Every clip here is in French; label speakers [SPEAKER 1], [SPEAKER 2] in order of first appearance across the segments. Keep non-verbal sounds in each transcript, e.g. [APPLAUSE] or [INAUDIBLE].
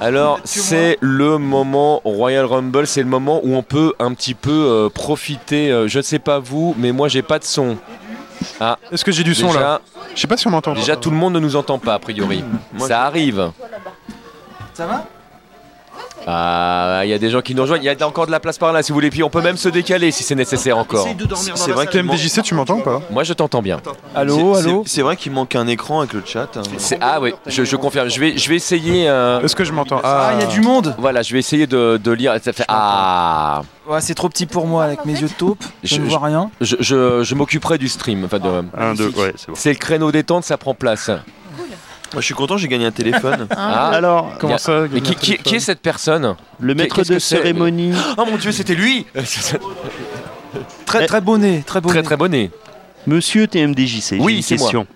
[SPEAKER 1] Alors, c'est le moment Royal Rumble, c'est le moment où on peut un petit peu euh, profiter. euh, je ne sais pas vous, mais moi, j'ai pas de son. Ah,
[SPEAKER 2] Est-ce que j'ai du son
[SPEAKER 1] déjà,
[SPEAKER 2] là Je sais pas si on m'entend.
[SPEAKER 1] déjà, tout le monde ne nous entend pas, a priori.
[SPEAKER 3] Moi,
[SPEAKER 1] Ça arrive.
[SPEAKER 3] Ça va
[SPEAKER 1] Ah, il y a des gens qui nous rejoignent. Il y a encore de la place par là, si vous voulez. Puis on peut même se décaler si c'est nécessaire encore.
[SPEAKER 3] Essaye de dormir dans
[SPEAKER 1] C'est
[SPEAKER 3] la
[SPEAKER 1] vrai
[SPEAKER 3] salle.
[SPEAKER 1] qu'il manque-
[SPEAKER 2] TMDJC, tu m'entends ou pas
[SPEAKER 1] Moi, je t'entends bien.
[SPEAKER 4] C'est-
[SPEAKER 5] Allô,
[SPEAKER 4] c'est-
[SPEAKER 5] allô
[SPEAKER 4] C'est vrai qu'il manque un écran avec le chat. hein.
[SPEAKER 1] C'est- Ah oui, je, je confirme. Je vais, je vais essayer. euh,
[SPEAKER 2] Est-ce que je m'entends
[SPEAKER 3] Ah, il y a du monde
[SPEAKER 1] Voilà, je vais essayer de, de lire. Ça fait ah.
[SPEAKER 3] Ouais, c'est trop petit pour moi avec mes yeux de taupe. Je,
[SPEAKER 1] Je-
[SPEAKER 3] ne
[SPEAKER 1] je-
[SPEAKER 3] vois rien.
[SPEAKER 1] Je, je- je m'occuperai du stream. Enfin, de...
[SPEAKER 6] Un, deux, ouais, c'est bon.
[SPEAKER 1] C'est le créneau détente, ça prend place.
[SPEAKER 4] Moi, je suis content, j'ai gagné un téléphone.
[SPEAKER 1] Ah.
[SPEAKER 6] Alors,
[SPEAKER 2] Comment
[SPEAKER 1] y a-
[SPEAKER 2] ça
[SPEAKER 1] Mais qui, qui- qui est cette personne
[SPEAKER 6] le maître
[SPEAKER 1] qu'est-ce
[SPEAKER 6] de
[SPEAKER 1] que c'est
[SPEAKER 6] cérémonie.
[SPEAKER 1] Oh mon dieu, c'était lui
[SPEAKER 3] Très
[SPEAKER 6] Eh.
[SPEAKER 3] très bonnet, très bonnet.
[SPEAKER 1] Très très bonnet.
[SPEAKER 6] Monsieur TMDJC,
[SPEAKER 1] Oui,
[SPEAKER 6] j'ai une
[SPEAKER 1] c'est moi.
[SPEAKER 6] question.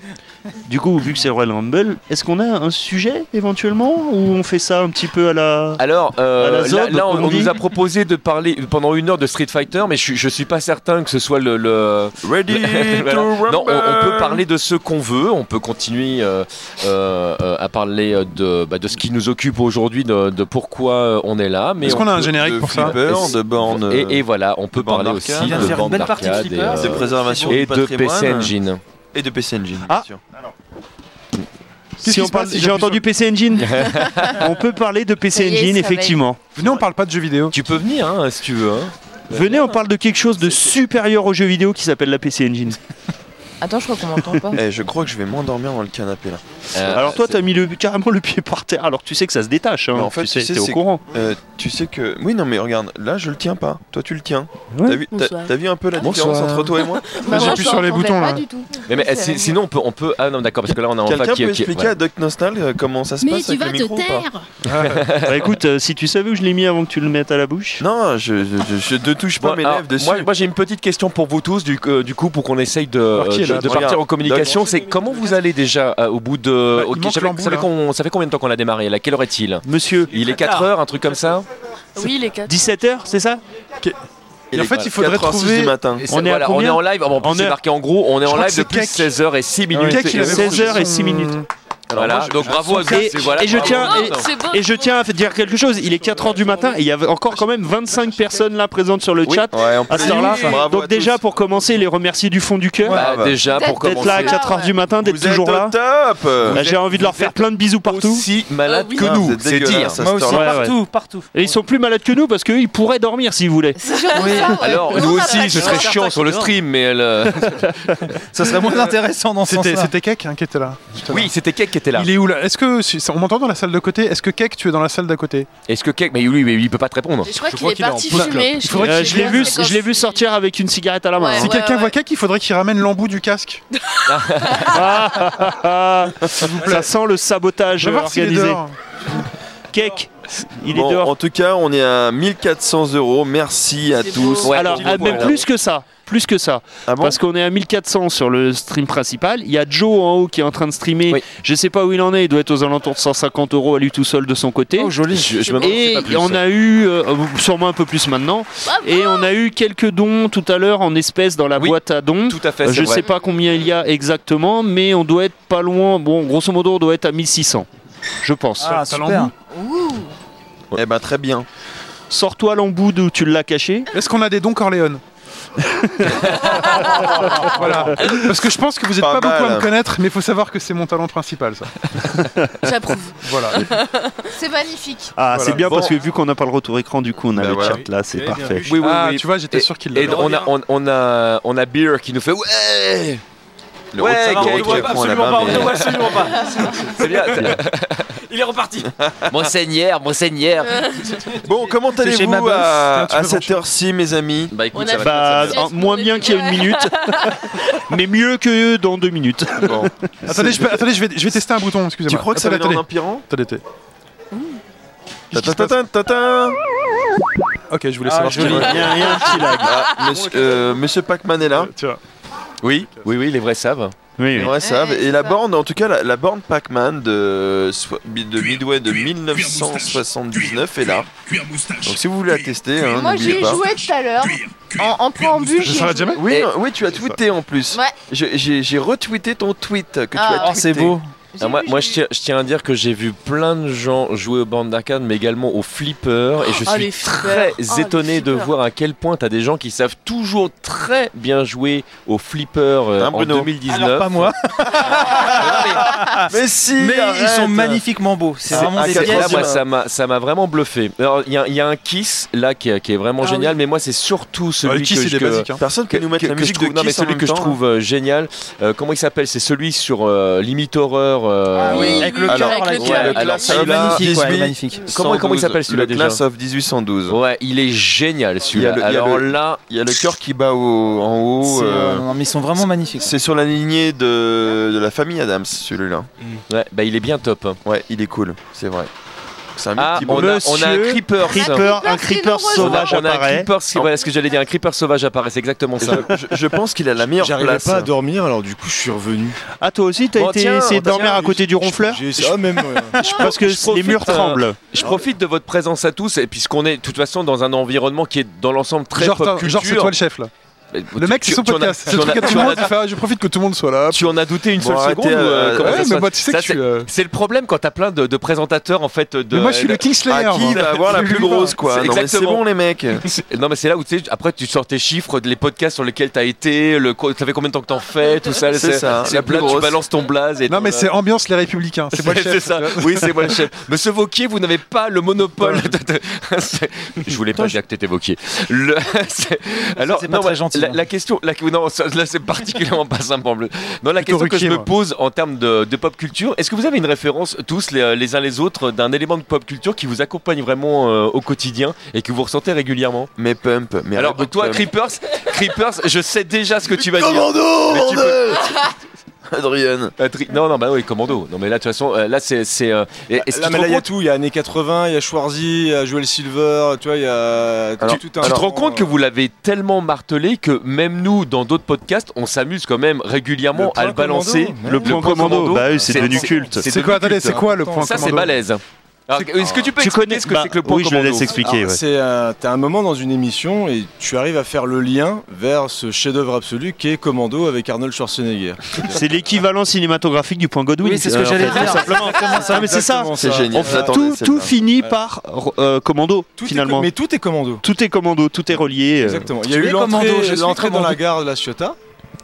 [SPEAKER 6] Du coup, vu que c'est Royal Rumble, est-ce qu'on a un sujet éventuellement ou on fait ça un petit peu à la
[SPEAKER 1] Alors euh,
[SPEAKER 6] À la
[SPEAKER 1] là,
[SPEAKER 6] zob,
[SPEAKER 1] là, on,
[SPEAKER 6] comme on
[SPEAKER 1] on nous a
[SPEAKER 6] dit.
[SPEAKER 1] proposé de parler pendant une heure de Street Fighter, mais je, suis- je suis pas certain que ce soit le. le- [LAUGHS]
[SPEAKER 4] Ready
[SPEAKER 1] Voilà.
[SPEAKER 4] to rumble
[SPEAKER 1] Non, on, on peut parler de ce qu'on veut, on peut continuer euh, euh, euh, à parler euh, de, bah, de ce qui nous occupe aujourd'hui, de, de pourquoi euh, on est là. mais
[SPEAKER 2] Est-ce
[SPEAKER 1] on
[SPEAKER 2] qu'on a un
[SPEAKER 1] peut-
[SPEAKER 2] générique pour ça
[SPEAKER 4] flipper, de bornes.
[SPEAKER 1] et, et voilà, on peut
[SPEAKER 4] de bande
[SPEAKER 1] parler aussi
[SPEAKER 4] d'arcade.
[SPEAKER 3] Il vient de
[SPEAKER 1] de
[SPEAKER 3] faire une
[SPEAKER 1] bande
[SPEAKER 3] belle partie de
[SPEAKER 1] d'arcade et,
[SPEAKER 3] flipper,
[SPEAKER 1] euh,
[SPEAKER 4] de préservation
[SPEAKER 1] et
[SPEAKER 4] du
[SPEAKER 1] de
[SPEAKER 4] patrimoine.
[SPEAKER 1] PC Engine.
[SPEAKER 4] Et de PC Engine, bien
[SPEAKER 6] Ah.
[SPEAKER 4] sûr.
[SPEAKER 2] Qu'est-ce
[SPEAKER 6] Si
[SPEAKER 2] qui
[SPEAKER 6] on
[SPEAKER 2] se
[SPEAKER 6] parle,
[SPEAKER 2] passe si
[SPEAKER 6] j'ai
[SPEAKER 2] j'appuie
[SPEAKER 6] entendu PC Engine. on peut parler de
[SPEAKER 7] Ça y
[SPEAKER 6] PC
[SPEAKER 7] est,
[SPEAKER 6] Engine,
[SPEAKER 7] ça
[SPEAKER 6] effectivement.
[SPEAKER 2] sur- Venez, on parle pas de jeux vidéo.
[SPEAKER 1] Tu peux venir hein, si tu veux. hein.
[SPEAKER 6] Venez, on parle de quelque chose de supérieur aux jeux vidéo qui s'appelle la PC Engine.
[SPEAKER 7] Attends, je crois qu'on m'entend
[SPEAKER 2] [LAUGHS]
[SPEAKER 7] pas.
[SPEAKER 4] Eh, je crois que je vais m'endormir dans le canapé là.
[SPEAKER 1] Euh,
[SPEAKER 6] alors toi, t'as mis le, carrément le pied par terre. Alors tu sais que ça se détache. hein.
[SPEAKER 4] Mais en fait,
[SPEAKER 6] tu sais,
[SPEAKER 4] tu sais,
[SPEAKER 6] t'es au
[SPEAKER 4] c'est-
[SPEAKER 6] courant.
[SPEAKER 4] Euh, tu sais que. Oui, non, mais regarde, là je le tiens pas. Toi tu le tiens.
[SPEAKER 6] Ouais.
[SPEAKER 4] T'as vu, t'as-
[SPEAKER 7] Bonsoir.
[SPEAKER 4] t'as vu un peu la
[SPEAKER 2] Bonsoir.
[SPEAKER 4] différence entre toi et moi
[SPEAKER 7] Bah, moi,
[SPEAKER 2] j'appuie
[SPEAKER 7] je
[SPEAKER 2] sur les
[SPEAKER 7] l'entendais
[SPEAKER 2] boutons,
[SPEAKER 7] pas
[SPEAKER 2] là.
[SPEAKER 7] du tout.
[SPEAKER 1] Mais, mais, si- sinon on peut, on peut. Ah non d'accord parce que là on a en
[SPEAKER 4] Quelqu'un
[SPEAKER 1] qui,
[SPEAKER 4] peut
[SPEAKER 1] qui-
[SPEAKER 4] expliquer
[SPEAKER 1] voilà.
[SPEAKER 4] à Doc Nostal euh, comment ça se
[SPEAKER 8] Mais
[SPEAKER 4] passe
[SPEAKER 8] tu
[SPEAKER 4] avec
[SPEAKER 8] vas
[SPEAKER 4] le
[SPEAKER 8] te
[SPEAKER 4] micro ou pas
[SPEAKER 8] taire
[SPEAKER 6] Bah écoute, euh, si tu savais où je l'ai mis avant que tu le mettes à la bouche.
[SPEAKER 4] Non, je, je, je- je ne touche pas
[SPEAKER 1] Bon,
[SPEAKER 4] mes
[SPEAKER 1] alors,
[SPEAKER 4] lèvres dessus.
[SPEAKER 1] Ah, moi, moi, j'ai une petite question pour vous tous du, euh, du coup pour qu'on essaye de,
[SPEAKER 2] Alors, qui est
[SPEAKER 1] de-
[SPEAKER 2] là
[SPEAKER 1] de
[SPEAKER 4] Regarde,
[SPEAKER 1] partir en communication.
[SPEAKER 4] Doc-
[SPEAKER 1] C'est comment vous allez déjà euh, au bout de.
[SPEAKER 2] Bah, il
[SPEAKER 1] ok,
[SPEAKER 2] manque
[SPEAKER 1] j'avais-
[SPEAKER 2] l'embout,
[SPEAKER 1] ça, fait
[SPEAKER 2] là.
[SPEAKER 1] qu'on- ça fait combien de temps qu'on a démarré là Quelle heure est-il
[SPEAKER 6] Monsieur,
[SPEAKER 1] Il est 4 heures, un truc comme ça
[SPEAKER 7] Oui, les quatre.
[SPEAKER 6] 17h, c'est ça
[SPEAKER 2] Et en fait, il faudrait
[SPEAKER 4] 4h06
[SPEAKER 2] trouver.
[SPEAKER 4] du matin.
[SPEAKER 1] Et
[SPEAKER 6] On est à
[SPEAKER 1] voilà, on est
[SPEAKER 6] combien
[SPEAKER 1] en live. Ah bon, en plus,
[SPEAKER 6] On
[SPEAKER 1] c'est
[SPEAKER 6] est-
[SPEAKER 1] marqué en gros, on est en
[SPEAKER 2] crois
[SPEAKER 1] live
[SPEAKER 2] que c'est
[SPEAKER 1] depuis
[SPEAKER 2] Cake.
[SPEAKER 1] 16h et 6 minutes.
[SPEAKER 2] Cake, il
[SPEAKER 1] et
[SPEAKER 2] avait
[SPEAKER 6] 16 heures et
[SPEAKER 2] son-
[SPEAKER 6] six minutes.
[SPEAKER 1] Voilà,
[SPEAKER 4] Alors, moi, je-
[SPEAKER 1] donc
[SPEAKER 4] je
[SPEAKER 1] bravo à tous.
[SPEAKER 6] Et,
[SPEAKER 1] et voilà,
[SPEAKER 6] et je
[SPEAKER 1] bravo.
[SPEAKER 6] tiens, et-
[SPEAKER 7] Ah, C'est beau.
[SPEAKER 6] et je tiens à dire quelque chose, il est 4h du matin et il y avait encore quand même 25 personnes là présentes sur le
[SPEAKER 4] Oui,
[SPEAKER 6] chat
[SPEAKER 4] ouais, en
[SPEAKER 6] à
[SPEAKER 4] plus,
[SPEAKER 6] cette heure-là.
[SPEAKER 4] oui, bravo à
[SPEAKER 6] Donc déjà
[SPEAKER 4] tous.
[SPEAKER 6] pour commencer, les remercier du fond du cœur
[SPEAKER 1] Bah,
[SPEAKER 4] Ouais, bah.
[SPEAKER 1] déjà pour
[SPEAKER 7] Peut-être
[SPEAKER 6] d'être là à
[SPEAKER 1] commencer.
[SPEAKER 7] commencer.
[SPEAKER 6] 4h du matin, d'être
[SPEAKER 4] Vous êtes
[SPEAKER 6] toujours là.
[SPEAKER 4] au top
[SPEAKER 6] Bah, J'ai envie de leur faire plein de bisous partout.
[SPEAKER 1] aussi malade
[SPEAKER 7] Ah oui.
[SPEAKER 1] que
[SPEAKER 4] Ah, vous
[SPEAKER 1] nous,
[SPEAKER 4] êtes
[SPEAKER 1] c'est dire.
[SPEAKER 4] dégueulasse,
[SPEAKER 6] Moi aussi.
[SPEAKER 4] heure-là.
[SPEAKER 6] Ouais,
[SPEAKER 3] partout, partout.
[SPEAKER 6] Et ils sont plus malades que nous parce qu'eux ils pourraient dormir s'ils voulaient.
[SPEAKER 7] C'est ça,
[SPEAKER 3] Oui.
[SPEAKER 7] ouais.
[SPEAKER 1] Alors
[SPEAKER 7] Nous,
[SPEAKER 1] nous
[SPEAKER 7] on a pas
[SPEAKER 1] aussi, ce
[SPEAKER 7] de
[SPEAKER 1] serait
[SPEAKER 7] chance.
[SPEAKER 1] chiant sur le stream, mais elle... euh,
[SPEAKER 3] Ça serait moins intéressant dans ce
[SPEAKER 2] [LAUGHS] C'était
[SPEAKER 3] sens-là.
[SPEAKER 2] c'était Cake hein, qui était là.
[SPEAKER 1] oui, c'était Cake qui était là.
[SPEAKER 2] Il est où là Est-ce que si- ça- on m'entend dans la salle de côté Est-ce que Cake tu es dans la salle d'à côté
[SPEAKER 1] Est-ce que Cake, mais lui, mais il peut pas te répondre.
[SPEAKER 7] Et Je crois
[SPEAKER 5] Je
[SPEAKER 7] qu'il
[SPEAKER 5] crois
[SPEAKER 7] est
[SPEAKER 5] qu'il est en
[SPEAKER 7] parti
[SPEAKER 5] full
[SPEAKER 7] fumer.
[SPEAKER 2] Il faudrait
[SPEAKER 6] Euh,
[SPEAKER 2] que
[SPEAKER 6] je l'ai vu, je l'ai vu sortir avec une cigarette à la main.
[SPEAKER 7] Ouais.
[SPEAKER 2] Si
[SPEAKER 6] hein.
[SPEAKER 2] quelqu'un voit Cake, il faudrait qu'il ramène l'embout du casque.
[SPEAKER 6] Ah, ça sent le sabotage
[SPEAKER 2] Je vais voir s'il est
[SPEAKER 6] organisé.
[SPEAKER 2] dehors.
[SPEAKER 6] Cake, il est
[SPEAKER 4] Bon,
[SPEAKER 6] dehors.
[SPEAKER 4] En tout cas, on est à 1400 euros. Merci à
[SPEAKER 7] C'est
[SPEAKER 4] tous.
[SPEAKER 7] beau.
[SPEAKER 1] Ouais,
[SPEAKER 6] Alors,
[SPEAKER 1] dis-le
[SPEAKER 6] ah,
[SPEAKER 1] moi,
[SPEAKER 6] même
[SPEAKER 1] là.
[SPEAKER 6] plus que ça, plus que ça.
[SPEAKER 4] Ah bon
[SPEAKER 6] Parce qu'on est à 1400 sur le stream principal. Il y a Joe en haut qui est en train de streamer.
[SPEAKER 1] Oui.
[SPEAKER 6] Je sais pas où il en est. Il doit être aux alentours de 150 euros à lui tout seul de son côté.
[SPEAKER 1] joli. Je, je me demande si
[SPEAKER 6] et
[SPEAKER 1] c'est pas plus.
[SPEAKER 6] on a eu, euh, sûrement un peu plus maintenant, et on a eu quelques dons tout à l'heure en espèces dans la
[SPEAKER 1] Oui.
[SPEAKER 6] boîte à dons.
[SPEAKER 1] Tout à fait,
[SPEAKER 6] Euh,
[SPEAKER 1] c'est
[SPEAKER 6] Je
[SPEAKER 1] vrai.
[SPEAKER 6] sais pas combien il y a exactement, mais on doit être pas loin. Bon, grosso modo, on doit être à 1600, je pense.
[SPEAKER 3] Ah,
[SPEAKER 2] Ça
[SPEAKER 3] super.
[SPEAKER 2] l'embout.
[SPEAKER 4] Eh ben très bien.
[SPEAKER 6] Sors-toi l'embout d'où tu l'as caché.
[SPEAKER 2] Est-ce qu'on a des dons Corleone [LAUGHS] Voilà. Parce que je pense que vous n'êtes
[SPEAKER 4] Pas
[SPEAKER 2] pas, beaucoup
[SPEAKER 4] mal.
[SPEAKER 2] à me connaître, mais il faut savoir que c'est mon talent principal, ça.
[SPEAKER 7] J'approuve.
[SPEAKER 2] Voilà.
[SPEAKER 1] Ah,
[SPEAKER 7] C'est magnifique.
[SPEAKER 6] Ah,
[SPEAKER 2] Voilà.
[SPEAKER 6] c'est bien
[SPEAKER 4] Bon.
[SPEAKER 6] parce que vu qu'on n'a pas le retour écran, du coup, on a
[SPEAKER 4] Bah
[SPEAKER 6] le
[SPEAKER 4] voilà.
[SPEAKER 6] chat là, c'est parfait.
[SPEAKER 1] Oui, oui,
[SPEAKER 2] ah,
[SPEAKER 1] oui.
[SPEAKER 2] tu vois, j'étais sûr qu'il
[SPEAKER 1] Et
[SPEAKER 2] l'avait.
[SPEAKER 1] on a, on, on a, on a Beer qui nous fait ouais.
[SPEAKER 4] Le
[SPEAKER 1] Ouais,
[SPEAKER 4] retour-
[SPEAKER 1] Gaël,
[SPEAKER 4] le retour
[SPEAKER 1] ouais,
[SPEAKER 4] est prend là-bas, mais-
[SPEAKER 3] absolument pas.
[SPEAKER 1] C'est bien.
[SPEAKER 3] Il est reparti.
[SPEAKER 1] [LAUGHS] monseigneur, monseigneur.
[SPEAKER 7] Euh,
[SPEAKER 4] Bon, comment
[SPEAKER 3] chez ma
[SPEAKER 4] allez-vous
[SPEAKER 3] boss.
[SPEAKER 4] à,
[SPEAKER 2] Tiens, tu
[SPEAKER 4] à
[SPEAKER 2] peux
[SPEAKER 4] cette heure-ci, mes amis
[SPEAKER 7] On
[SPEAKER 1] Bah écoute,
[SPEAKER 7] a
[SPEAKER 1] ça va.
[SPEAKER 6] Bah,
[SPEAKER 7] ça va.
[SPEAKER 6] en- moins bien qu'il y a une minute, mais mieux que dans deux minutes.
[SPEAKER 4] Bon.
[SPEAKER 2] Attendez, je, peux- attendez, je vais, je vais tester un bouton, excusez-moi.
[SPEAKER 4] Tu crois que ça va
[SPEAKER 2] attendez,
[SPEAKER 4] être en
[SPEAKER 2] attendez,
[SPEAKER 4] empirant
[SPEAKER 2] attendez, attendez. Qu'est-ce qui se passe
[SPEAKER 4] Ta-ta-ta-ta-ta.
[SPEAKER 2] Ok, je voulais
[SPEAKER 3] Ah,
[SPEAKER 2] savoir
[SPEAKER 3] joli.
[SPEAKER 2] ce qu'il y avait.
[SPEAKER 6] Il y a- il y a un petit lag.
[SPEAKER 4] Ah, monsieur, euh, monsieur Pac-Man est là.
[SPEAKER 2] Euh, tiens.
[SPEAKER 1] Oui, oui, oui, les vrais savent.
[SPEAKER 6] Oui,
[SPEAKER 4] Les
[SPEAKER 6] oui.
[SPEAKER 4] vrais savent.
[SPEAKER 7] c'est
[SPEAKER 4] Et la
[SPEAKER 7] ça.
[SPEAKER 4] borne, en tout cas, la, la borne Pac-Man de, soi- de Midway de 1979 est là. Donc si vous voulez la tester, hein,
[SPEAKER 7] Moi,
[SPEAKER 4] n'oubliez
[SPEAKER 7] j'y ai
[SPEAKER 4] pas.
[SPEAKER 7] joué tout à l'heure. En, en préambule.
[SPEAKER 2] Je
[SPEAKER 7] j'y ai
[SPEAKER 2] s'arrête
[SPEAKER 7] joué.
[SPEAKER 2] jamais
[SPEAKER 4] Oui,
[SPEAKER 1] Et-
[SPEAKER 4] non, oui, tu as tweeté en plus.
[SPEAKER 7] Ouais.
[SPEAKER 4] Je- J'ai j'ai retweeté ton tweet que tu
[SPEAKER 7] Ah.
[SPEAKER 4] as tweeté.
[SPEAKER 3] Oh, c'est beau.
[SPEAKER 1] Ah,
[SPEAKER 7] J'ai
[SPEAKER 1] moi,
[SPEAKER 7] vu,
[SPEAKER 1] moi,
[SPEAKER 7] j'ai
[SPEAKER 1] je, tiens, je tiens à dire que j'ai vu plein de gens jouer aux bandes d'arcade, mais également aux flippers. Et je
[SPEAKER 7] Ah,
[SPEAKER 1] suis
[SPEAKER 7] les
[SPEAKER 1] très
[SPEAKER 7] flippers. Ah, les
[SPEAKER 1] étonné de
[SPEAKER 7] flippers.
[SPEAKER 1] voir à quel point tu as des gens qui savent toujours très bien jouer aux flippers euh,
[SPEAKER 4] Hein,
[SPEAKER 1] en
[SPEAKER 4] Bruno
[SPEAKER 1] 2019.
[SPEAKER 3] Alors pas moi.
[SPEAKER 4] Mais si
[SPEAKER 3] Mais ils
[SPEAKER 4] arrête.
[SPEAKER 3] sont magnifiquement beaux. C'est
[SPEAKER 1] C'est-
[SPEAKER 3] vraiment
[SPEAKER 1] ah,
[SPEAKER 3] des
[SPEAKER 1] c'est-
[SPEAKER 4] pièces,
[SPEAKER 1] là, moi,
[SPEAKER 4] euh,
[SPEAKER 1] ça m'a ça m'a vraiment bluffé. Alors, Il y, a- il y a un kiss là qui, est- qui est vraiment
[SPEAKER 7] Ah
[SPEAKER 1] génial,
[SPEAKER 7] oui.
[SPEAKER 1] mais moi c'est surtout celui
[SPEAKER 2] Ah, le kiss,
[SPEAKER 1] que
[SPEAKER 2] c'est
[SPEAKER 1] je,
[SPEAKER 2] des
[SPEAKER 1] que-
[SPEAKER 2] basiques. hein.
[SPEAKER 4] Personne
[SPEAKER 1] que,
[SPEAKER 4] peut nous mettre
[SPEAKER 1] que-
[SPEAKER 4] la
[SPEAKER 1] que je
[SPEAKER 4] musique de
[SPEAKER 1] trouve, non, mais
[SPEAKER 4] Kiss en
[SPEAKER 1] celui
[SPEAKER 4] même
[SPEAKER 1] que je
[SPEAKER 4] temps,
[SPEAKER 1] trouve euh, génial. euh, comment il s'appelle C'est celui sur euh, Limite Horror. euh,
[SPEAKER 7] Ah oui.
[SPEAKER 3] Avec le
[SPEAKER 1] Alors,
[SPEAKER 3] cœur, là,
[SPEAKER 7] avec
[SPEAKER 3] qui-
[SPEAKER 7] le cœur.
[SPEAKER 3] ouais,
[SPEAKER 7] Avec
[SPEAKER 4] alors
[SPEAKER 7] le
[SPEAKER 4] ça,
[SPEAKER 7] cœur.
[SPEAKER 3] il est
[SPEAKER 4] là,
[SPEAKER 3] magnifique, ouais, il est
[SPEAKER 4] Disney-
[SPEAKER 3] magnifique.
[SPEAKER 1] Comment- comment il
[SPEAKER 4] 112,
[SPEAKER 1] s'appelle celui-là,
[SPEAKER 4] Le
[SPEAKER 1] déjà
[SPEAKER 4] Class of 1812.
[SPEAKER 1] Ouais, il est génial celui-là.
[SPEAKER 4] Il y a le- il y a
[SPEAKER 1] Alors
[SPEAKER 4] le-
[SPEAKER 1] là,
[SPEAKER 4] Oh, Il y a le cœur qui bat au- en haut.
[SPEAKER 3] C'est-
[SPEAKER 4] euh,
[SPEAKER 3] ouais, non, mais ils sont vraiment magnifiques.
[SPEAKER 4] C'est sur la lignée de, de la famille Adams, celui-là.
[SPEAKER 1] ouais, bah, il est bien top.
[SPEAKER 4] Ouais, il est cool, c'est vrai. C'est un
[SPEAKER 1] Ah,
[SPEAKER 4] petit
[SPEAKER 1] on
[SPEAKER 4] bonhomme.
[SPEAKER 1] a, on a un
[SPEAKER 6] Monsieur
[SPEAKER 1] Creeper.
[SPEAKER 6] Creeper, un creeper
[SPEAKER 7] qui nous
[SPEAKER 6] sauvage
[SPEAKER 1] on a un
[SPEAKER 6] apparaît.
[SPEAKER 1] Creeper, c'est voilà ce que j'allais dire, un Creeper sauvage apparaît, c'est exactement ça.
[SPEAKER 4] Je, je- je pense qu'il a la meilleure
[SPEAKER 5] J'arrivais
[SPEAKER 4] place.
[SPEAKER 5] pas à dormir, alors du coup, je suis revenu.
[SPEAKER 6] Ah, toi aussi, t'as
[SPEAKER 1] Bon,
[SPEAKER 6] été
[SPEAKER 1] tiens,
[SPEAKER 6] essayer de
[SPEAKER 1] tiens,
[SPEAKER 6] dormir à côté du ronfleur
[SPEAKER 5] J'ai ça même. euh,
[SPEAKER 2] [LAUGHS]
[SPEAKER 5] ouais.
[SPEAKER 6] Parce que
[SPEAKER 1] je
[SPEAKER 6] les
[SPEAKER 1] profite,
[SPEAKER 6] murs
[SPEAKER 1] euh,
[SPEAKER 6] tremblent.
[SPEAKER 1] Je profite de votre présence à tous, et puisqu'on est de toute façon dans un environnement qui est dans l'ensemble très
[SPEAKER 2] genre,
[SPEAKER 1] pop
[SPEAKER 2] t'as- genre,
[SPEAKER 1] culture.
[SPEAKER 2] c'est toi le chef là.
[SPEAKER 1] Mais
[SPEAKER 2] Le
[SPEAKER 1] tu-
[SPEAKER 2] mec,
[SPEAKER 1] tu-
[SPEAKER 2] c'est son
[SPEAKER 1] tu en as-
[SPEAKER 2] podcast.
[SPEAKER 1] tu
[SPEAKER 2] C'est
[SPEAKER 1] en
[SPEAKER 2] le truc
[SPEAKER 1] as-
[SPEAKER 2] à tout
[SPEAKER 1] tu
[SPEAKER 2] le
[SPEAKER 1] en
[SPEAKER 2] monde.
[SPEAKER 1] as-
[SPEAKER 2] il fait, ah, je profite que tout le monde soit là.
[SPEAKER 1] Tu en as douté une
[SPEAKER 4] Bon,
[SPEAKER 1] seule
[SPEAKER 4] arrêtez,
[SPEAKER 1] seconde ou, euh,
[SPEAKER 4] euh,
[SPEAKER 1] comment ça
[SPEAKER 2] Ouais,
[SPEAKER 1] se
[SPEAKER 2] mais
[SPEAKER 1] passe
[SPEAKER 2] moi, tu sais que
[SPEAKER 1] Ça,
[SPEAKER 2] je suis. euh,
[SPEAKER 1] C'est le problème quand t'as plein de, de présentateurs en fait de.
[SPEAKER 2] mais moi, je suis le Kingslayer.
[SPEAKER 4] À Ah, qui
[SPEAKER 2] hein, moi.
[SPEAKER 4] va avoir la
[SPEAKER 2] Je
[SPEAKER 4] plus
[SPEAKER 2] lui vois.
[SPEAKER 4] grosse, quoi
[SPEAKER 1] C'est
[SPEAKER 4] Non, mais c'est
[SPEAKER 1] exactement.
[SPEAKER 4] bon, les mecs.
[SPEAKER 1] C'est- Non mais c'est là où tu sais, après tu sors tes chiffres, les podcasts sur lesquels t'as été, le, co- ça fait combien de temps que t'en fais, tout ça.
[SPEAKER 4] C'est ça,
[SPEAKER 2] hein.
[SPEAKER 1] c'est
[SPEAKER 4] la
[SPEAKER 1] là,
[SPEAKER 4] plus
[SPEAKER 1] tu
[SPEAKER 4] grosse.
[SPEAKER 1] balances ton blaze. Et
[SPEAKER 2] Non,
[SPEAKER 1] ton,
[SPEAKER 2] mais
[SPEAKER 1] euh,
[SPEAKER 2] c'est ambiance les républicains.
[SPEAKER 1] [LAUGHS]
[SPEAKER 2] C'est moi le
[SPEAKER 1] c'est
[SPEAKER 2] chef. [LAUGHS]
[SPEAKER 1] ça. Oui, c'est moi le chef. Monsieur Vauquier, vous n'avez pas le monopole. de- de- [LAUGHS] C'est- Je voulais pas dire que t'étais Vauquier. Le- [LAUGHS] c'est- Alors,
[SPEAKER 3] c'est pas
[SPEAKER 1] non,
[SPEAKER 3] très
[SPEAKER 1] ouais,
[SPEAKER 3] gentil,
[SPEAKER 1] La,
[SPEAKER 3] hein.
[SPEAKER 1] la question, la- non, ça- là, c'est particulièrement pas simple. en bleu. Non, la
[SPEAKER 2] Plutôt
[SPEAKER 1] question que je
[SPEAKER 2] Ruquier,
[SPEAKER 1] me
[SPEAKER 2] moi.
[SPEAKER 1] pose en termes de, de pop culture, est-ce que vous avez une référence tous les, les uns les autres d'un élément de pop culture qui vous accompagne vraiment euh, au quotidien et que vous ressentez régulièrement
[SPEAKER 4] Mais pump. Mais euh,
[SPEAKER 1] Alors,
[SPEAKER 4] arrête,
[SPEAKER 1] toi,
[SPEAKER 4] pump.
[SPEAKER 1] Creepers, Creepers, je sais déjà ce que tu vas dire.
[SPEAKER 4] Commando,
[SPEAKER 1] Mais tu
[SPEAKER 4] bordel [LAUGHS] Adrien.
[SPEAKER 1] Euh, tri- Non, non, bah oui, commando. Non, mais là, de toute façon, euh, là, c'est. c'est, euh, et- est-ce que
[SPEAKER 5] Là,
[SPEAKER 1] tu te
[SPEAKER 5] mais
[SPEAKER 1] rends
[SPEAKER 5] là, il y a
[SPEAKER 1] compte-
[SPEAKER 5] tout. Il y a années 80, il y a Schwarzy, il y a Joel Silver, tu vois, il y a.
[SPEAKER 4] Alors,
[SPEAKER 5] tout
[SPEAKER 1] Tu te
[SPEAKER 5] temps,
[SPEAKER 1] rends compte que
[SPEAKER 5] euh,
[SPEAKER 1] vous l'avez tellement martelé que même nous, dans d'autres podcasts, on s'amuse quand même régulièrement
[SPEAKER 5] Le
[SPEAKER 1] à le
[SPEAKER 5] point
[SPEAKER 1] balancer.
[SPEAKER 5] commando,
[SPEAKER 6] Le plan commando, bah oui, c'est devenu culte.
[SPEAKER 2] C'est quoi Attendez, c'est quoi le
[SPEAKER 5] Attends,
[SPEAKER 2] point
[SPEAKER 1] Ça, c'est
[SPEAKER 2] commando bah,
[SPEAKER 1] balèze. Alors, Ah, Est-ce que tu peux
[SPEAKER 6] Tu
[SPEAKER 1] expliquer
[SPEAKER 6] connais
[SPEAKER 1] ce que c'est que le point
[SPEAKER 6] Oui, je le
[SPEAKER 1] commando Ah,
[SPEAKER 6] laisse expliquer.
[SPEAKER 5] alors,
[SPEAKER 6] ouais.
[SPEAKER 5] C'est un- t'as un moment dans une émission et tu arrives à faire le lien vers ce chef-d'œuvre absolu qui est Commando avec Arnold Schwarzenegger.
[SPEAKER 6] C'est l'équivalent cinématographique du point Godwin.
[SPEAKER 3] Oui, c'est ce que
[SPEAKER 6] euh, en
[SPEAKER 3] j'allais
[SPEAKER 6] fait,
[SPEAKER 3] dire.
[SPEAKER 6] tout simplement. Non, Ah, mais c'est ça.
[SPEAKER 5] Exactement
[SPEAKER 4] C'est
[SPEAKER 5] Voilà.
[SPEAKER 6] On-
[SPEAKER 4] génial. Vous attendez,
[SPEAKER 6] tout
[SPEAKER 4] c'est
[SPEAKER 6] tout
[SPEAKER 4] le-
[SPEAKER 6] finit
[SPEAKER 5] Ouais.
[SPEAKER 6] par euh, commando,
[SPEAKER 5] Tout est
[SPEAKER 6] finalement.
[SPEAKER 5] co- mais tout est Commando.
[SPEAKER 6] Tout est commando, tout est relié. euh.
[SPEAKER 5] Exactement. Il y a
[SPEAKER 3] Tu
[SPEAKER 5] eu
[SPEAKER 3] es commando, je
[SPEAKER 5] l'entrée
[SPEAKER 3] suis
[SPEAKER 5] l'entrée dans
[SPEAKER 3] commando.
[SPEAKER 5] la gare de la Ciotat,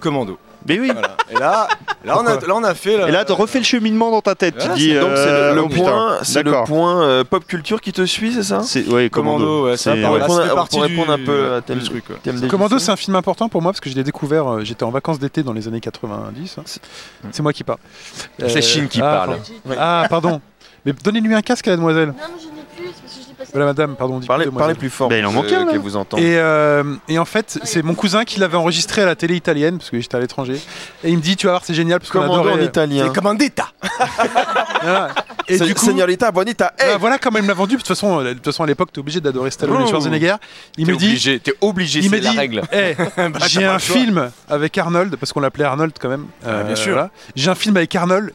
[SPEAKER 5] Commando.
[SPEAKER 6] Mais oui.
[SPEAKER 5] Voilà. Et là, là, on a, là, on a fait.
[SPEAKER 6] Et là, tu refais le cheminement dans ta tête. Tu
[SPEAKER 5] Voilà,
[SPEAKER 6] dis.
[SPEAKER 5] c'est-
[SPEAKER 4] Donc, c'est
[SPEAKER 6] euh,
[SPEAKER 4] le, le
[SPEAKER 6] oh, putain.
[SPEAKER 4] point, c'est le
[SPEAKER 6] D'accord.
[SPEAKER 4] point euh, pop culture qui te suit, c'est ça
[SPEAKER 6] C'est ouais,
[SPEAKER 5] Commando,
[SPEAKER 6] commando.
[SPEAKER 5] ouais, ça,
[SPEAKER 6] C'est-
[SPEAKER 5] par-
[SPEAKER 6] ouais.
[SPEAKER 5] là,
[SPEAKER 4] Pour
[SPEAKER 5] ça
[SPEAKER 4] répondre-
[SPEAKER 5] fait
[SPEAKER 4] pour
[SPEAKER 5] partie
[SPEAKER 4] répondre
[SPEAKER 5] du-
[SPEAKER 4] un peu à
[SPEAKER 5] du
[SPEAKER 4] tel-
[SPEAKER 5] truc. quoi.
[SPEAKER 4] Thème des
[SPEAKER 2] Commando,
[SPEAKER 4] Jeux.
[SPEAKER 2] c'est un film important pour moi parce que je l'ai découvert, euh, j'étais en vacances d'été dans les années 90. C'est moi qui parle.
[SPEAKER 1] C'est Chine qui
[SPEAKER 2] ah,
[SPEAKER 1] parle.
[SPEAKER 7] Non,
[SPEAKER 2] Ah, pardon. Mais donnez-lui un casque à la demoiselle.
[SPEAKER 7] mais je n'ai plus, parce que je l'ai passé.
[SPEAKER 2] Voilà, madame, pardon. dites-lui
[SPEAKER 4] Parlez,
[SPEAKER 2] demoiselle.
[SPEAKER 4] parlez plus fort.
[SPEAKER 1] Ben,
[SPEAKER 6] Bah, il en
[SPEAKER 4] euh,
[SPEAKER 6] manque un, là.
[SPEAKER 4] qu'elle vous entend.
[SPEAKER 2] Et, euh, et en fait, c'est mon cousin qui l'avait enregistré à la télé italienne parce que j'étais à l'étranger. Et il me dit, tu vas voir, c'est génial parce qu'on
[SPEAKER 4] Commando en
[SPEAKER 2] adorait.
[SPEAKER 4] italien.
[SPEAKER 5] Commandita.
[SPEAKER 2] [LAUGHS] Voilà. Et du coup,
[SPEAKER 4] Señorita Bonita.
[SPEAKER 2] bah, voilà comment il me l'a vendu. De toute façon, euh, de toute façon, à l'époque, t'es obligé d'adorer Stallone et
[SPEAKER 4] Oh.
[SPEAKER 2] Schwarzenegger. Il
[SPEAKER 1] T'es
[SPEAKER 2] me dit,
[SPEAKER 1] obligé, t'es obligé,
[SPEAKER 2] il me
[SPEAKER 1] c'est la
[SPEAKER 2] dit,
[SPEAKER 1] règle.
[SPEAKER 2] [LAUGHS] Eh, j'ai un film avec Arnold, parce qu'on l'appelait Arnold quand même. Euh,
[SPEAKER 5] Ah, bien sûr.
[SPEAKER 2] voilà. J'ai un film avec Arnold,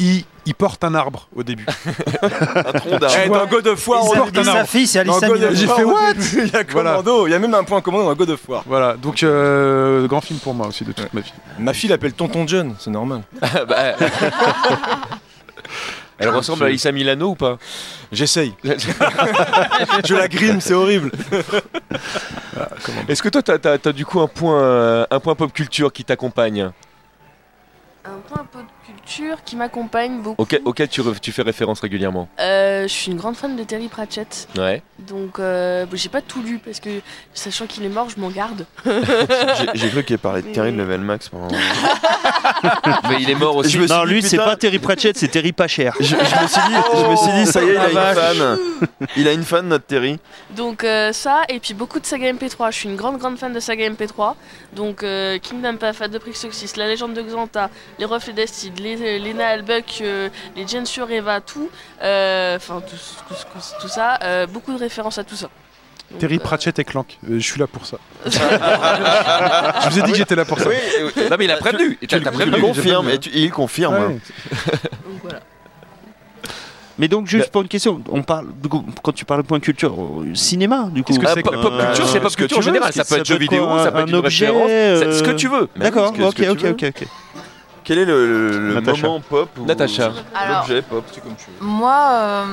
[SPEAKER 2] il, il porte un arbre au [LAUGHS] début.
[SPEAKER 4] Un
[SPEAKER 2] [LAUGHS]
[SPEAKER 4] tronc d'arbre.
[SPEAKER 5] Eh, Dans God of War, on
[SPEAKER 2] Ils
[SPEAKER 5] a
[SPEAKER 2] portent
[SPEAKER 5] dit
[SPEAKER 2] un
[SPEAKER 5] ça.
[SPEAKER 3] Sa fille, c'est
[SPEAKER 5] Dans
[SPEAKER 3] Alissa
[SPEAKER 5] God
[SPEAKER 2] J'ai
[SPEAKER 5] of
[SPEAKER 2] fait
[SPEAKER 5] War,
[SPEAKER 2] what
[SPEAKER 5] au début, Il y a
[SPEAKER 2] Voilà.
[SPEAKER 5] Commando. Il y a même un point Commando dans God of War.
[SPEAKER 2] Voilà, donc euh, grand film pour moi aussi de toute ma vie.
[SPEAKER 5] Ma fille l'appelle Tonton John, c'est normal.
[SPEAKER 1] [LAUGHS] Bah, Elle ressemble à Alissa Milano ou pas
[SPEAKER 2] [LAUGHS]
[SPEAKER 5] J'essaye. Je la grime, c'est horrible.
[SPEAKER 1] Est-ce que toi, t'as, t'as- t'as du coup un point, euh, un point pop culture qui [LAUGHS] t'accompagne,
[SPEAKER 7] Un point pot de culture qui m'accompagne beaucoup.
[SPEAKER 1] auquel, auquel tu, re- tu fais référence régulièrement
[SPEAKER 7] Euh, je suis une grande fan de Terry Pratchett.
[SPEAKER 1] Ouais.
[SPEAKER 7] Donc, euh, bah, j'ai pas tout lu parce que, sachant qu'il est mort, je m'en garde.
[SPEAKER 4] J'ai- J'ai cru qu'il parlait de Terry de Level Max pendant.
[SPEAKER 1] Mais il est mort aussi.
[SPEAKER 4] Je me suis
[SPEAKER 6] Non,
[SPEAKER 4] dit,
[SPEAKER 6] lui, c'est
[SPEAKER 4] putain,
[SPEAKER 6] pas Terry Pratchett, c'est Terry Pacher.
[SPEAKER 4] Je, je me suis dit, je me suis dit, ça y est, il
[SPEAKER 6] Oh,
[SPEAKER 4] a une fan. Il a une fan, notre Terry.
[SPEAKER 7] Donc, euh, ça, et puis beaucoup de saga MP3. Je suis une grande, grande fan de saga MP3. Donc, euh, Kingdom Path, Fat de Prix Soxis, La Légende de Xanta, Les Reflets d'Astide, les, Lena Albuck, euh, les Jen Sureva, tout. Euh, Enfin, tout, tout- tout- tout ça. euh, beaucoup de références à tout ça. Donc,
[SPEAKER 2] Terry
[SPEAKER 7] euh,
[SPEAKER 2] Pratchett et Clank, euh, je suis là pour ça. [LAUGHS] je vous ai dit que j'étais là pour ça.
[SPEAKER 1] Non, mais il a prévenu. T'as, t'as
[SPEAKER 4] Il
[SPEAKER 1] prévenu.
[SPEAKER 4] confirme, et tu- il confirme.
[SPEAKER 2] Ouais.
[SPEAKER 4] hein.
[SPEAKER 7] donc, voilà.
[SPEAKER 6] Mais donc, juste pour une question, on parle, du coup, quand tu parles de point culture, euh, cinéma, du coup.
[SPEAKER 2] Qu'est-ce que
[SPEAKER 1] Ah,
[SPEAKER 2] c'est
[SPEAKER 1] pop,
[SPEAKER 2] que-
[SPEAKER 1] pop
[SPEAKER 6] euh,
[SPEAKER 1] culture, c'est
[SPEAKER 6] ce
[SPEAKER 1] pop
[SPEAKER 6] que tu
[SPEAKER 1] culture en
[SPEAKER 6] veux,
[SPEAKER 1] général. Ça
[SPEAKER 6] qu'est-ce
[SPEAKER 1] peut être
[SPEAKER 6] que
[SPEAKER 1] jeux vidéo,
[SPEAKER 6] quoi,
[SPEAKER 1] ça peut
[SPEAKER 6] un
[SPEAKER 1] être une
[SPEAKER 6] objet,
[SPEAKER 1] référence, c'est
[SPEAKER 6] euh,
[SPEAKER 1] ce que tu veux.
[SPEAKER 6] D'accord,
[SPEAKER 4] Mais oui, ce que-
[SPEAKER 6] ok,
[SPEAKER 4] ce que
[SPEAKER 6] ok,
[SPEAKER 4] tu veux.
[SPEAKER 6] ok, ok.
[SPEAKER 4] Quel est le, le- le
[SPEAKER 1] Natacha.
[SPEAKER 4] moment pop ou
[SPEAKER 1] Natacha.
[SPEAKER 7] euh,
[SPEAKER 8] Alors,
[SPEAKER 4] L'objet pop.
[SPEAKER 5] C'est comme tu veux.
[SPEAKER 8] moi, euh,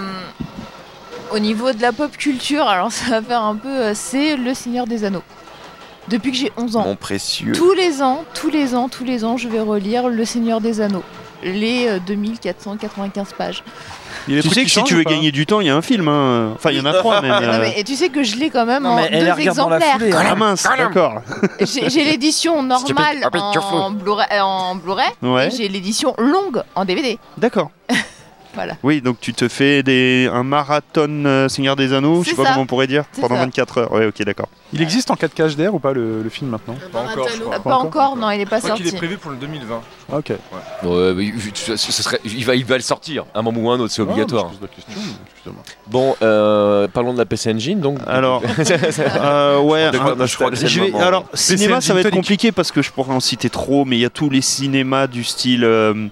[SPEAKER 8] au niveau de la pop culture, alors ça va faire un peu. euh, C'est Le Seigneur des Anneaux. Depuis que j'ai 11 ans,
[SPEAKER 4] Mon précieux.
[SPEAKER 8] tous les ans, tous les ans, tous les ans, je vais relire Le Seigneur des Anneaux. Les euh, 2495 pages.
[SPEAKER 2] Il est
[SPEAKER 6] Tu sais que si tu veux gagner du temps, il y a un film. hein. Enfin, il y en a trois même.
[SPEAKER 8] Non,
[SPEAKER 6] euh.
[SPEAKER 8] mais- et tu sais que je l'ai quand même
[SPEAKER 3] Ah Non,
[SPEAKER 8] en
[SPEAKER 3] mais elle les
[SPEAKER 8] deux
[SPEAKER 3] regarde dans la
[SPEAKER 8] exemplaires.
[SPEAKER 3] foulée.
[SPEAKER 6] Ah la mince, d'accord.
[SPEAKER 8] J'ai
[SPEAKER 3] [LAUGHS]
[SPEAKER 8] j'ai l'édition normale
[SPEAKER 4] Stupid, stupid, you're
[SPEAKER 8] en Blu-ray, euh, en Blu-ray,
[SPEAKER 6] Ouais,
[SPEAKER 8] et j'ai l'édition longue en DVD.
[SPEAKER 6] d'accord.
[SPEAKER 8] Voilà.
[SPEAKER 6] Oui, donc tu te fais des, un marathon euh, Seigneur des Anneaux, je sais
[SPEAKER 8] C'est
[SPEAKER 6] pas
[SPEAKER 8] ça.
[SPEAKER 6] comment on pourrait dire,
[SPEAKER 8] C'est
[SPEAKER 6] pendant
[SPEAKER 8] ça.
[SPEAKER 6] 24 heures. Ouais, ok,
[SPEAKER 4] [LAUGHS]
[SPEAKER 6] d'accord.
[SPEAKER 2] Il existe en 4K HDR ou pas le, le film maintenant
[SPEAKER 7] Un
[SPEAKER 5] Pas encore, je
[SPEAKER 7] Baratano.
[SPEAKER 5] crois.
[SPEAKER 8] Pas, encore, non, il n'est pas
[SPEAKER 5] Je crois
[SPEAKER 8] sorti.
[SPEAKER 5] qu'il est prévu pour le 2020.
[SPEAKER 2] Ah, Ok.
[SPEAKER 1] Ouais, mais, ce serait- il, va, il va le sortir, un moment ou un autre, c'est obligatoire.
[SPEAKER 2] Ah, je pose la question, excusez-moi.
[SPEAKER 1] Bon, euh, parlons de la PC Engine, donc.
[SPEAKER 6] Alors, [LAUGHS] euh, ouais,
[SPEAKER 4] De
[SPEAKER 6] un-
[SPEAKER 4] quoi Non, je crois que c'est
[SPEAKER 6] Je
[SPEAKER 4] le
[SPEAKER 6] vais-
[SPEAKER 4] moment.
[SPEAKER 6] alors, cinéma,
[SPEAKER 2] Engine
[SPEAKER 6] ça va être
[SPEAKER 2] Tonic.
[SPEAKER 6] compliqué parce que je pourrais en citer trop, mais il y a tous les cinémas du style. euh,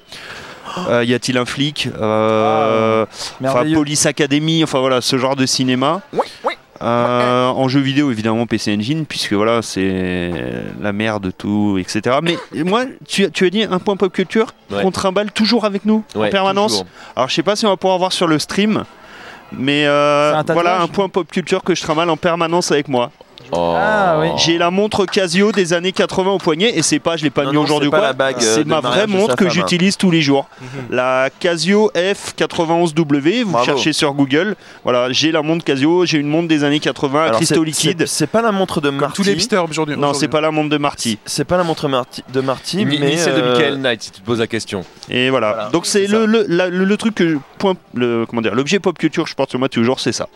[SPEAKER 6] euh, y a-t-il un flic
[SPEAKER 4] Ah,
[SPEAKER 6] euh, Enfin,
[SPEAKER 3] Merveilleux.
[SPEAKER 6] Police Academy, enfin voilà, ce genre de cinéma. Euh, en jeu vidéo, évidemment, PC Engine, puisque voilà, c'est la mère de tout, etc. Mais moi, tu, as- tu as dit un point pop culture
[SPEAKER 1] Ouais.
[SPEAKER 6] qu'on trimballe toujours avec nous,
[SPEAKER 1] Ouais,
[SPEAKER 6] en permanence.
[SPEAKER 1] toujours.
[SPEAKER 6] Alors, je sais pas si on va pouvoir voir sur le stream, mais euh,
[SPEAKER 3] C'est un tatouage.
[SPEAKER 6] voilà un point pop culture que je trimballe en permanence avec moi.
[SPEAKER 1] Oh.
[SPEAKER 3] Ah, oui.
[SPEAKER 6] J'ai la montre Casio des années 80 au poignet et c'est pas, je l'ai pas
[SPEAKER 4] Non,
[SPEAKER 6] mis
[SPEAKER 4] non,
[SPEAKER 6] aujourd'hui
[SPEAKER 4] c'est
[SPEAKER 6] ou
[SPEAKER 4] pas
[SPEAKER 6] quoi.
[SPEAKER 4] la bague, euh,
[SPEAKER 6] c'est
[SPEAKER 4] de
[SPEAKER 6] ma vraie
[SPEAKER 4] mariage de sa
[SPEAKER 6] montre que
[SPEAKER 4] femme, hein.
[SPEAKER 6] j'utilise tous les jours.
[SPEAKER 3] Mhm.
[SPEAKER 6] La Casio F91W, vous
[SPEAKER 4] Bravo.
[SPEAKER 6] cherchez sur Google. Voilà, j'ai la montre Casio, j'ai une montre des années 80 à
[SPEAKER 4] Alors, c'est-
[SPEAKER 6] cristaux
[SPEAKER 4] c'est-
[SPEAKER 6] liquides.
[SPEAKER 4] C'est pas la montre de
[SPEAKER 2] Comme tous les
[SPEAKER 4] Marty.
[SPEAKER 2] hipsters aujourd'hui.
[SPEAKER 6] Non, c'est
[SPEAKER 2] aujourd'hui.
[SPEAKER 6] pas la montre de Marty.
[SPEAKER 4] C'est pas la montre Marty- de Marty,
[SPEAKER 1] Ni, ni
[SPEAKER 4] mais.
[SPEAKER 1] celle de
[SPEAKER 4] euh,
[SPEAKER 1] Michael Knight, si tu te poses la question.
[SPEAKER 6] Et voilà.
[SPEAKER 4] Voilà,
[SPEAKER 6] Donc c'est
[SPEAKER 4] c'est ça.
[SPEAKER 6] le, le, la- le- le truc que je, point, le, comment dire, l'objet pop culture que je porte sur moi toujours, c'est ça.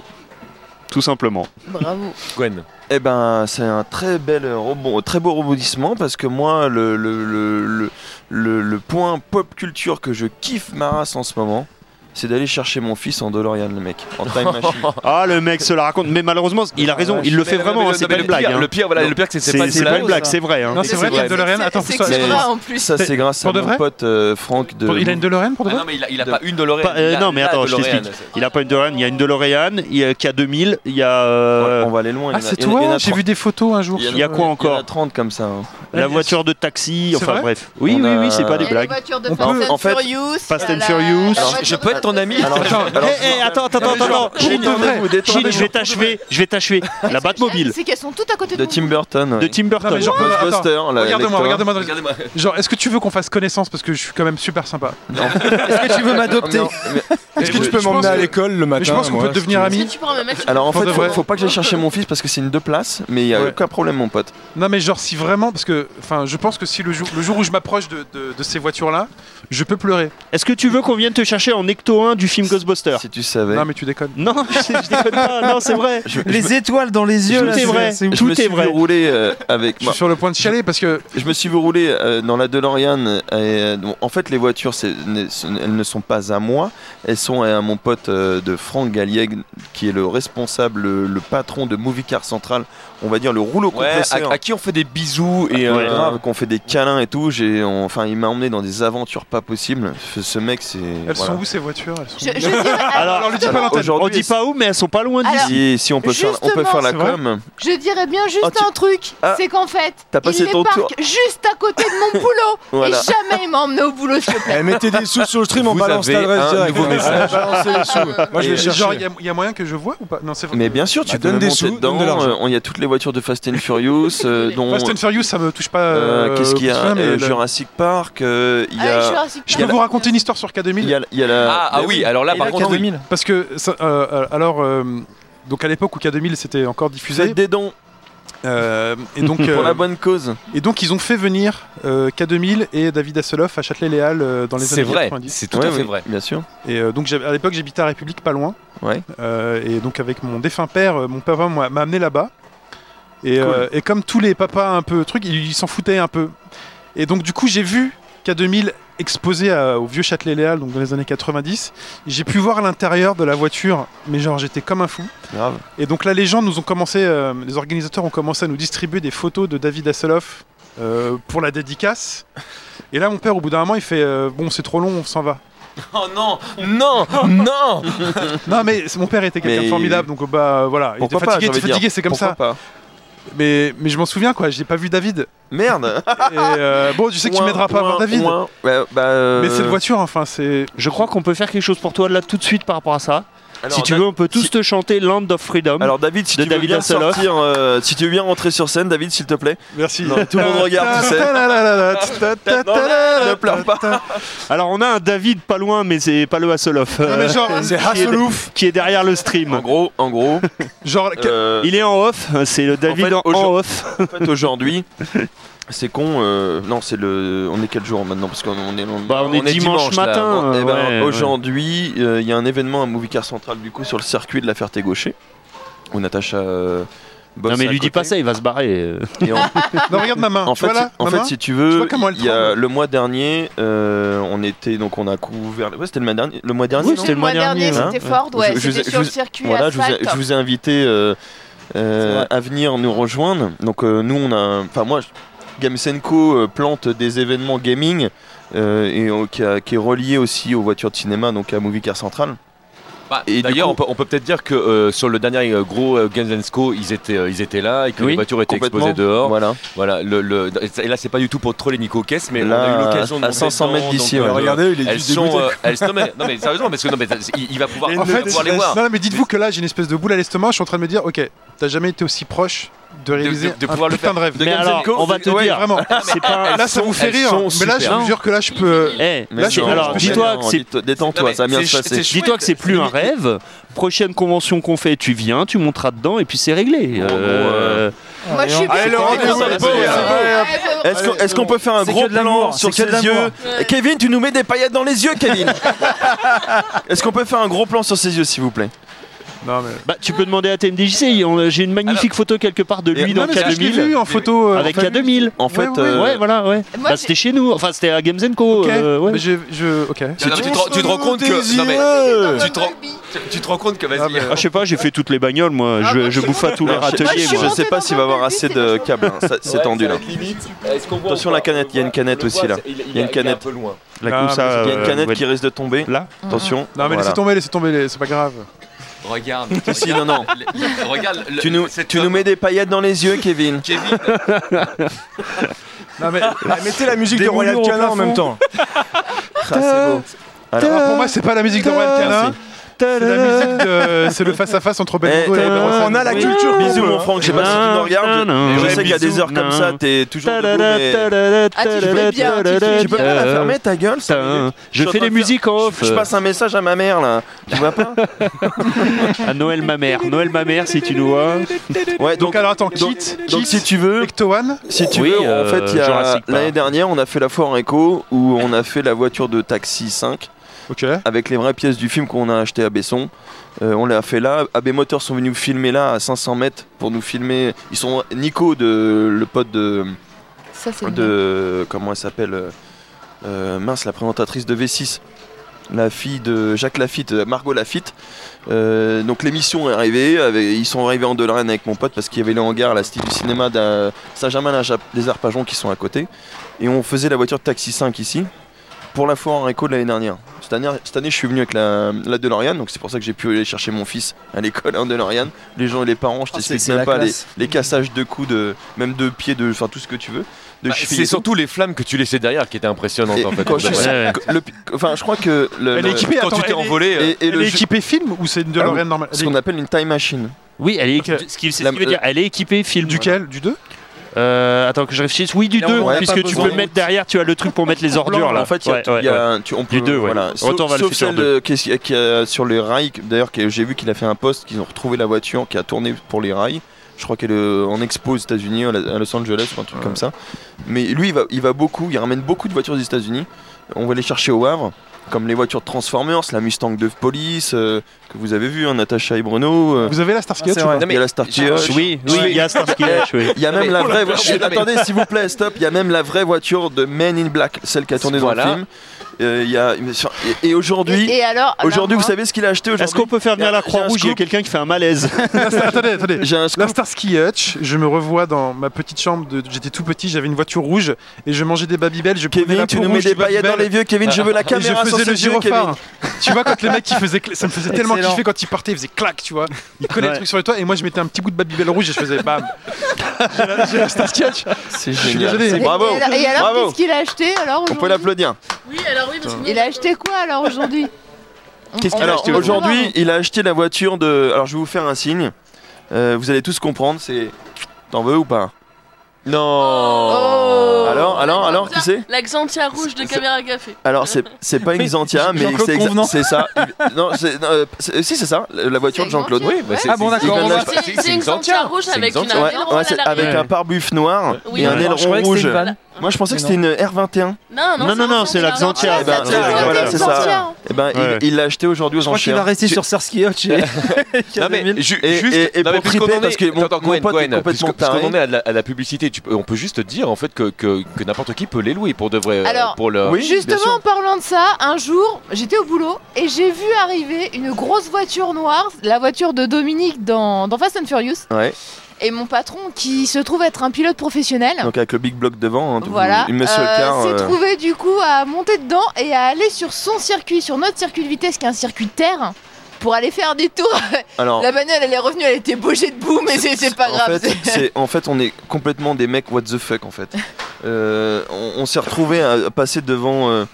[SPEAKER 6] Tout simplement.
[SPEAKER 8] Bravo.
[SPEAKER 1] Gwen.
[SPEAKER 4] Eh ben, c'est un très bel rebond, très beau rebondissement parce que moi, le, le, le, le, le- le point pop culture que je kiffe ma race en ce moment, c'est d'aller chercher mon fils en DeLorean, le mec, en
[SPEAKER 2] [LAUGHS]
[SPEAKER 4] time machine.
[SPEAKER 6] Ah, le mec se la raconte, mais malheureusement, il a raison, il le fait
[SPEAKER 1] Mais-
[SPEAKER 6] vraiment,
[SPEAKER 1] mais-
[SPEAKER 6] hein,
[SPEAKER 1] mais-
[SPEAKER 6] c'est
[SPEAKER 1] mais
[SPEAKER 6] pas une
[SPEAKER 1] le
[SPEAKER 6] blague.
[SPEAKER 1] pire-
[SPEAKER 6] hein.
[SPEAKER 1] Le pire, voilà, le pire, c'est que c'est pas
[SPEAKER 6] C'est c'est pas une blague,
[SPEAKER 3] ça.
[SPEAKER 6] c'est vrai. hein.
[SPEAKER 2] Non, c'est vrai
[SPEAKER 4] c'est
[SPEAKER 2] qu'il y a une
[SPEAKER 4] vrai.
[SPEAKER 2] DeLorean. Attends,
[SPEAKER 8] C'est
[SPEAKER 2] faut
[SPEAKER 8] que
[SPEAKER 2] ça-
[SPEAKER 8] c'est
[SPEAKER 4] Mais-
[SPEAKER 8] vrai en plus.
[SPEAKER 4] Ça, c'est grâce à
[SPEAKER 2] Pour de
[SPEAKER 4] mon
[SPEAKER 2] vrai
[SPEAKER 4] pote euh, Franck de.
[SPEAKER 2] Il a une DeLorean pour de
[SPEAKER 1] Ah
[SPEAKER 2] vrai
[SPEAKER 1] non, mais il a, il a pas une DeLorean.
[SPEAKER 6] Pas- euh,
[SPEAKER 1] il a
[SPEAKER 6] non, mais
[SPEAKER 1] la
[SPEAKER 6] attends, je
[SPEAKER 1] DeLorean.
[SPEAKER 6] t'explique. Il a pas une DeLorean, il y a une DeLorean, il y a K2000, il y a euh,
[SPEAKER 4] On va aller loin.
[SPEAKER 2] Ah,
[SPEAKER 4] il y en a-
[SPEAKER 2] c'est
[SPEAKER 4] il y en a- il y en
[SPEAKER 2] toi
[SPEAKER 4] a
[SPEAKER 2] J'ai
[SPEAKER 4] 30.
[SPEAKER 2] vu des photos un jour.
[SPEAKER 4] Il y en
[SPEAKER 6] il y a quoi
[SPEAKER 4] Il y en a
[SPEAKER 6] encore
[SPEAKER 4] 30 comme ça. hein.
[SPEAKER 6] La voiture de taxi,
[SPEAKER 2] C'est
[SPEAKER 6] enfin
[SPEAKER 2] vrai
[SPEAKER 6] bref. Oui,
[SPEAKER 4] On
[SPEAKER 6] oui,
[SPEAKER 4] a-
[SPEAKER 6] oui, c'est pas
[SPEAKER 8] Il
[SPEAKER 6] des
[SPEAKER 8] y a la
[SPEAKER 6] blagues.
[SPEAKER 8] voiture de
[SPEAKER 4] On
[SPEAKER 8] Fast
[SPEAKER 4] peut-
[SPEAKER 8] and
[SPEAKER 4] en fait-
[SPEAKER 8] Furious.
[SPEAKER 6] Fast
[SPEAKER 8] il y a
[SPEAKER 6] and
[SPEAKER 8] la-
[SPEAKER 6] Furious.
[SPEAKER 8] la
[SPEAKER 6] Alors,
[SPEAKER 8] voiture
[SPEAKER 1] je
[SPEAKER 8] de
[SPEAKER 1] peux être ton
[SPEAKER 8] Fast and
[SPEAKER 1] ami
[SPEAKER 8] Furious.
[SPEAKER 4] Alors, je-
[SPEAKER 2] [LAUGHS] Attends,
[SPEAKER 4] alors,
[SPEAKER 6] Hé, hé, Eh, attends, attends,
[SPEAKER 2] Non, mais
[SPEAKER 6] attends,
[SPEAKER 2] genre,
[SPEAKER 6] attends.
[SPEAKER 2] pour de vrai.
[SPEAKER 6] Chine,
[SPEAKER 4] Détendez-vous,
[SPEAKER 6] je
[SPEAKER 4] détendez-vous.
[SPEAKER 6] vais t'achever, je vais t'achever. La Batmobile
[SPEAKER 8] C'est qu'elles sont toutes à côté de
[SPEAKER 4] De
[SPEAKER 8] nous.
[SPEAKER 4] Tim Burton. Euh,
[SPEAKER 6] de
[SPEAKER 2] Non,
[SPEAKER 6] Tim
[SPEAKER 2] mais
[SPEAKER 6] Burton.
[SPEAKER 2] genre, attends,
[SPEAKER 4] Ghostbuster, là,
[SPEAKER 2] Regarde-moi,
[SPEAKER 4] lecteur.
[SPEAKER 2] regarde-moi. dans- Genre, est-ce que tu veux qu'on fasse connaissance parce que je suis quand même super sympa.
[SPEAKER 3] Est-ce que tu veux m'adopter
[SPEAKER 4] Non, mais-
[SPEAKER 2] Est-ce que
[SPEAKER 4] je-
[SPEAKER 2] tu peux
[SPEAKER 4] je
[SPEAKER 2] m'emmener
[SPEAKER 5] On
[SPEAKER 2] à
[SPEAKER 5] est à
[SPEAKER 2] l'école
[SPEAKER 5] l'école le matin.
[SPEAKER 2] Mais je pense qu'on
[SPEAKER 5] moi,
[SPEAKER 2] peut devenir
[SPEAKER 5] trouve-
[SPEAKER 7] Est-ce que
[SPEAKER 2] amis.
[SPEAKER 7] tu pourras me mettre sur-
[SPEAKER 4] Alors en
[SPEAKER 2] Pour
[SPEAKER 4] fait,
[SPEAKER 2] de vrai.
[SPEAKER 4] faut, faut pas que j'aille chercher mon fils parce que c'est une deux places, mais il y a
[SPEAKER 2] Ouais.
[SPEAKER 4] aucun problème, mon pote.
[SPEAKER 2] Non, mais genre, si vraiment, parce que, enfin, je pense que si le jour, le jour où je m'approche de, de- de ces voitures-là, je peux pleurer.
[SPEAKER 6] Est-ce que tu veux qu'on vienne te chercher en Ecto 1 du film Ghostbuster
[SPEAKER 4] Si tu savais.
[SPEAKER 2] Non, mais tu déconnes.
[SPEAKER 6] Non, [LAUGHS] je, je déconne pas, non, c'est vrai.
[SPEAKER 3] Les étoiles dans les yeux,
[SPEAKER 6] Tout
[SPEAKER 3] là,
[SPEAKER 6] est
[SPEAKER 3] c'est-
[SPEAKER 6] vrai.
[SPEAKER 3] c'est ouf.
[SPEAKER 4] je me
[SPEAKER 6] tout
[SPEAKER 4] suis
[SPEAKER 6] est
[SPEAKER 4] vu
[SPEAKER 6] vrai.
[SPEAKER 4] rouler euh,
[SPEAKER 2] [LAUGHS]
[SPEAKER 4] avec
[SPEAKER 2] Je suis
[SPEAKER 4] moi.
[SPEAKER 2] sur le point de chialer parce que
[SPEAKER 4] Je me suis vu rouler euh, dans la DeLorean. euh, et, euh, en fait, les voitures, c'est- ne- ce- elles ne sont pas à moi. Elles sont à mon pote euh, de Franck Gallieg, qui est le responsable, le, le patron de Movie Car Central. On va dire le rouleau
[SPEAKER 1] Ouais,
[SPEAKER 4] compresseur.
[SPEAKER 1] à, à qui on fait des bisous et
[SPEAKER 4] Et
[SPEAKER 1] euh,
[SPEAKER 4] euh, grave qu'on fait des câlins et tout. J'ai, on- enfin, il m'a emmené dans des aventures pas possibles. Ce, ce mec, c'est.
[SPEAKER 2] elles
[SPEAKER 4] voilà.
[SPEAKER 2] sont où ces voitures Elles sont
[SPEAKER 8] Je,
[SPEAKER 2] où
[SPEAKER 8] je
[SPEAKER 1] [LAUGHS]
[SPEAKER 8] dirais,
[SPEAKER 2] Alors,
[SPEAKER 6] Alors,
[SPEAKER 2] le dis pas
[SPEAKER 4] Alors,
[SPEAKER 2] l'antenne.
[SPEAKER 4] aujourd'hui,
[SPEAKER 6] on dit pas où, mais elles sont pas loin d'ici.
[SPEAKER 8] Alors,
[SPEAKER 4] Si, si on peut faire, on peut faire la
[SPEAKER 2] Justement, c'est vrai.
[SPEAKER 4] com.
[SPEAKER 8] je dirais bien juste
[SPEAKER 4] Ah, tu-
[SPEAKER 8] un truc.
[SPEAKER 4] Ah,
[SPEAKER 8] c'est qu'en fait,
[SPEAKER 4] t'as
[SPEAKER 8] il
[SPEAKER 4] passé
[SPEAKER 8] les
[SPEAKER 4] ton
[SPEAKER 8] parque
[SPEAKER 4] tour.
[SPEAKER 8] juste à côté de
[SPEAKER 4] [LAUGHS]
[SPEAKER 8] mon boulot.
[SPEAKER 4] Voilà.
[SPEAKER 8] Et jamais il m'a emmené au boulot, s'il te plaît.
[SPEAKER 5] Eh, mettez des sous sur le stream, on
[SPEAKER 1] Vous
[SPEAKER 5] balance
[SPEAKER 1] avez un
[SPEAKER 5] l'adresse direct.
[SPEAKER 1] nouveau message.
[SPEAKER 8] Ah,
[SPEAKER 5] Balancez les sous. Moi, je vais
[SPEAKER 4] Et
[SPEAKER 2] Et Genre,
[SPEAKER 5] chercher.
[SPEAKER 2] il y a- il y, a moyen que je vois ou pas Non, c'est vrai.
[SPEAKER 4] Mais
[SPEAKER 2] que-
[SPEAKER 4] bien sûr,
[SPEAKER 5] Bah,
[SPEAKER 4] tu
[SPEAKER 5] donne
[SPEAKER 4] peux
[SPEAKER 5] des
[SPEAKER 4] monter
[SPEAKER 5] sous,
[SPEAKER 4] dedans.
[SPEAKER 5] donne de l'argent.
[SPEAKER 4] euh, on- Il y a toutes les voitures de Fast and Furious,
[SPEAKER 2] [LAUGHS]
[SPEAKER 4] euh, dont.
[SPEAKER 2] Fast and Furious, ça me touche pas.
[SPEAKER 4] euh, Qu'est-ce qu'il y a
[SPEAKER 2] putain, mais
[SPEAKER 4] Euh,
[SPEAKER 2] le-
[SPEAKER 4] Jurassic Park. euh, Il y
[SPEAKER 8] Ah,
[SPEAKER 4] a.
[SPEAKER 8] Jurassic
[SPEAKER 2] Je
[SPEAKER 8] Park.
[SPEAKER 2] peux vous raconter une histoire sur
[SPEAKER 4] Il
[SPEAKER 2] K2000
[SPEAKER 4] y a, il y a la.
[SPEAKER 1] Ah, ah oui, alors là,
[SPEAKER 3] Et
[SPEAKER 1] par
[SPEAKER 3] la
[SPEAKER 1] contre, oui.
[SPEAKER 3] K2000.
[SPEAKER 2] Parce que, ça- euh, euh, alors, euh, donc à l'époque où K2000 c'était encore
[SPEAKER 4] Vous
[SPEAKER 2] diffusé,
[SPEAKER 4] êtes des dons
[SPEAKER 2] euh, et, donc,
[SPEAKER 4] [LAUGHS] pour
[SPEAKER 2] euh,
[SPEAKER 4] la bonne cause.
[SPEAKER 2] et donc ils ont fait venir euh, K2000 et David Hasselhoff à Châtelet-Léal euh, dans les
[SPEAKER 1] C'est
[SPEAKER 2] années
[SPEAKER 1] vrai,
[SPEAKER 2] 90.
[SPEAKER 1] c'est tout
[SPEAKER 4] Ouais,
[SPEAKER 1] à fait
[SPEAKER 4] oui,
[SPEAKER 1] vrai.
[SPEAKER 4] Bien sûr.
[SPEAKER 2] Et euh, donc j'avais- à l'époque j'habitais à République pas loin.
[SPEAKER 4] Ouais.
[SPEAKER 2] Euh, et donc avec mon défunt père, euh, mon papa m'a m'a amené là-bas. Et, euh, et comme tous les papas un peu truc, ils ils s'en foutaient un peu. Et donc du coup j'ai vu K2000 exposé à- au vieux Châtelet-Léal, donc dans les années 90. J'ai pu voir l'intérieur de la voiture, mais genre j'étais comme un fou.
[SPEAKER 4] Grave.
[SPEAKER 2] Et donc là, les gens nous ont commencé, euh, les organisateurs ont commencé à nous distribuer des photos de David Hasselhoff euh, pour la dédicace. Et là, mon père, au bout d'un moment, il fait euh, Bon, c'est trop long, on s'en va.
[SPEAKER 1] Oh non, non, non
[SPEAKER 2] non, mais c'est- mon père était quelqu'un
[SPEAKER 4] Mais-
[SPEAKER 2] de formidable, donc euh, bah euh, voilà, il était
[SPEAKER 4] Pourquoi pas,
[SPEAKER 2] fatigué, il
[SPEAKER 4] j'ai
[SPEAKER 2] était
[SPEAKER 4] envie de
[SPEAKER 2] fatigué, c'est comme
[SPEAKER 4] Pourquoi
[SPEAKER 2] ça.
[SPEAKER 4] pas
[SPEAKER 2] mais, mais je m'en souviens quoi, j'ai pas vu David.
[SPEAKER 4] Merde
[SPEAKER 2] Et, euh, bon, tu sais que tu
[SPEAKER 4] Ouin,
[SPEAKER 2] m'aideras pas à voir
[SPEAKER 4] ouin,
[SPEAKER 2] David.
[SPEAKER 4] ouin. Ouais, bah, euh,
[SPEAKER 2] Mais c'est une voiture, enfin c'est.
[SPEAKER 6] Je crois qu'on peut faire quelque chose pour toi là tout de suite par rapport à ça.
[SPEAKER 4] alors,
[SPEAKER 6] si tu
[SPEAKER 4] Da-
[SPEAKER 6] veux, on peut tous
[SPEAKER 4] si-
[SPEAKER 6] te chanter Land of Freedom.
[SPEAKER 4] euh, Alors David, si
[SPEAKER 6] De
[SPEAKER 4] tu veux
[SPEAKER 6] David
[SPEAKER 4] bien
[SPEAKER 6] Hasselhoff.
[SPEAKER 4] sortir, euh, si tu veux bien rentrer sur scène, David, s'il te plaît.
[SPEAKER 2] Merci.
[SPEAKER 4] Non, tout le
[SPEAKER 2] [LAUGHS]
[SPEAKER 4] monde regarde, tu sais. Ne
[SPEAKER 2] Ne
[SPEAKER 4] pleure pas.
[SPEAKER 6] Alors, on a un David pas loin, mais c'est pas le Hasselhoff. euh,
[SPEAKER 2] Mais genre,
[SPEAKER 6] qui est- Qui est derrière le stream.
[SPEAKER 4] En gros, en gros,
[SPEAKER 2] genre
[SPEAKER 4] euh,
[SPEAKER 6] Il est en off, hein, c'est le David
[SPEAKER 4] fait,
[SPEAKER 6] en, en
[SPEAKER 4] aujourd'hui-
[SPEAKER 6] off.
[SPEAKER 4] en fait aujourd'hui, c'est con. euh, non, c'est le. On est quel jour maintenant Parce qu'on on est.
[SPEAKER 6] Bah, on est dimanche
[SPEAKER 4] là.
[SPEAKER 6] matin,
[SPEAKER 4] Bon,
[SPEAKER 6] euh,
[SPEAKER 4] eh ben,
[SPEAKER 6] ouais, ouais.
[SPEAKER 4] aujourd'hui, euh, il y a un événement à Movie Car Central du coup sur le circuit de la Ferté-Gaucher. Où Natacha. euh, bosse
[SPEAKER 6] Non, mais
[SPEAKER 4] à
[SPEAKER 6] lui dis
[SPEAKER 4] côté.
[SPEAKER 6] pas ça, il va se barrer. euh.
[SPEAKER 2] [LAUGHS]
[SPEAKER 4] Et en-
[SPEAKER 2] Non, regarde ma main.
[SPEAKER 4] En
[SPEAKER 2] Tu
[SPEAKER 4] fait,
[SPEAKER 2] vois là,
[SPEAKER 4] si- en
[SPEAKER 2] ma
[SPEAKER 4] fait,
[SPEAKER 2] main
[SPEAKER 4] si tu
[SPEAKER 2] Tu
[SPEAKER 4] veux,
[SPEAKER 2] vois comment elle
[SPEAKER 4] il y a
[SPEAKER 2] tremble
[SPEAKER 4] le mois dernier, euh, on était donc on a couvert. Ouais, c'était le mois dernier. Le mois
[SPEAKER 8] Ah,
[SPEAKER 4] dernier.
[SPEAKER 6] Oui,
[SPEAKER 4] non
[SPEAKER 6] c'était le mois dernier,
[SPEAKER 4] hein.
[SPEAKER 8] c'était Ford, ouais.
[SPEAKER 4] Je- je vous ai-
[SPEAKER 8] C'était
[SPEAKER 4] je
[SPEAKER 8] sur le
[SPEAKER 4] vous-
[SPEAKER 8] circuit
[SPEAKER 4] Voilà, je vous, ai,
[SPEAKER 8] asphalte.
[SPEAKER 4] je vous ai invité euh, euh, à venir nous rejoindre. Donc euh, nous, on a, enfin moi, je- Gamesenko euh, plante des événements gaming euh, et euh, qui, a- qui est relié aussi aux voitures de cinéma, donc à Movie Car Central.
[SPEAKER 1] Bah,
[SPEAKER 4] Et du
[SPEAKER 1] D'ailleurs,
[SPEAKER 4] coup-
[SPEAKER 1] on peut- on peut peut-être dire que euh, sur le dernier euh, gros euh, Guns N' Co, ils étaient, euh, ils étaient là et que
[SPEAKER 6] Oui,
[SPEAKER 1] les voitures étaient
[SPEAKER 4] Complètement.
[SPEAKER 1] exposées dehors.
[SPEAKER 4] Voilà.
[SPEAKER 1] Voilà, le, le- et là, c'est pas du tout pour troller Nico Kess, mais
[SPEAKER 4] Là,
[SPEAKER 1] on a eu l'occasion de
[SPEAKER 4] à
[SPEAKER 1] monter
[SPEAKER 4] 500 mètres
[SPEAKER 1] dedans,
[SPEAKER 4] d'ici,
[SPEAKER 1] donc,
[SPEAKER 4] ouais.
[SPEAKER 1] euh,
[SPEAKER 5] Regardez, il est
[SPEAKER 1] Elles
[SPEAKER 5] juste
[SPEAKER 1] sont,
[SPEAKER 5] dégoûté.
[SPEAKER 1] euh, elles sont- mais- non mais sérieusement, parce que non mais ça- il, il va pouvoir, il
[SPEAKER 2] En
[SPEAKER 1] va
[SPEAKER 2] fait,
[SPEAKER 1] pouvoir les voir.
[SPEAKER 2] non, mais dites-vous que là, j'ai une espèce de boule à l'estomac. Je suis en train de me dire, ok, t'as jamais été aussi proche de réaliser
[SPEAKER 1] de
[SPEAKER 2] un
[SPEAKER 1] pouvoir le
[SPEAKER 2] putain
[SPEAKER 1] faire.
[SPEAKER 2] de rêve.
[SPEAKER 6] Mais
[SPEAKER 4] Guns N'
[SPEAKER 6] alors,
[SPEAKER 4] Co,
[SPEAKER 6] on va te
[SPEAKER 2] Ouais,
[SPEAKER 6] dire,
[SPEAKER 2] vraiment.
[SPEAKER 6] c'est pas.
[SPEAKER 2] Là, ça vous fait
[SPEAKER 1] elles
[SPEAKER 2] rire. hein.
[SPEAKER 1] sont
[SPEAKER 2] Mais là, je
[SPEAKER 1] super.
[SPEAKER 2] vous jure que là, je peux.
[SPEAKER 6] Eh,
[SPEAKER 4] Mais
[SPEAKER 6] c'est-
[SPEAKER 4] non,
[SPEAKER 6] alors,
[SPEAKER 4] mais
[SPEAKER 6] dis-toi
[SPEAKER 4] non,
[SPEAKER 6] que c'est
[SPEAKER 4] dis-toi- Détends-toi,
[SPEAKER 1] Non,
[SPEAKER 4] ça va bien
[SPEAKER 1] mais
[SPEAKER 4] se
[SPEAKER 1] c'est-
[SPEAKER 4] passer.
[SPEAKER 1] c'est-
[SPEAKER 6] Dis-toi que c'est plus un rêve. Prochaine convention qu'on fait, tu viens, tu monteras dedans et puis c'est réglé.
[SPEAKER 4] gros,
[SPEAKER 6] Euh,
[SPEAKER 8] Moi, je suis
[SPEAKER 2] Allez,
[SPEAKER 8] plus-
[SPEAKER 2] Laurent,
[SPEAKER 8] Ouais,
[SPEAKER 2] dis-nous,
[SPEAKER 8] ouais,
[SPEAKER 2] c'est bon,
[SPEAKER 8] ouais,
[SPEAKER 2] c'est
[SPEAKER 8] ouais, ouais,
[SPEAKER 4] Est-ce qu'on est-ce qu'on peut faire un
[SPEAKER 3] C'est
[SPEAKER 4] gros
[SPEAKER 3] que de l'amour,
[SPEAKER 4] plan
[SPEAKER 3] c'est
[SPEAKER 4] sur
[SPEAKER 3] que
[SPEAKER 4] ses
[SPEAKER 3] de l'amour.
[SPEAKER 4] yeux
[SPEAKER 7] Ouais.
[SPEAKER 4] Kevin, tu nous mets des paillettes dans les yeux, Kevin Est-ce qu'on peut faire un gros plan sur ses yeux, s'il vous plaît
[SPEAKER 2] Non, mais.
[SPEAKER 6] bah, tu peux demander à TMDJC. on- J'ai une magnifique photo quelque part de lui
[SPEAKER 4] Et-
[SPEAKER 6] dans
[SPEAKER 2] Non, mais ça, je l'ai
[SPEAKER 6] K2000.
[SPEAKER 2] vu en photo. euh,
[SPEAKER 6] Avec
[SPEAKER 2] en famille.
[SPEAKER 6] K2000.
[SPEAKER 4] En fait,
[SPEAKER 2] Ouais, ouais,
[SPEAKER 4] euh,
[SPEAKER 6] Ouais, voilà, ouais.
[SPEAKER 8] Moi,
[SPEAKER 6] bah,
[SPEAKER 8] j'ai-
[SPEAKER 6] c'était chez nous. Enfin, c'était à Games Co.
[SPEAKER 2] Ok.
[SPEAKER 6] euh, ouais.
[SPEAKER 2] Mais je, je- ok.
[SPEAKER 1] Non, non, mais tu, te, tu te rends compte que non, mais,
[SPEAKER 8] ouais.
[SPEAKER 1] tu, te rends, tu te rends compte que vas-y.
[SPEAKER 2] Ah, mais-
[SPEAKER 1] euh,
[SPEAKER 6] Ah, je sais pas, j'ai fait toutes les bagnoles, moi.
[SPEAKER 8] Ah,
[SPEAKER 6] Je,
[SPEAKER 8] moi,
[SPEAKER 6] je
[SPEAKER 8] je
[SPEAKER 6] bouffe à tous les
[SPEAKER 4] non, je-
[SPEAKER 8] moi,
[SPEAKER 6] râteliers,
[SPEAKER 8] je
[SPEAKER 4] je,
[SPEAKER 8] suis
[SPEAKER 6] moi.
[SPEAKER 8] mort.
[SPEAKER 4] sais pas s'il va avoir assez de câbles, hein, ça- c'est
[SPEAKER 1] ouais,
[SPEAKER 4] tendu
[SPEAKER 1] ça va
[SPEAKER 4] là.
[SPEAKER 1] être limite. Est-ce qu'on voit
[SPEAKER 4] Attention,
[SPEAKER 1] ou pas
[SPEAKER 4] la canette, il y a une canette
[SPEAKER 1] On le
[SPEAKER 4] aussi,
[SPEAKER 1] voit,
[SPEAKER 4] là.
[SPEAKER 1] c'est- Il,
[SPEAKER 4] y a une canette.
[SPEAKER 1] un peu loin.
[SPEAKER 6] Là,
[SPEAKER 2] Ah,
[SPEAKER 6] comme ça,
[SPEAKER 4] Il y a une
[SPEAKER 6] euh,
[SPEAKER 4] canette
[SPEAKER 6] ouais.
[SPEAKER 4] qui risque de tomber.
[SPEAKER 6] Là
[SPEAKER 4] Attention.
[SPEAKER 2] Non, mais
[SPEAKER 4] voilà.
[SPEAKER 2] laissez tomber, laissez tomber, les- c'est pas grave.
[SPEAKER 1] Regarde.
[SPEAKER 4] Si, non, non.
[SPEAKER 1] Regarde. le-
[SPEAKER 4] [LAUGHS] Tu nous,
[SPEAKER 1] cette-
[SPEAKER 4] tu nous mets des paillettes dans les yeux, Kevin.
[SPEAKER 1] Kevin.
[SPEAKER 4] [LAUGHS]
[SPEAKER 2] Non, mais
[SPEAKER 5] Ah, Mettez la musique de Royal
[SPEAKER 6] moulures au
[SPEAKER 5] Canin en même temps.
[SPEAKER 4] Ah, c'est beau. Alors,
[SPEAKER 2] pour moi, c'est pas la musique de Royal Canin. C'est la musique de. C'est le face-à-face entre Ben
[SPEAKER 4] Eh,
[SPEAKER 2] Bondo et
[SPEAKER 4] t'as-
[SPEAKER 2] Royal
[SPEAKER 5] on a la
[SPEAKER 2] Canin.
[SPEAKER 5] culture.
[SPEAKER 4] bisous,
[SPEAKER 5] on
[SPEAKER 4] mon
[SPEAKER 5] peut,
[SPEAKER 4] Franck. Je sais pas si tu nous
[SPEAKER 6] Nan,
[SPEAKER 4] regardes. Je
[SPEAKER 6] nan,
[SPEAKER 4] sais qu'il y a des
[SPEAKER 6] bisous,
[SPEAKER 4] heures comme
[SPEAKER 6] nan.
[SPEAKER 4] ça, t'es toujours debout, mais...
[SPEAKER 8] Ah, tu fais bien, tu fais
[SPEAKER 4] Tu peux pas la fermer, ta gueule ça
[SPEAKER 6] Putain,
[SPEAKER 4] Je
[SPEAKER 6] je
[SPEAKER 4] suis en
[SPEAKER 6] fais
[SPEAKER 4] train
[SPEAKER 6] les
[SPEAKER 4] de
[SPEAKER 6] musiques en off.
[SPEAKER 4] Je, je passe un message à ma mère là. Tu vois pas
[SPEAKER 6] euh, À Noël ma mère, Noël ma mère si tu nous vois.
[SPEAKER 4] Ouais,
[SPEAKER 2] Donc, alors attends, Kit,
[SPEAKER 4] donc, donc, si tu veux,
[SPEAKER 2] Ecto One.
[SPEAKER 4] si tu
[SPEAKER 6] Oui,
[SPEAKER 4] veux, en
[SPEAKER 6] euh,
[SPEAKER 4] fait, il y a
[SPEAKER 6] Jurassic Park.
[SPEAKER 4] l'année dernière, on a fait la foire en écho où on a fait la voiture de taxi 5
[SPEAKER 2] Ok.
[SPEAKER 4] avec les vraies pièces du film qu'on a acheté à Besson. Euh, on l'a fait là. AB Motors sont venus filmer là à 500 mètres pour nous filmer. Ils sont Nico de le pote de
[SPEAKER 8] Ça, c'est bien.
[SPEAKER 4] de comment elle s'appelle euh, euh, mince la présentatrice de V6 la fille de Jacques Lafitte euh, Margot Lafitte Euh, donc l'émission est arrivée avec- ils sont arrivés en Delorean avec mon pote parce qu'il y avait les hangars la style du cinéma d'un Saint-Germain la Jap- des Arpajons qui sont à côté et on faisait la voiture de Taxi 5 ici pour la foire en réco de l'année dernière cette année, cette année je suis venu avec la, la DeLorean donc c'est pour ça que j'ai pu aller chercher mon fils à l'école en DeLorean les gens et les parents je t'explique
[SPEAKER 3] c'est
[SPEAKER 4] même
[SPEAKER 3] la
[SPEAKER 4] pas les,
[SPEAKER 3] classe.
[SPEAKER 4] les cassages de coups de même de pieds de enfin tout ce que tu veux de
[SPEAKER 1] Bah,
[SPEAKER 4] chevilles
[SPEAKER 1] C'est
[SPEAKER 4] et tout.
[SPEAKER 1] surtout les flammes que tu laissais derrière qui étaient impressionnantes
[SPEAKER 4] Et
[SPEAKER 1] en fait. Bah,
[SPEAKER 4] quand je
[SPEAKER 1] Ouais.
[SPEAKER 4] suis-
[SPEAKER 6] Ouais.
[SPEAKER 4] Le pi- enfin, je crois que le,
[SPEAKER 2] Elle
[SPEAKER 4] le-
[SPEAKER 2] est équipée,
[SPEAKER 1] Quand
[SPEAKER 2] attends,
[SPEAKER 1] tu t'es
[SPEAKER 2] elle est-
[SPEAKER 1] envolé. euh,
[SPEAKER 4] et, et
[SPEAKER 2] Elle
[SPEAKER 4] le
[SPEAKER 2] est
[SPEAKER 4] jeu-
[SPEAKER 2] équipée film ou c'est une DeLorean normale
[SPEAKER 4] ce qu'on appelle une time machine.
[SPEAKER 6] Oui, elle est
[SPEAKER 2] Ok.
[SPEAKER 6] ce qui c'est
[SPEAKER 4] La-
[SPEAKER 6] ce qui veut dire elle est équipée film.
[SPEAKER 2] Duquel Du 2
[SPEAKER 6] Euh, attends que je réfléchisse. Oui, du
[SPEAKER 5] Là, on
[SPEAKER 6] 2
[SPEAKER 5] en a pas
[SPEAKER 6] puisque tu
[SPEAKER 5] besoin.
[SPEAKER 6] peux mettre derrière, tu as le truc pour mettre les ordures là.
[SPEAKER 4] En fait, il y a,
[SPEAKER 6] Ouais,
[SPEAKER 4] il
[SPEAKER 6] ouais,
[SPEAKER 4] y
[SPEAKER 6] ouais.
[SPEAKER 4] a- tu- on peut,
[SPEAKER 6] Du deux, ouais.
[SPEAKER 4] voilà. Sauf-
[SPEAKER 6] Retour vers le
[SPEAKER 4] sauf
[SPEAKER 6] futur
[SPEAKER 4] celle de- qui est- qui est sur les rails. D'ailleurs, que j'ai vu qu'il a fait un poste qu'ils ont retrouvé la voiture qui a tourné pour les rails. Je crois qu'elle est euh, en expo aux États-Unis, à la- à Los Angeles ou un truc comme ça. Mais lui, il va, il va beaucoup, il ramène beaucoup de voitures des États-Unis. On va les chercher au Havre, comme les voitures de Transformers, la Mustang de police euh, que vous avez vu, hein, Natacha et Bruno. euh,
[SPEAKER 2] Vous avez la Starsky
[SPEAKER 4] il
[SPEAKER 2] Hutch ou pas
[SPEAKER 4] y a la Star Kiosque.
[SPEAKER 6] Oui, oui, il y a Starsky et Hutch, oui.
[SPEAKER 4] Il y a
[SPEAKER 1] Non,
[SPEAKER 4] même
[SPEAKER 1] mais
[SPEAKER 4] la
[SPEAKER 1] on
[SPEAKER 4] vraie
[SPEAKER 1] l'a
[SPEAKER 4] voiture.
[SPEAKER 1] fait, non, mais-
[SPEAKER 4] Attendez, s'il vous plaît, stop. Il y a même la vraie voiture de Men in Black, celle qui a tourné dans
[SPEAKER 1] Voilà.
[SPEAKER 4] le film. Euh, il y a... Et, et aujourd'hui,
[SPEAKER 8] Et, et alors alors,
[SPEAKER 4] aujourd'hui, vous
[SPEAKER 8] moi,
[SPEAKER 4] savez ce qu'il a acheté
[SPEAKER 6] Est-ce
[SPEAKER 4] aujourd'hui
[SPEAKER 6] qu'on peut faire venir la
[SPEAKER 4] J'ai un
[SPEAKER 6] Croix-Rouge Il y a
[SPEAKER 4] scoop.
[SPEAKER 6] quelqu'un qui fait un malaise.
[SPEAKER 2] Attendez, attendez.
[SPEAKER 4] J'ai un scoop.
[SPEAKER 2] La Starsky Hutch, je me revois dans ma petite chambre. De... J'étais tout petit, j'avais une voiture rouge et je mangeais des Babybel. Je prenais la
[SPEAKER 4] Kevin, tu
[SPEAKER 2] peau
[SPEAKER 4] nous mets
[SPEAKER 2] rouge
[SPEAKER 4] des
[SPEAKER 2] du Babybel
[SPEAKER 4] paillettes dans les vieux. Kevin, je veux la
[SPEAKER 2] et ah, je
[SPEAKER 4] caméra sur
[SPEAKER 2] faisais
[SPEAKER 4] ses
[SPEAKER 2] le
[SPEAKER 4] yeux, Kevin.
[SPEAKER 2] gyrophare. tu vois, quand les mecs qui faisaient. cl- Ça me faisait tellement
[SPEAKER 3] Excellent.
[SPEAKER 2] kiffer quand ils partaient, ils faisaient clac, tu vois. Ils collaient le
[SPEAKER 6] Ouais.
[SPEAKER 2] truc sur le toit et moi je mettais un petit bout de Babybel rouge et je faisais bam. J'ai la- J'ai la star sketch.
[SPEAKER 4] C'est
[SPEAKER 2] suis
[SPEAKER 4] génial.
[SPEAKER 2] désolé.
[SPEAKER 4] C'est
[SPEAKER 8] Et-
[SPEAKER 4] bravo.
[SPEAKER 8] Et, alors- et alors,
[SPEAKER 4] Bravo.
[SPEAKER 8] qu'est-ce qu'il a acheté alors
[SPEAKER 4] On peut
[SPEAKER 8] aujourd'hui
[SPEAKER 4] l'applaudir.
[SPEAKER 7] Oui, alors oui, parce que nous,
[SPEAKER 8] Il a acheté quoi alors aujourd'hui
[SPEAKER 4] Ah,
[SPEAKER 8] On-
[SPEAKER 6] Qu'est-ce
[SPEAKER 8] on-
[SPEAKER 6] qu'il a
[SPEAKER 4] Alors
[SPEAKER 6] acheté
[SPEAKER 4] aujourd'hui, il a acheté la voiture de. Alors je vais vous faire un signe. Euh, vous allez tous comprendre. C'est. T'en veux ou pas
[SPEAKER 1] Non
[SPEAKER 8] Oh.
[SPEAKER 4] Alors, alors, alors, qui c'est
[SPEAKER 7] La Xantia rouge de Caméra Café.
[SPEAKER 4] Alors c'est c'est pas une
[SPEAKER 3] [LAUGHS]
[SPEAKER 4] Xantia, mais
[SPEAKER 3] Jean-Claude
[SPEAKER 4] c'est exa-
[SPEAKER 3] Convenant. [LAUGHS]
[SPEAKER 4] c'est ça. Non, c'est- non, euh, c'est- si c'est ça, la voiture de
[SPEAKER 8] C'est
[SPEAKER 4] Jean-Claude.
[SPEAKER 8] Xantia.
[SPEAKER 1] bah, c'est-
[SPEAKER 3] Ah bon,
[SPEAKER 1] c'est-
[SPEAKER 3] d'accord,
[SPEAKER 1] il vient de
[SPEAKER 3] on
[SPEAKER 1] la-
[SPEAKER 3] va-
[SPEAKER 7] C'est c'est une Xantia
[SPEAKER 1] Xantia.
[SPEAKER 7] rouge
[SPEAKER 1] C'est une
[SPEAKER 7] avec une Oh
[SPEAKER 1] Xantia.
[SPEAKER 4] Ouais,
[SPEAKER 7] aileron
[SPEAKER 4] ouais,
[SPEAKER 7] à
[SPEAKER 4] c'est
[SPEAKER 7] l'arrière.
[SPEAKER 4] avec un pare-buff noir
[SPEAKER 7] Oui,
[SPEAKER 4] et
[SPEAKER 7] voilà.
[SPEAKER 4] un
[SPEAKER 3] Je
[SPEAKER 4] aileron
[SPEAKER 3] croyais que c'était
[SPEAKER 4] rouge.
[SPEAKER 3] une vanne.
[SPEAKER 4] Moi je pensais que
[SPEAKER 3] Mais
[SPEAKER 4] c'était une R21.
[SPEAKER 7] Non, non,
[SPEAKER 6] Non, non, non, c'est la Xantia. bah,
[SPEAKER 4] Eh ben,
[SPEAKER 7] Xantia.
[SPEAKER 4] euh,
[SPEAKER 8] C'était
[SPEAKER 4] voilà,
[SPEAKER 8] une
[SPEAKER 4] c'est
[SPEAKER 8] sorcière.
[SPEAKER 4] ça. Et ben, il-
[SPEAKER 6] Ouais.
[SPEAKER 4] il l'a acheté aujourd'hui aux
[SPEAKER 3] Je crois qu'il a
[SPEAKER 4] enchères.
[SPEAKER 3] resté sur Sarsky et Hutch et-
[SPEAKER 1] Non mais ju-
[SPEAKER 4] Et-
[SPEAKER 1] juste
[SPEAKER 4] et- et
[SPEAKER 1] non, mais
[SPEAKER 4] pour
[SPEAKER 1] puisqu'on
[SPEAKER 4] triper,
[SPEAKER 1] en est-
[SPEAKER 4] parce que mon-
[SPEAKER 1] attends,
[SPEAKER 4] mon
[SPEAKER 1] Gwen,
[SPEAKER 4] pote est
[SPEAKER 1] Gwen,
[SPEAKER 4] complètement
[SPEAKER 1] puisque- puisqu'on
[SPEAKER 4] taré.
[SPEAKER 1] en est à la, à la publicité, tu peux- on peut juste dire en fait que, que- que n'importe qui peut les louer pour de vrai. euh,
[SPEAKER 8] Alors,
[SPEAKER 1] pour le...
[SPEAKER 4] Oui, bien sûr.
[SPEAKER 8] Justement, en parlant de ça, un jour, j'étais au boulot et j'ai vu arriver une grosse voiture noire, la voiture de Dominique dans, dans Fast and Furious.
[SPEAKER 4] Ouais.
[SPEAKER 8] Et mon patron, qui se trouve être un pilote professionnel,
[SPEAKER 4] Donc avec le big block devant, hein, vous-
[SPEAKER 8] voilà,
[SPEAKER 4] il met sur le
[SPEAKER 8] euh,
[SPEAKER 4] car.
[SPEAKER 8] s'est
[SPEAKER 4] euh,
[SPEAKER 8] trouvé du coup à monter dedans et à aller sur son circuit, sur notre circuit de vitesse, qui est un circuit de terre, pour aller faire des tours.
[SPEAKER 4] Alors,
[SPEAKER 8] La bagnole, elle est revenue, elle était bougée de boue, mais c'est c'est pas
[SPEAKER 4] Oh. en
[SPEAKER 8] grave.
[SPEAKER 4] fait,
[SPEAKER 8] c'est-
[SPEAKER 4] c'est- en fait, on est complètement des mecs what the fuck en fait. Euh, on on s'est retrouvé à, à passer devant euh,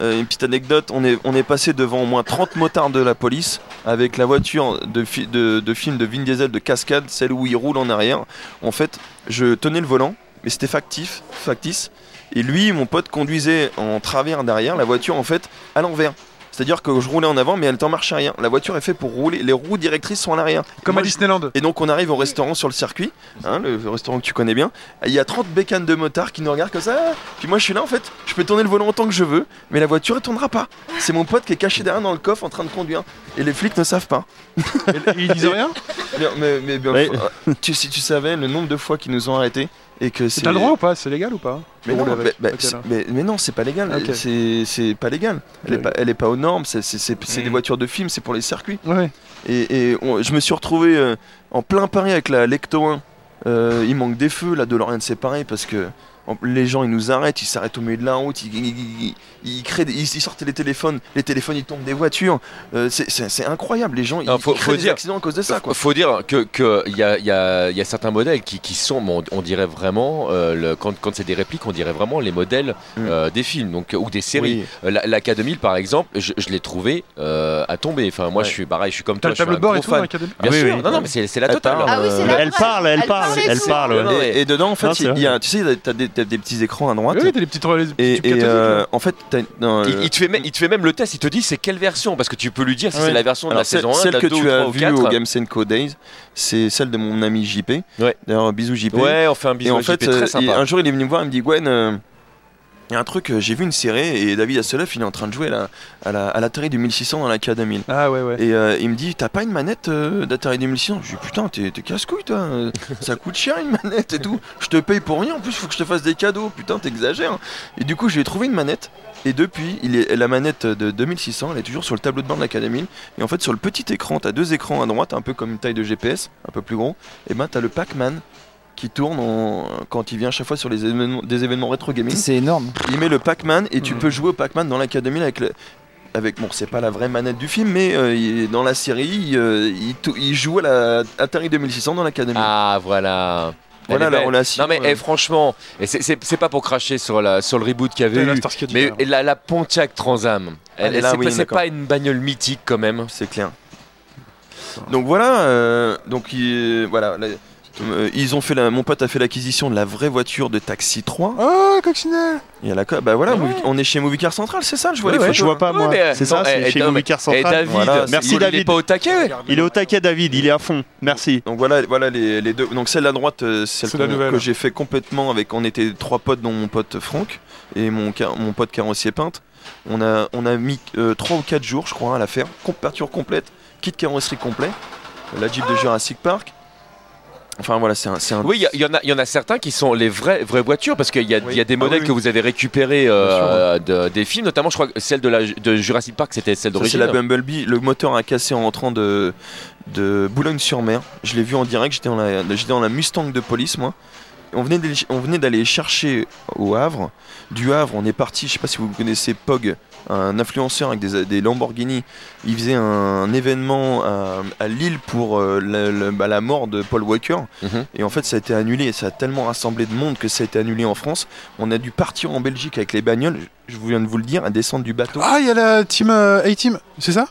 [SPEAKER 4] euh, une petite anecdote. On est on est passé devant au moins 30 motards de la police avec la voiture de, fi- de, de film de Vin Diesel de cascade, celle où il roule en arrière. En fait, je tenais le volant, mais c'était factif, factice. Et lui, mon pote, conduisait en travers derrière la voiture en fait à l'envers. C'est-à-dire que je roulais en avant, mais elle est en marche arrière. La voiture est faite pour rouler. Les roues directrices sont à l'arrière.
[SPEAKER 2] Comme
[SPEAKER 4] Moi,
[SPEAKER 2] à Disneyland.
[SPEAKER 4] et donc on arrive au restaurant sur le circuit, hein, le restaurant que tu connais bien. Il y a 30 bécanes de motards qui nous regardent comme ça. Puis moi je suis là en fait, je peux tourner le volant autant que je veux, mais la voiture elle tournera pas. C'est mon pote qui est caché derrière dans le coffre en train de conduire. Et les flics ne savent pas.
[SPEAKER 2] Et Ils disaient rien
[SPEAKER 4] Mais, mais- mais bien,
[SPEAKER 6] Ouais.
[SPEAKER 4] euh, tu, si tu savais le nombre de fois qu'ils nous ont arrêtés et que c'est...
[SPEAKER 2] T'as le droit ou pas C'est légal ou pas
[SPEAKER 4] mais
[SPEAKER 2] de
[SPEAKER 4] non,
[SPEAKER 2] rouler
[SPEAKER 4] mais,
[SPEAKER 2] avec
[SPEAKER 4] mais-
[SPEAKER 2] Ok,
[SPEAKER 4] c'est-
[SPEAKER 2] alors.
[SPEAKER 4] mais- mais non, c'est pas légal.
[SPEAKER 2] Ok.
[SPEAKER 4] C'est- C'est pas légal. Elle est
[SPEAKER 6] Ok.
[SPEAKER 4] pas, elle est pas aux normes. C'est c'est- c'est- c'est des
[SPEAKER 6] Mm.
[SPEAKER 4] voitures de film, c'est pour les circuits.
[SPEAKER 2] Ouais.
[SPEAKER 4] Et, et on- je me suis retrouvé euh, en plein Paris avec la Lecto 1. Euh, il manque des feux, la DeLorean c'est pareil parce que en- les gens ils nous arrêtent, ils s'arrêtent au milieu de la route, ils, ils- ils- ils créent des- ils- ils sortent les téléphones, les téléphones ils tombent des voitures. Euh, c'est- c'est c'est incroyable, les gens ils,
[SPEAKER 1] Ah, faut-
[SPEAKER 4] ils créent
[SPEAKER 1] faut
[SPEAKER 4] des
[SPEAKER 1] dire-
[SPEAKER 4] accidents à cause de ça quoi.
[SPEAKER 1] Faut dire que que il y a, y a- y a certains modèles qui, qui sont, bon, on, on dirait vraiment euh, le- quand, quand c'est des répliques, on dirait vraiment les modèles
[SPEAKER 4] Mm.
[SPEAKER 1] euh, des films, donc euh, ou des séries.
[SPEAKER 4] Oui.
[SPEAKER 1] Euh, La, la K2000 par exemple, je, je l'ai trouvé euh, à tomber. Enfin, moi
[SPEAKER 4] Ouais.
[SPEAKER 1] je suis pareil, je suis comme
[SPEAKER 2] T'as
[SPEAKER 1] toi,
[SPEAKER 2] le
[SPEAKER 1] je suis
[SPEAKER 2] tableau
[SPEAKER 1] un
[SPEAKER 2] de bord et
[SPEAKER 1] gros
[SPEAKER 2] tout
[SPEAKER 1] fan.
[SPEAKER 2] dans l'académie
[SPEAKER 1] Bien
[SPEAKER 6] Ah oui,
[SPEAKER 1] sûr,
[SPEAKER 6] oui.
[SPEAKER 1] non, non, mais c'est c'est la
[SPEAKER 4] Elle
[SPEAKER 1] totale. hein.
[SPEAKER 4] parle,
[SPEAKER 8] Ah oui, c'est
[SPEAKER 4] euh,
[SPEAKER 8] la
[SPEAKER 6] Elle
[SPEAKER 8] vraie.
[SPEAKER 6] parle, elle parle,
[SPEAKER 8] et
[SPEAKER 6] elle
[SPEAKER 8] tout.
[SPEAKER 6] parle. ouais.
[SPEAKER 1] Non, non, mais-
[SPEAKER 4] Et, et dedans en fait,
[SPEAKER 6] Non, c'est
[SPEAKER 4] il y a,
[SPEAKER 6] vrai.
[SPEAKER 4] tu sais, t'as des, t'as des petits écrans à droite.
[SPEAKER 2] Oui, t'as les petits trois. les petits
[SPEAKER 4] et
[SPEAKER 2] tubes
[SPEAKER 4] et,
[SPEAKER 2] cathodiques,
[SPEAKER 4] euh,
[SPEAKER 2] là.
[SPEAKER 4] en fait, t'as une- non,
[SPEAKER 1] Il,
[SPEAKER 4] euh,
[SPEAKER 1] il te fait même, il te fait même le test, il te dit c'est quelle version, parce que tu peux lui dire si
[SPEAKER 4] Ouais.
[SPEAKER 1] c'est la version de
[SPEAKER 4] Ah Alors,
[SPEAKER 1] la saison 1,
[SPEAKER 4] celle
[SPEAKER 1] de la
[SPEAKER 4] que
[SPEAKER 1] 2
[SPEAKER 4] tu
[SPEAKER 1] ou 3
[SPEAKER 4] as
[SPEAKER 1] ou
[SPEAKER 4] vue
[SPEAKER 1] 4.
[SPEAKER 4] au Games Co Days, c'est celle de mon ami JP.
[SPEAKER 1] Ouais.
[SPEAKER 4] D'ailleurs, bisous JP.
[SPEAKER 1] Ouais, on fait un bisou
[SPEAKER 4] Et en
[SPEAKER 1] à JP,
[SPEAKER 4] fait,
[SPEAKER 1] très
[SPEAKER 4] euh, il-
[SPEAKER 1] sympa.
[SPEAKER 4] un jour, il est venu me voir, il me dit Gwen, euh, il y a un truc, euh, j'ai vu une série et David Asseloff, il est en train de jouer à la, à la, à l'Atari du 1600 dans la K2000.
[SPEAKER 2] Ah ouais, ouais.
[SPEAKER 4] Et euh, il me dit T'as pas une manette euh, d'Atari 1600 Je lui dis Putain, t'es, t'es casse-couille, toi. euh, Ça coûte cher une manette et tout. Je te paye pour rien. En plus, faut que je te fasse des cadeaux. Putain, t'exagères. Et du coup, je lui ai trouvé une manette. Et depuis, il est, la manette de 2600, elle est toujours sur le tableau de bord de l'académie. Et en fait, sur le petit écran, t'as deux écrans à droite, un peu comme une taille de GPS, un peu plus gros. Et ben, t'as le Pac-Man qui tourne en- quand il vient à chaque fois sur les événements, des événements rétro gaming
[SPEAKER 3] C'est énorme.
[SPEAKER 4] il met le Pac-Man et tu
[SPEAKER 2] Mhm.
[SPEAKER 4] peux jouer au Pac-Man dans l'académie avec le- avec bon c'est pas la vraie manette du film mais euh, il- dans la série il, euh, il tou- il joue à la Atari 2600 dans l'académie.
[SPEAKER 1] Ah voilà.
[SPEAKER 4] voilà
[SPEAKER 1] Elle est
[SPEAKER 4] la
[SPEAKER 1] belle.
[SPEAKER 4] relation.
[SPEAKER 1] Non mais
[SPEAKER 4] euh,
[SPEAKER 1] eh, franchement, et c'est- c'est c'est pas pour cracher sur, la, sur le reboot qu'il y avait
[SPEAKER 2] T'as la
[SPEAKER 1] eu,
[SPEAKER 2] Star Skate,
[SPEAKER 1] mais
[SPEAKER 2] d'ailleurs.
[SPEAKER 1] et la, la Pontiac Transam, elle,
[SPEAKER 4] Elle est là,
[SPEAKER 1] c'est
[SPEAKER 4] oui,
[SPEAKER 1] pas- c'est
[SPEAKER 4] d'accord.
[SPEAKER 1] pas une bagnole mythique quand même.
[SPEAKER 4] c'est clair. Donc voilà euh, donc il- voilà la- euh, ils ont fait la- mon pote a fait l'acquisition de la vraie voiture de Taxi 3
[SPEAKER 6] Ah,
[SPEAKER 2] Oh, coccinelle
[SPEAKER 4] et à la co- bah voilà Movie- on est chez Movie Car Central c'est ça je vois les
[SPEAKER 6] Ouais,
[SPEAKER 4] photos.
[SPEAKER 6] je vois pas,
[SPEAKER 1] Ouais,
[SPEAKER 6] moi.
[SPEAKER 1] mais-
[SPEAKER 6] C'est
[SPEAKER 1] non,
[SPEAKER 6] ça,
[SPEAKER 1] eh,
[SPEAKER 6] c'est chez
[SPEAKER 1] non, mais-
[SPEAKER 6] Movie Car
[SPEAKER 1] Et
[SPEAKER 6] Central.
[SPEAKER 1] David,
[SPEAKER 4] Voilà,
[SPEAKER 6] merci,
[SPEAKER 1] il, il
[SPEAKER 6] David.
[SPEAKER 1] est pas au taquet.
[SPEAKER 6] Il est au taquet, David, il est à fond. Merci.
[SPEAKER 4] Donc voilà, voilà les, les deux. Donc celle à droite, euh, celle
[SPEAKER 2] C'est la
[SPEAKER 4] qu'on-
[SPEAKER 2] nouvelle.
[SPEAKER 4] que j'ai fait complètement avec. On était trois potes, dont mon pote Franck et mon, car- mon pote carrossier peintre. On a, on a mis euh, trois ou quatre jours, je crois, à la faire. Com- Peinture complète, kit carrosserie complet, la Jeep de Jurassic Park. Enfin voilà, c'est un. c'est un-
[SPEAKER 1] Oui, il y a- il y, en a- il y en a certains qui sont les vraies, vraies voitures parce qu'il y, a-
[SPEAKER 4] Oui.
[SPEAKER 1] il y a des
[SPEAKER 4] Ah
[SPEAKER 1] modèles
[SPEAKER 4] oui, oui.
[SPEAKER 1] que vous avez récupérés euh, de- des films, notamment je crois que celle de, la, de Jurassic Park, c'était celle
[SPEAKER 4] ça, c'est
[SPEAKER 1] d'origine.
[SPEAKER 4] la Bumblebee. Le moteur a cassé en rentrant de, de Boulogne-sur-Mer. Je l'ai vu en direct. J'étais dans, la- j'étais dans la Mustang de police, moi. On venait d'aller- on venait d'aller chercher au Havre. Du Havre, on est parti. Je sais pas si vous connaissez Pog. un influenceur avec des, des Lamborghini. Il faisait un, un événement à, à Lille pour euh, la, la- bah, la mort de Paul Walker.
[SPEAKER 1] Mhm.
[SPEAKER 4] Et en fait, ça a été annulé. Et ça a tellement rassemblé de monde que ça a été annulé en France. On a dû partir en Belgique avec les bagnoles. Je vous viens de vous le dire, à descendre du bateau.
[SPEAKER 2] Ah, il y a la team euh, A-Team, c'est ça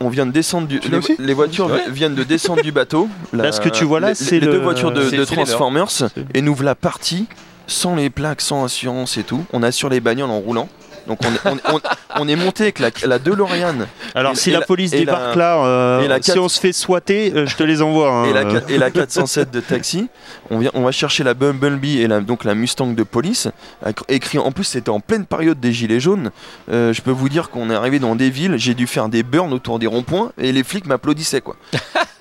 [SPEAKER 4] On vient de descendre du.
[SPEAKER 2] Tu l'as
[SPEAKER 4] Les,
[SPEAKER 2] aussi
[SPEAKER 4] les voitures vi- viennent de descendre du bateau.
[SPEAKER 6] [LAUGHS] Là, ce que tu vois là,
[SPEAKER 4] les-
[SPEAKER 6] c'est
[SPEAKER 4] les
[SPEAKER 6] le-
[SPEAKER 4] deux voitures de,
[SPEAKER 1] C'est-
[SPEAKER 4] de
[SPEAKER 1] c'est les leurs.
[SPEAKER 4] Transformers et nous voilà partis sans les plaques, sans assurance et tout. On assure les bagnoles en roulant. Donc on est,
[SPEAKER 6] [LAUGHS]
[SPEAKER 4] on, on- on est monté avec la, la DeLorean
[SPEAKER 6] Alors
[SPEAKER 4] Et-
[SPEAKER 6] si
[SPEAKER 4] et
[SPEAKER 6] la,
[SPEAKER 4] la-
[SPEAKER 6] police
[SPEAKER 4] et la-
[SPEAKER 6] débarque là, euh,
[SPEAKER 4] et la
[SPEAKER 6] si
[SPEAKER 4] quatre-
[SPEAKER 6] on se fait swatter, euh, je te les envoie. hein,
[SPEAKER 4] et
[SPEAKER 2] Ah,
[SPEAKER 4] la,
[SPEAKER 6] euh.
[SPEAKER 4] qua- et la 407 de taxi. On, vient, on va chercher la Bumblebee et la, donc la Mustang de police. Ac- Écrit, en plus, c'était en pleine période des Gilets jaunes. Euh, je peux vous dire qu'on est arrivé dans des villes, j'ai dû faire des burns autour des ronds-points et les flics m'applaudissaient. quoi.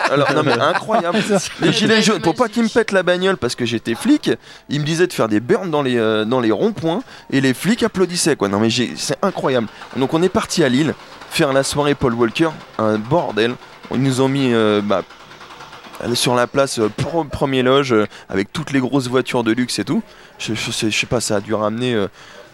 [SPEAKER 4] Alors, non, mais incroyable. les Gilets jaunes, pour pas qu'ils me pètent la bagnole parce que j'étais flic, ils me disaient de faire des burns dans les, euh, dans les ronds-points et les flics applaudissaient. quoi. Non, mais j'ai- c'est incroyable. Donc, on est parti à Lille faire la soirée Paul Walker. Un bordel. Ils nous ont mis euh, bah, elle est sur la place, euh, pro- premier loge, euh, avec toutes les grosses voitures de luxe et tout. Je, je sais, je sais pas, ça a dû ramener, euh,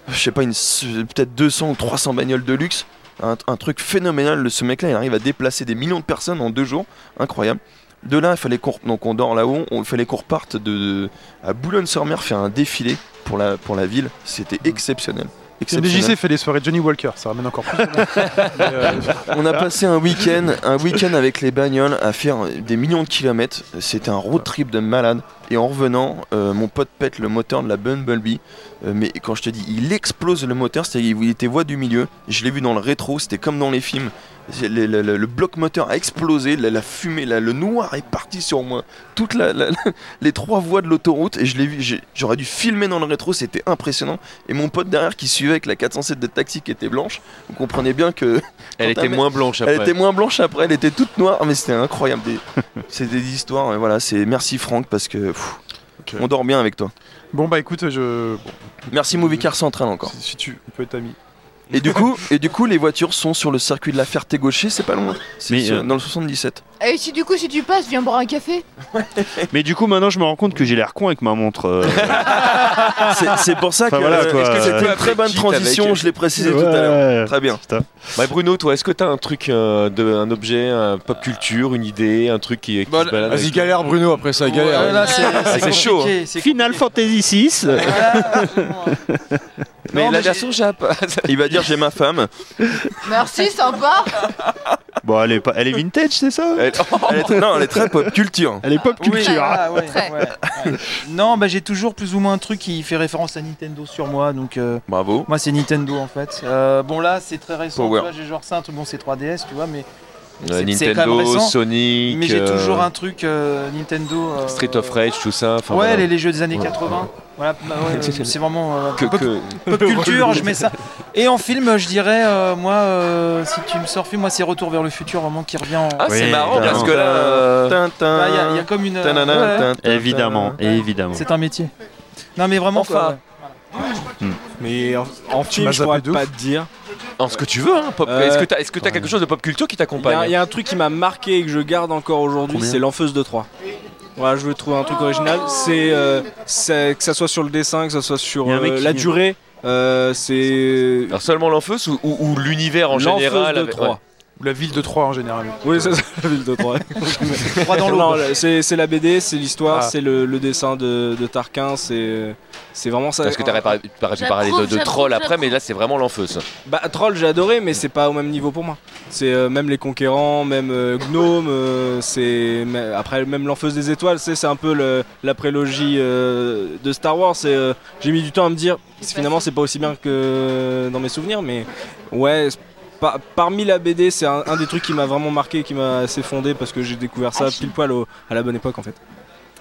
[SPEAKER 4] je sais pas, une s- peut-être 200 ou 300 bagnoles de luxe. Un, un truc phénoménal, le- ce mec-là, il arrive à déplacer des millions de personnes en deux jours. Incroyable. De là, il fallait qu'on re- donc on dort là-haut, on- il fallait qu'on reparte de, de- à Boulogne-sur-Mer faire un défilé pour la, pour la ville. C'était exceptionnel.
[SPEAKER 2] DJC
[SPEAKER 4] Exceptionnel.
[SPEAKER 2] fait des soirées Johnny Walker, ça ramène encore plus. de monde. Mais, euh,
[SPEAKER 4] On a passé un week-end, un week-end avec les bagnoles à faire des millions de kilomètres. C'était un road trip de malade. Et en revenant, euh, mon pote pète le moteur de la Bumblebee. Euh, mais quand je te dis, il explose le moteur, c'est-à-dire il était voie du milieu. Je l'ai vu dans le rétro, c'était comme dans les films. C'est- Le, le- le- le bloc moteur a explosé, la, la fumée, la- le noir est parti sur moi. Toutes la- la- les trois voies de l'autoroute, et je l'ai vu, j'ai- j'aurais dû filmer dans le rétro, c'était impressionnant. Et mon pote derrière qui suivait avec la 407 de taxi qui était blanche, vous comprenez bien que
[SPEAKER 1] Elle
[SPEAKER 4] Quand
[SPEAKER 1] était
[SPEAKER 4] t'as-
[SPEAKER 1] moins blanche après.
[SPEAKER 4] elle était moins blanche après, elle était toute noire, Ah, mais c'était incroyable. Des... c'est des histoires, et voilà, c'est merci Franck parce que pff,
[SPEAKER 2] Ok.
[SPEAKER 4] on dort bien avec toi.
[SPEAKER 2] Bon, bah écoute, je. bon,
[SPEAKER 4] Merci Movie Car Central encore.
[SPEAKER 2] si, si tu on peut être ami.
[SPEAKER 4] Et du coup, et du coup, les voitures sont sur le circuit de la Ferté-Gaucher, c'est pas loin. C'est
[SPEAKER 6] Mais,
[SPEAKER 4] sur-
[SPEAKER 6] euh,
[SPEAKER 4] dans le 77.
[SPEAKER 8] Et si du coup, si tu passes, viens boire un café.
[SPEAKER 6] Mais du coup maintenant je me rends compte que j'ai l'air con avec ma montre.
[SPEAKER 4] [LAUGHS]
[SPEAKER 6] euh.
[SPEAKER 4] C'est- c'est pour ça que,
[SPEAKER 6] Enfin, voilà,
[SPEAKER 4] euh,
[SPEAKER 6] quoi.
[SPEAKER 4] est-ce que c'était une très bonne
[SPEAKER 1] Quitte
[SPEAKER 4] transition,
[SPEAKER 1] avec-
[SPEAKER 4] je l'ai précisé tout à l'heure.
[SPEAKER 6] Ouais.
[SPEAKER 4] Très bien.
[SPEAKER 1] Bah, Bruno, toi, est-ce que t'as un truc, euh, de, un objet, un pop culture, une idée, un truc qui, qui se balade
[SPEAKER 5] Vas-y,
[SPEAKER 1] avec-
[SPEAKER 2] euh,
[SPEAKER 5] galère Bruno, après ça, galère.
[SPEAKER 3] Voilà, c'est-
[SPEAKER 1] c'est
[SPEAKER 3] compliqué,
[SPEAKER 1] chaud,
[SPEAKER 6] hein.
[SPEAKER 3] c'est
[SPEAKER 6] Final
[SPEAKER 3] compliqué.
[SPEAKER 6] Fantasy VI. euh,
[SPEAKER 1] Mais
[SPEAKER 4] Non,
[SPEAKER 1] la
[SPEAKER 4] mais
[SPEAKER 1] version Jap.
[SPEAKER 4] Il va dire j'ai ma femme.
[SPEAKER 8] Merci, sympa.
[SPEAKER 6] Ah, Bon elle est pas, elle est vintage c'est ça
[SPEAKER 4] Elle, elle est, non, elle est très pop culture.
[SPEAKER 6] Elle est pop
[SPEAKER 3] Oui,
[SPEAKER 6] culture. hein.
[SPEAKER 3] ah, ouais,
[SPEAKER 8] Très.
[SPEAKER 3] ouais, ouais. Non, bah j'ai toujours plus ou moins un truc qui fait référence à Nintendo sur moi, donc euh,
[SPEAKER 4] Bravo.
[SPEAKER 3] moi c'est Nintendo en fait. Euh, bon là c'est très récent, tu
[SPEAKER 4] Power.
[SPEAKER 3] vois, j'ai genre ça, un truc bon c'est 3DS, tu vois, mais
[SPEAKER 1] Euh,
[SPEAKER 3] c'est- c'est quand même
[SPEAKER 1] Nintendo,
[SPEAKER 3] récent.
[SPEAKER 1] Sonic.
[SPEAKER 3] mais j'ai
[SPEAKER 1] euh,
[SPEAKER 3] toujours un truc euh, Nintendo. euh,
[SPEAKER 1] Street of Rage, tout ça. enfin,
[SPEAKER 3] Ouais,
[SPEAKER 1] voilà.
[SPEAKER 3] les, les jeux des années
[SPEAKER 1] Ouais.
[SPEAKER 3] 80. Voilà, bah ouais,
[SPEAKER 1] [LAUGHS]
[SPEAKER 3] euh, c'est vraiment euh,
[SPEAKER 1] Que-
[SPEAKER 3] pop,
[SPEAKER 1] que-
[SPEAKER 3] pop culture, je mets ça. Et en film, je dirais, euh, moi, euh, si tu me sors film, moi c'est Retour vers le futur, vraiment qui revient. En...
[SPEAKER 1] Ah, c'est
[SPEAKER 6] Oui,
[SPEAKER 1] marrant parce
[SPEAKER 6] évidemment.
[SPEAKER 1] que là.
[SPEAKER 5] Euh,
[SPEAKER 3] Bah, Il y, a- il y a comme une. euh, ouais, ouais.
[SPEAKER 6] Évidemment, évidemment.
[SPEAKER 3] C'est un métier. Non mais vraiment
[SPEAKER 1] Enfin.
[SPEAKER 3] quoi, ouais.
[SPEAKER 5] Mais en, en film,
[SPEAKER 2] m'as
[SPEAKER 5] je pourrais
[SPEAKER 2] zappé de
[SPEAKER 5] pas te dire.
[SPEAKER 1] En ce que tu veux, hein, pop-
[SPEAKER 5] Euh,
[SPEAKER 1] Est-ce que t'as est-ce que t'as quelque chose de pop culture qui
[SPEAKER 5] Il y, a- il
[SPEAKER 1] t'accompagne
[SPEAKER 5] y a un truc qui m'a marqué et que je garde encore aujourd'hui, c'est l'enfeuse de Troie. Voilà, je veux trouver un truc original. C'est euh, c'est- que ça soit sur le dessin, que ça soit sur
[SPEAKER 6] Il y a un mec
[SPEAKER 5] euh,
[SPEAKER 6] qui-
[SPEAKER 5] la durée. euh, c'est
[SPEAKER 1] Alors seulement l'enfeuse ou, ou- ou l'univers en
[SPEAKER 5] l'enfeuse
[SPEAKER 1] général
[SPEAKER 5] de
[SPEAKER 1] avec-
[SPEAKER 5] Troie.
[SPEAKER 1] ouais.
[SPEAKER 2] Ou la ville de Troyes en général.
[SPEAKER 5] Oui, c'est ça, la ville de
[SPEAKER 6] [LAUGHS]
[SPEAKER 5] Troyes.
[SPEAKER 3] Trois dans l'eau.
[SPEAKER 5] Non, là, c'est c'est la BD, c'est l'histoire,
[SPEAKER 2] Ah.
[SPEAKER 5] c'est le, le dessin de, de Tarquin, c'est c'est vraiment ça.
[SPEAKER 1] Parce que t'aurais pas- t'aurais pu
[SPEAKER 7] J'approuve,
[SPEAKER 1] parler de, de
[SPEAKER 7] j'approuve,
[SPEAKER 1] troll après,
[SPEAKER 7] j'approuve.
[SPEAKER 1] mais là c'est vraiment l'enfeuse.
[SPEAKER 5] Bah, Troll, j'ai adoré, mais c'est pas au même niveau pour moi. C'est euh, même les conquérants, même euh, Gnome, euh, c'est mais après même l'enfeuse des étoiles, c'est c'est un peu le- la prélogie euh, de Star Wars. c'est, euh, j'ai mis du temps à me dire, c'est- finalement c'est pas aussi bien que dans mes souvenirs, mais ouais. c'est par- parmi la BD, c'est un, un des trucs qui m'a vraiment marqué, qui m'a assez fondé parce que j'ai découvert ça pile poil au- à la bonne époque en fait.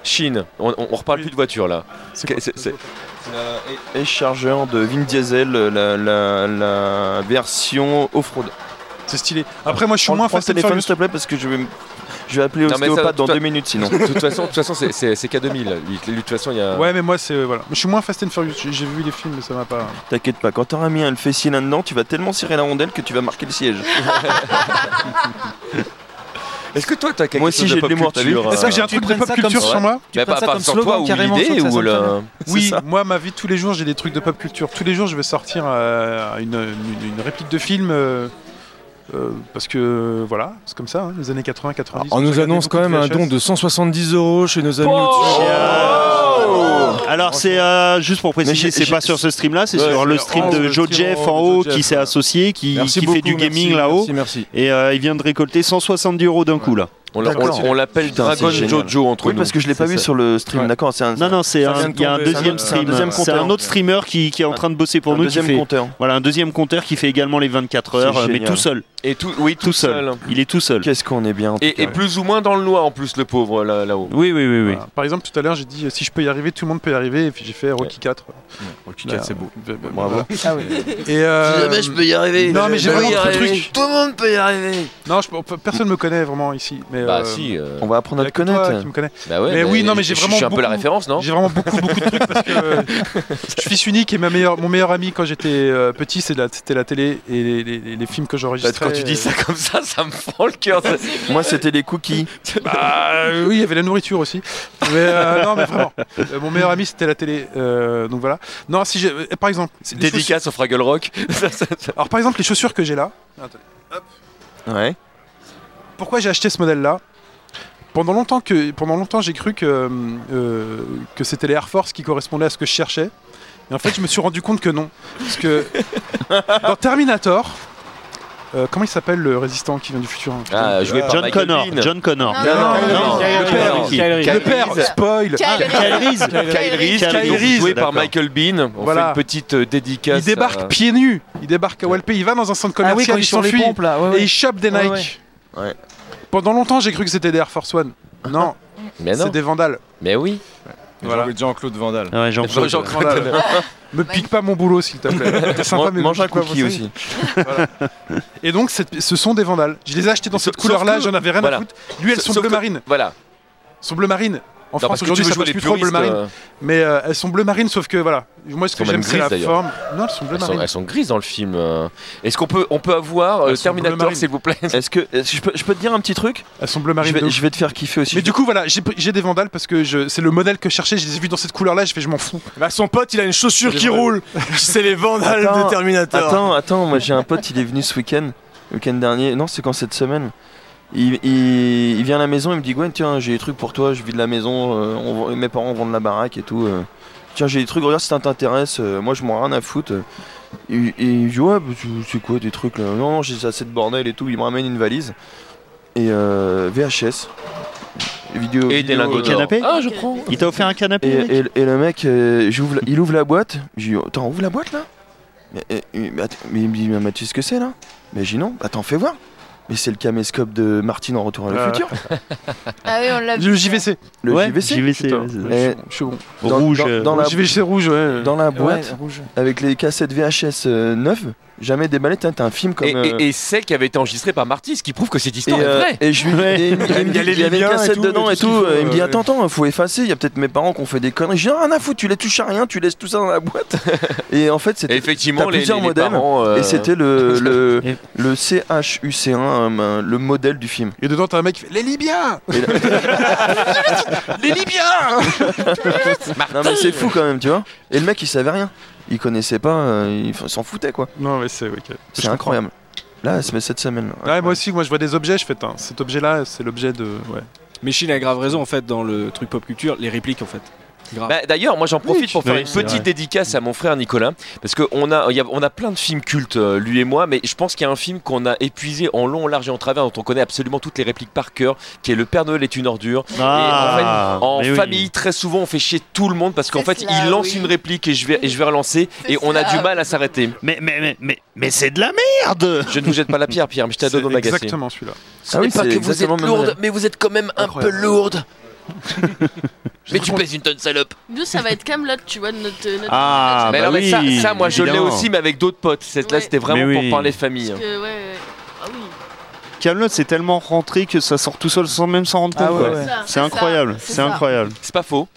[SPEAKER 1] Chine, on, on- on reparle plus de voiture là. Que- c'est- c'est-
[SPEAKER 4] et chargeur de Vin Diesel, euh, la, la- la version off-road.
[SPEAKER 2] C'est stylé. Après, moi, je suis
[SPEAKER 4] Prends-
[SPEAKER 2] moins
[SPEAKER 4] prends le
[SPEAKER 2] Fast and
[SPEAKER 4] téléphone,
[SPEAKER 2] Furious.
[SPEAKER 4] s'il te plaît, parce que je vais, me- je vais appeler
[SPEAKER 1] Non, mais ça,
[SPEAKER 4] ostéopathe dans
[SPEAKER 1] toi-
[SPEAKER 4] deux minutes sinon.
[SPEAKER 1] De toute façon, de toute façon, c'est- c'est c'est K2000. Lui, lui, de toute façon, il y a.
[SPEAKER 2] Ouais, mais moi, c'est. euh, voilà. Je suis moins Fast and Furious. J'ai j'ai vu les films, mais ça m'a pas.
[SPEAKER 4] T'inquiète pas, quand t'auras mis un le fessier là-dedans, tu vas tellement serrer la rondelle que tu vas marquer le siège.
[SPEAKER 1] Est-ce que toi, t'as quelque
[SPEAKER 4] Moi aussi,
[SPEAKER 1] chose
[SPEAKER 4] j'ai de
[SPEAKER 1] pop
[SPEAKER 4] l'humour, t'as vu
[SPEAKER 1] culture, bah,
[SPEAKER 4] Est-ce
[SPEAKER 2] C'est
[SPEAKER 1] euh,
[SPEAKER 2] vrai que j'ai un
[SPEAKER 3] Tu
[SPEAKER 2] truc de
[SPEAKER 3] prennes
[SPEAKER 2] pop
[SPEAKER 3] ça
[SPEAKER 2] culture
[SPEAKER 3] comme-
[SPEAKER 2] sur moi
[SPEAKER 3] Tu
[SPEAKER 4] Mais
[SPEAKER 3] prends
[SPEAKER 4] pas,
[SPEAKER 3] ça
[SPEAKER 4] pas
[SPEAKER 3] comme
[SPEAKER 4] sur
[SPEAKER 3] slogan
[SPEAKER 4] toi ou
[SPEAKER 3] carrément, tu vois,
[SPEAKER 4] l'idée
[SPEAKER 3] ça,
[SPEAKER 4] ou
[SPEAKER 3] ça me
[SPEAKER 4] le.
[SPEAKER 2] Oui,
[SPEAKER 4] C'est ça.
[SPEAKER 2] moi, ma vie de tous les jours, j'ai des trucs de pop culture. Tous les jours, je vais sortir euh, une, une- une réplique de film. euh, euh, parce que voilà, c'est comme ça, hein, les années 80,
[SPEAKER 5] Ah,
[SPEAKER 2] 90.
[SPEAKER 9] On nous
[SPEAKER 2] regardait
[SPEAKER 9] annonce quand
[SPEAKER 2] beaucoup
[SPEAKER 9] même un
[SPEAKER 2] VHS.
[SPEAKER 9] don de 170 euros chez nos amis.
[SPEAKER 5] Oh
[SPEAKER 9] Outil.
[SPEAKER 6] Alors c'est euh, juste pour préciser,
[SPEAKER 4] j'ai-
[SPEAKER 6] c'est
[SPEAKER 4] j'ai-
[SPEAKER 6] pas sur ce stream là, c'est
[SPEAKER 1] Ouais,
[SPEAKER 6] sur
[SPEAKER 1] c'est-
[SPEAKER 6] le stream
[SPEAKER 9] oh,
[SPEAKER 6] de
[SPEAKER 9] le
[SPEAKER 6] Joe
[SPEAKER 9] stream
[SPEAKER 6] Jeff
[SPEAKER 9] en
[SPEAKER 6] en
[SPEAKER 9] haut,
[SPEAKER 6] haut
[SPEAKER 9] Joe
[SPEAKER 6] qui
[SPEAKER 9] Jeff,
[SPEAKER 6] s'est
[SPEAKER 9] ouais.
[SPEAKER 6] associé, qui,
[SPEAKER 9] Merci
[SPEAKER 6] qui
[SPEAKER 9] beaucoup,
[SPEAKER 6] fait du gaming
[SPEAKER 9] merci,
[SPEAKER 6] là-haut.
[SPEAKER 9] Merci, merci.
[SPEAKER 6] Et euh, il vient de récolter 170 euros d'un coup là.
[SPEAKER 1] On l'a-
[SPEAKER 9] D'accord.
[SPEAKER 1] on- on l'appelle
[SPEAKER 4] Putain,
[SPEAKER 1] Dragon
[SPEAKER 4] c'est génial.
[SPEAKER 1] Jojo entre
[SPEAKER 4] Oui,
[SPEAKER 1] nous.
[SPEAKER 4] parce que je l'ai pas
[SPEAKER 1] C'est
[SPEAKER 4] vu
[SPEAKER 1] ça.
[SPEAKER 4] sur le stream,
[SPEAKER 9] Ouais.
[SPEAKER 4] d'accord. C'est un,
[SPEAKER 6] Non non, c'est
[SPEAKER 9] Ça vient
[SPEAKER 6] un-
[SPEAKER 9] de
[SPEAKER 6] il y a un
[SPEAKER 9] tomber, ça,
[SPEAKER 6] deuxième
[SPEAKER 4] c'est un
[SPEAKER 6] stream,
[SPEAKER 4] deuxième
[SPEAKER 6] c'est
[SPEAKER 4] compteur.
[SPEAKER 6] un autre streamer qui, qui est en train de bosser pour
[SPEAKER 4] un
[SPEAKER 6] nous, qui
[SPEAKER 4] deuxième
[SPEAKER 6] fait
[SPEAKER 4] compteur.
[SPEAKER 6] voilà un deuxième compteur qui fait également les 24 heures,
[SPEAKER 4] C'est
[SPEAKER 6] euh, mais
[SPEAKER 4] génial.
[SPEAKER 6] tout seul.
[SPEAKER 1] Et tout, oui, tout,
[SPEAKER 6] Tout seul. Il est tout seul.
[SPEAKER 4] Qu'est-ce qu'on est bien. en tout
[SPEAKER 1] Et, et
[SPEAKER 4] cas.
[SPEAKER 1] plus ou moins dans le noir en plus, le pauvre là- là-haut.
[SPEAKER 6] Oui oui oui oui.
[SPEAKER 2] Voilà. Par exemple, tout à l'heure, j'ai dit euh, si je peux y arriver, tout le monde peut y arriver. Et puis j'ai fait Rocky Bah, 4.
[SPEAKER 9] Rocky IV, c'est beau.
[SPEAKER 4] Bravo.
[SPEAKER 3] Ah oui.
[SPEAKER 2] Et euh,
[SPEAKER 4] Si jamais je peux y arriver.
[SPEAKER 2] non, mais j'ai
[SPEAKER 4] je peux
[SPEAKER 2] vraiment
[SPEAKER 4] y
[SPEAKER 2] trop de
[SPEAKER 4] arriver.
[SPEAKER 2] trucs.
[SPEAKER 4] Tout le monde peut y arriver.
[SPEAKER 2] non, je- personne me connaît vraiment ici. Mais,
[SPEAKER 1] Bah
[SPEAKER 2] euh,
[SPEAKER 1] si. euh,
[SPEAKER 4] On va apprendre
[SPEAKER 2] il y
[SPEAKER 4] à
[SPEAKER 2] a
[SPEAKER 4] te
[SPEAKER 2] que toi
[SPEAKER 4] connaître.
[SPEAKER 2] qui me connais.
[SPEAKER 1] bah ouais,
[SPEAKER 2] mais oui, non, mais j'ai
[SPEAKER 1] je-
[SPEAKER 2] vraiment
[SPEAKER 1] Je suis un peu la
[SPEAKER 2] beaucoup-
[SPEAKER 1] référence, non
[SPEAKER 2] J'ai vraiment beaucoup, beaucoup de trucs parce que euh, je suis unique et ma meilleure, mon meilleur ami quand j'étais euh, petit, c'est la- c'était la, télé et les, les- les- les films que
[SPEAKER 1] Bah,
[SPEAKER 2] j'enregistrais.
[SPEAKER 1] Quand tu dis ça comme ça, ça me fend le cœur. ça.
[SPEAKER 4] Moi, c'était les cookies.
[SPEAKER 2] Bah, euh, oui, il y avait la nourriture aussi. Mais euh, non, mais vraiment. Euh, mon meilleur ami, c'était la télé. euh, donc voilà. Non, si j'ai. euh, par exemple. les chaussures-
[SPEAKER 1] Dédicace au
[SPEAKER 2] [LAUGHS]
[SPEAKER 1] Fraggle Rock. Ça, ça, ça.
[SPEAKER 2] Alors, par exemple, les chaussures que j'ai là.
[SPEAKER 4] Ouais.
[SPEAKER 2] Pourquoi j'ai acheté ce modèle-là pendant longtemps, que, pendant longtemps, j'ai cru que, euh, euh, que c'était les Air Force qui correspondaient à ce que je cherchais. Et en fait, je me suis rendu compte que non. Parce
[SPEAKER 4] [LAUGHS]
[SPEAKER 2] que dans Terminator, euh, comment il s'appelle le résistant qui vient du futur hein, putain
[SPEAKER 1] Ah, joué par
[SPEAKER 6] John
[SPEAKER 1] Michael
[SPEAKER 6] Connor,
[SPEAKER 1] Bean.
[SPEAKER 6] John Connor.
[SPEAKER 8] Non, non,
[SPEAKER 2] non, non,
[SPEAKER 1] le père.
[SPEAKER 2] Le père,
[SPEAKER 1] Reeves.
[SPEAKER 2] spoil
[SPEAKER 4] Ah,
[SPEAKER 2] Ah,
[SPEAKER 8] Kyle
[SPEAKER 6] Kyle Reese.
[SPEAKER 1] Kyle Reese, Kyle
[SPEAKER 6] Kyle Reese,
[SPEAKER 1] Reese, joué
[SPEAKER 6] d'accord.
[SPEAKER 1] par Michael Bean. On
[SPEAKER 2] Voilà.
[SPEAKER 1] fait une petite euh, dédicace.
[SPEAKER 2] Il débarque
[SPEAKER 1] à-
[SPEAKER 2] [LAUGHS] pieds nus. Il débarque à Walpé, il va dans un centre
[SPEAKER 3] Ah
[SPEAKER 2] commercial,
[SPEAKER 3] oui, quand ils
[SPEAKER 2] il
[SPEAKER 3] sont les
[SPEAKER 2] s'enfuit.
[SPEAKER 3] pompes là. ouais,
[SPEAKER 2] Et
[SPEAKER 3] ouais.
[SPEAKER 2] il chope des
[SPEAKER 3] Ouais,
[SPEAKER 2] Nike.
[SPEAKER 4] ouais. Ouais.
[SPEAKER 2] Pendant longtemps, j'ai cru que c'était des Air Force
[SPEAKER 4] [LAUGHS]
[SPEAKER 2] One. Non,
[SPEAKER 1] Mais Eh non.
[SPEAKER 2] c'est des
[SPEAKER 1] [LAUGHS]
[SPEAKER 2] vandales.
[SPEAKER 1] Mais oui.
[SPEAKER 2] Voilà.
[SPEAKER 9] Jean- Jean-Claude Vandal.
[SPEAKER 6] Ouais, Jean-
[SPEAKER 1] Jean-Claude. [LAUGHS]
[SPEAKER 2] Me pique pas mon boulot, s'il te plaît. T'es sympa,
[SPEAKER 4] Man-
[SPEAKER 2] mais me
[SPEAKER 4] Mange un
[SPEAKER 2] pique pas
[SPEAKER 4] cookie
[SPEAKER 2] mon-
[SPEAKER 4] aussi.
[SPEAKER 2] Et donc, cette- ce sont des vandales. Je les ai achetés dans
[SPEAKER 1] Sauf-
[SPEAKER 2] cette couleur-là,
[SPEAKER 1] sauf que-
[SPEAKER 2] j'en avais rien
[SPEAKER 1] voilà.
[SPEAKER 2] à foutre. Lui, elles
[SPEAKER 1] Sauf-
[SPEAKER 2] sont
[SPEAKER 1] sauf
[SPEAKER 2] bleu
[SPEAKER 1] que-
[SPEAKER 2] marine.
[SPEAKER 1] Voilà.
[SPEAKER 2] Sont bleu marine. En
[SPEAKER 1] Non,
[SPEAKER 2] France,
[SPEAKER 1] parce que
[SPEAKER 2] aujourd'hui,
[SPEAKER 1] tu
[SPEAKER 2] ça
[SPEAKER 1] joues
[SPEAKER 2] passe
[SPEAKER 1] les
[SPEAKER 2] plus trop bleu
[SPEAKER 1] puristes.
[SPEAKER 2] marine.
[SPEAKER 1] euh,
[SPEAKER 2] Mais euh, elles sont bleu marine, sauf que voilà. Moi, ce que
[SPEAKER 1] Elles sont
[SPEAKER 2] j'aime,
[SPEAKER 1] même
[SPEAKER 2] c'est la
[SPEAKER 1] grises, d'ailleurs.
[SPEAKER 2] forme. Non, elles sont bleu
[SPEAKER 1] Elles sont,
[SPEAKER 2] marine.
[SPEAKER 1] elles sont grises dans le film. euh. Est-ce qu'on peut, on peut avoir euh,
[SPEAKER 2] Elles sont bleu
[SPEAKER 1] Terminator,
[SPEAKER 2] marine.
[SPEAKER 1] s'il vous plaît
[SPEAKER 4] Est-ce que, est-ce que je, peux, je peux te dire un petit truc
[SPEAKER 2] Elles sont bleu
[SPEAKER 4] je
[SPEAKER 2] marine. de
[SPEAKER 4] vais,
[SPEAKER 2] ouf.
[SPEAKER 4] je vais te faire kiffer aussi.
[SPEAKER 2] Mais du coup, voilà, j'ai pris- j'ai des vandales parce que je- c'est le modèle que je cherchais. Je les ai vus dans cette couleur-là, je fais, je m'en fous.
[SPEAKER 9] Bah, son pote, il a une chaussure
[SPEAKER 2] C'est
[SPEAKER 9] qui
[SPEAKER 2] vrai.
[SPEAKER 9] roule. C'est les vandales
[SPEAKER 4] Attends,
[SPEAKER 9] de Terminator.
[SPEAKER 4] Attends, attends, moi j'ai un pote, il est venu ce week-end, le week-end dernier, non c'est quand cette semaine il, il- il vient à la maison, il me dit Gwen, tiens, j'ai des trucs pour toi, je vis de la maison, euh, on vend- mes parents vendent la baraque et tout. euh. Tiens, j'ai des trucs, regarde si ça t'intéresse, euh, moi je m'en ai rien à foutre. Et, et je dis Ouais, bah, tu- c'est quoi des trucs là Non, non, j'ai assez de bordel et tout, il me ramène une valise. Et euh, VHS. Vidéo,
[SPEAKER 1] Et des
[SPEAKER 4] vidéo,
[SPEAKER 1] lingots
[SPEAKER 4] euh,
[SPEAKER 1] d'or.
[SPEAKER 6] Canapé
[SPEAKER 1] Ah,
[SPEAKER 7] je
[SPEAKER 1] je
[SPEAKER 7] prends.
[SPEAKER 1] prends.
[SPEAKER 6] Il t'a offert un
[SPEAKER 4] et,
[SPEAKER 6] canapé mec
[SPEAKER 4] et- et le mec, euh, j'ouvre la- il ouvre la boîte. J'ai dit, attends, ouvre la boîte là mais, euh, euh, mais att- mais il me dit, mais tu sais ce que c'est là Mais j'ai dit non, attends, fais voir. Mais c'est le caméscope de Martine en Retour à le
[SPEAKER 2] Ouais.
[SPEAKER 4] futur.
[SPEAKER 8] Ah oui, on l'a vu.
[SPEAKER 2] Le JVC.
[SPEAKER 4] Le
[SPEAKER 6] Ouais,
[SPEAKER 4] JVC.
[SPEAKER 6] JVC,
[SPEAKER 4] putain.
[SPEAKER 6] ouais, c'est ça.
[SPEAKER 4] Et
[SPEAKER 2] Je suis bon.
[SPEAKER 4] dans-
[SPEAKER 6] Rouge.
[SPEAKER 4] dans-
[SPEAKER 6] euh,
[SPEAKER 4] dans la-
[SPEAKER 2] Le JVC rouge, ouais.
[SPEAKER 4] Dans la
[SPEAKER 3] Ouais,
[SPEAKER 4] boîte,
[SPEAKER 3] rouge.
[SPEAKER 4] avec les cassettes VHS euh, neuves, jamais déballées, t'as t'as un film comme.
[SPEAKER 1] Et,
[SPEAKER 4] euh,
[SPEAKER 1] et, et c'est qui avait été enregistré par Marty, ce qui prouve que cette
[SPEAKER 4] et,
[SPEAKER 1] histoire est
[SPEAKER 4] euh,
[SPEAKER 1] vraie.
[SPEAKER 4] et je lui et il me- il me
[SPEAKER 9] Il
[SPEAKER 4] dit
[SPEAKER 9] y a les
[SPEAKER 4] qu'il y avait une
[SPEAKER 9] Libyens et
[SPEAKER 4] cassette
[SPEAKER 9] tout,
[SPEAKER 4] dedans
[SPEAKER 9] et
[SPEAKER 4] et
[SPEAKER 9] tout ce
[SPEAKER 4] tout. euh,
[SPEAKER 9] qu'il faut,
[SPEAKER 4] il me dit
[SPEAKER 9] ouais.
[SPEAKER 4] attends, attends, faut effacer. Il y a peut-être mes parents qui ont fait des conneries. J'ai rien à foutre, tu les touches à rien, tu laisses tout ça dans la boîte. et en fait,
[SPEAKER 1] Et
[SPEAKER 4] c'était
[SPEAKER 1] effectivement,
[SPEAKER 4] t'as
[SPEAKER 1] les,
[SPEAKER 4] plusieurs
[SPEAKER 1] les- les
[SPEAKER 4] modèles,
[SPEAKER 1] parents, euh,
[SPEAKER 4] Et
[SPEAKER 1] [LAUGHS]
[SPEAKER 4] c'était le, le,
[SPEAKER 6] Et-
[SPEAKER 4] le CHUC1, euh, le modèle du film.
[SPEAKER 2] Et dedans, t'as un mec qui fait Les
[SPEAKER 9] [LAUGHS]
[SPEAKER 2] Libyens
[SPEAKER 4] Les Libyens Non mais c'est fou quand même, tu vois. Et le mec, il savait rien. Il connaissait pas, euh, il f- s'en foutait quoi.
[SPEAKER 2] Non, mais c'est. ok.
[SPEAKER 4] C'est incroyable. Là, c'est cette semaine.
[SPEAKER 2] Ouais,
[SPEAKER 1] Ah,
[SPEAKER 2] moi aussi, moi je vois des objets, je fais Tain, cet objet-là, c'est l'objet de. Ouais.
[SPEAKER 5] Mais Chine a grave raison en fait dans le truc pop culture, les répliques en fait. Grave.
[SPEAKER 1] Bah, D'ailleurs, moi j'en profite pour faire
[SPEAKER 6] oui,
[SPEAKER 1] une
[SPEAKER 6] c'est
[SPEAKER 1] petite
[SPEAKER 6] vrai.
[SPEAKER 1] dédicace à mon frère Nicolas, parce qu'on a, il y a- on a plein de films cultes, euh, lui et moi, mais je pense qu'il y a un film qu'on a épuisé en long, en large et en travers, dont on connaît absolument toutes les répliques par cœur, qui est Le Père Noël est une ordure. et
[SPEAKER 6] Ah,
[SPEAKER 1] en fait,
[SPEAKER 6] mais
[SPEAKER 1] en
[SPEAKER 6] oui.
[SPEAKER 1] famille, très souvent, on fait chier tout le monde parce qu'en
[SPEAKER 8] C'est
[SPEAKER 1] fait,
[SPEAKER 8] cela,
[SPEAKER 1] il lance
[SPEAKER 8] oui.
[SPEAKER 1] une réplique et je vais, et je vais relancer,
[SPEAKER 8] C'est
[SPEAKER 1] et on a
[SPEAKER 8] cela.
[SPEAKER 1] du mal à s'arrêter.
[SPEAKER 6] Mais, mais, mais, mais, mais c'est de la merde
[SPEAKER 1] Je ne vous jette pas la pierre, Pierre, mais je t'adore d'en agacer.
[SPEAKER 2] exactement celui-là.
[SPEAKER 1] Ce
[SPEAKER 4] Ah oui,
[SPEAKER 1] n'est pas
[SPEAKER 4] c'est
[SPEAKER 1] que vous
[SPEAKER 4] exactement
[SPEAKER 1] êtes
[SPEAKER 4] le même
[SPEAKER 1] lourde,
[SPEAKER 4] modèle.
[SPEAKER 1] mais vous êtes quand même un
[SPEAKER 4] Incroyable.
[SPEAKER 1] peu
[SPEAKER 4] [LAUGHS]
[SPEAKER 1] lourde. [LAUGHS] mais tu
[SPEAKER 2] Franchement-
[SPEAKER 1] pèses une tonne salope.
[SPEAKER 7] Nous, ça va être Camelot, tu vois, notre. notre
[SPEAKER 6] Ah,
[SPEAKER 1] mais
[SPEAKER 6] bah
[SPEAKER 1] non, mais
[SPEAKER 6] oui,
[SPEAKER 1] ça, ça, moi je l'ai
[SPEAKER 6] évidemment.
[SPEAKER 1] aussi, mais avec d'autres potes. Cette là,
[SPEAKER 7] Ouais.
[SPEAKER 1] c'était vraiment
[SPEAKER 6] Mais oui.
[SPEAKER 1] pour parler
[SPEAKER 7] parce
[SPEAKER 1] famille.
[SPEAKER 7] que, ouais, ouais. Ah oui.
[SPEAKER 6] Camelot, c'est tellement rentré que ça sort tout seul sans même s'en rendre compte.
[SPEAKER 3] Ah ouais,
[SPEAKER 6] quoi.
[SPEAKER 3] ouais.
[SPEAKER 7] ça,
[SPEAKER 6] C'est incroyable,
[SPEAKER 7] ça,
[SPEAKER 6] c'est incroyable.
[SPEAKER 1] C'est pas faux.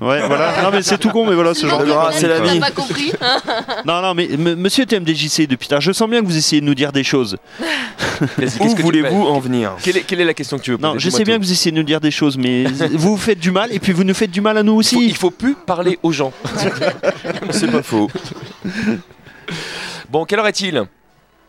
[SPEAKER 6] Ouais, voilà. Non, mais c'est tout con, mais voilà ce genre de
[SPEAKER 4] Laura,
[SPEAKER 6] conneries,
[SPEAKER 4] c'est la
[SPEAKER 6] quoi.
[SPEAKER 4] vie.
[SPEAKER 7] T'as pas compris hein
[SPEAKER 6] Non, non, mais m- monsieur TMDJC depuis tard, je sens bien que vous essayez de nous dire des choses.
[SPEAKER 1] Vas-y,
[SPEAKER 4] Où
[SPEAKER 1] qu'est-ce que tu-
[SPEAKER 4] voulez-vous en venir
[SPEAKER 1] quelle, est, quelle est la question que tu veux poser
[SPEAKER 6] Non, je
[SPEAKER 1] Dis-moi
[SPEAKER 6] sais bien
[SPEAKER 1] tout.
[SPEAKER 6] que vous essayez de nous dire des
[SPEAKER 1] [LAUGHS]
[SPEAKER 6] choses, mais vous vous faites du mal et puis vous nous faites du mal à nous
[SPEAKER 1] Faut-
[SPEAKER 6] aussi.
[SPEAKER 1] il faut plus parler aux gens.
[SPEAKER 4] C'est pas [LAUGHS] faux.
[SPEAKER 1] Bon, quelle heure est-il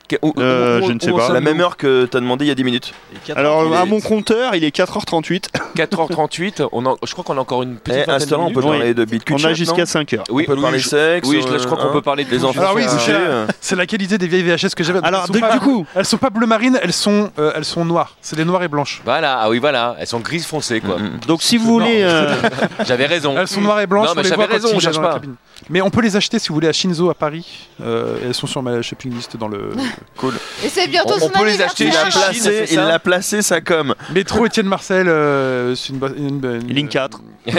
[SPEAKER 1] Que- où-
[SPEAKER 6] Euh,
[SPEAKER 1] où-
[SPEAKER 6] je
[SPEAKER 1] où-
[SPEAKER 6] ne sais
[SPEAKER 1] où en
[SPEAKER 6] pas.
[SPEAKER 4] La
[SPEAKER 1] sommes-nous
[SPEAKER 4] même heure que t'as demandé il y a 10 minutes.
[SPEAKER 6] Alors,
[SPEAKER 4] Il
[SPEAKER 6] à
[SPEAKER 4] est-
[SPEAKER 6] mon compteur, il
[SPEAKER 1] [LAUGHS]
[SPEAKER 6] est 4h38.
[SPEAKER 1] 4h38, on en- je crois qu'on a encore une petite
[SPEAKER 4] Eh, à
[SPEAKER 1] vingtaine
[SPEAKER 4] ce
[SPEAKER 1] de
[SPEAKER 4] temps-là, on peut
[SPEAKER 1] minutes.
[SPEAKER 6] Oui.
[SPEAKER 4] parler de Bitcoin.
[SPEAKER 6] On a jusqu'à 5h.
[SPEAKER 1] Oui,
[SPEAKER 4] on peut
[SPEAKER 1] oui,
[SPEAKER 4] parler
[SPEAKER 1] je-
[SPEAKER 4] sexe.
[SPEAKER 1] oui, je, je crois
[SPEAKER 4] euh,
[SPEAKER 1] qu'on peut
[SPEAKER 4] hein.
[SPEAKER 1] parler des
[SPEAKER 4] Les enfants
[SPEAKER 1] enfants.
[SPEAKER 2] Alors oui,
[SPEAKER 4] sont
[SPEAKER 2] c'est
[SPEAKER 4] couchés,
[SPEAKER 2] ça.
[SPEAKER 4] euh,
[SPEAKER 2] C'est la qualité des vieilles VHS que j'avais.
[SPEAKER 6] Alors,
[SPEAKER 2] Elles sont
[SPEAKER 6] donc,
[SPEAKER 2] pas-
[SPEAKER 6] du coup,
[SPEAKER 2] elles sont pas bleu marine, elles sont, euh, elles sont noires. C'est les noires et blanches.
[SPEAKER 1] Voilà, ah oui, voilà, elles sont grises foncées quoi.
[SPEAKER 4] Mm, mm.
[SPEAKER 6] donc si vous
[SPEAKER 1] [LAUGHS]
[SPEAKER 6] voulez. euh,
[SPEAKER 1] J'avais raison.
[SPEAKER 2] Elles sont
[SPEAKER 1] [LAUGHS]
[SPEAKER 2] noires et blanches.
[SPEAKER 1] Mm.
[SPEAKER 2] on
[SPEAKER 1] Non, mais
[SPEAKER 2] les
[SPEAKER 1] j'avais
[SPEAKER 2] voit quand
[SPEAKER 1] raison,
[SPEAKER 2] ils
[SPEAKER 1] on
[SPEAKER 2] viennent
[SPEAKER 1] cherche
[SPEAKER 2] dans la
[SPEAKER 1] pas.
[SPEAKER 2] cabine. Mais on peut les acheter si vous voulez à Shinzo à Paris. Euh, elles sont sur ma shopping list dans le
[SPEAKER 8] Et c'est bientôt
[SPEAKER 1] On- on
[SPEAKER 8] son
[SPEAKER 1] peut les acheter
[SPEAKER 4] Il a
[SPEAKER 1] chez Chine,
[SPEAKER 4] placé,
[SPEAKER 1] c'est
[SPEAKER 4] il
[SPEAKER 1] ça
[SPEAKER 4] a placé sa com.
[SPEAKER 2] métro Étienne Marcel. euh, c'est une, ba- une- une-
[SPEAKER 6] Ligne 4.
[SPEAKER 2] [LAUGHS] Non,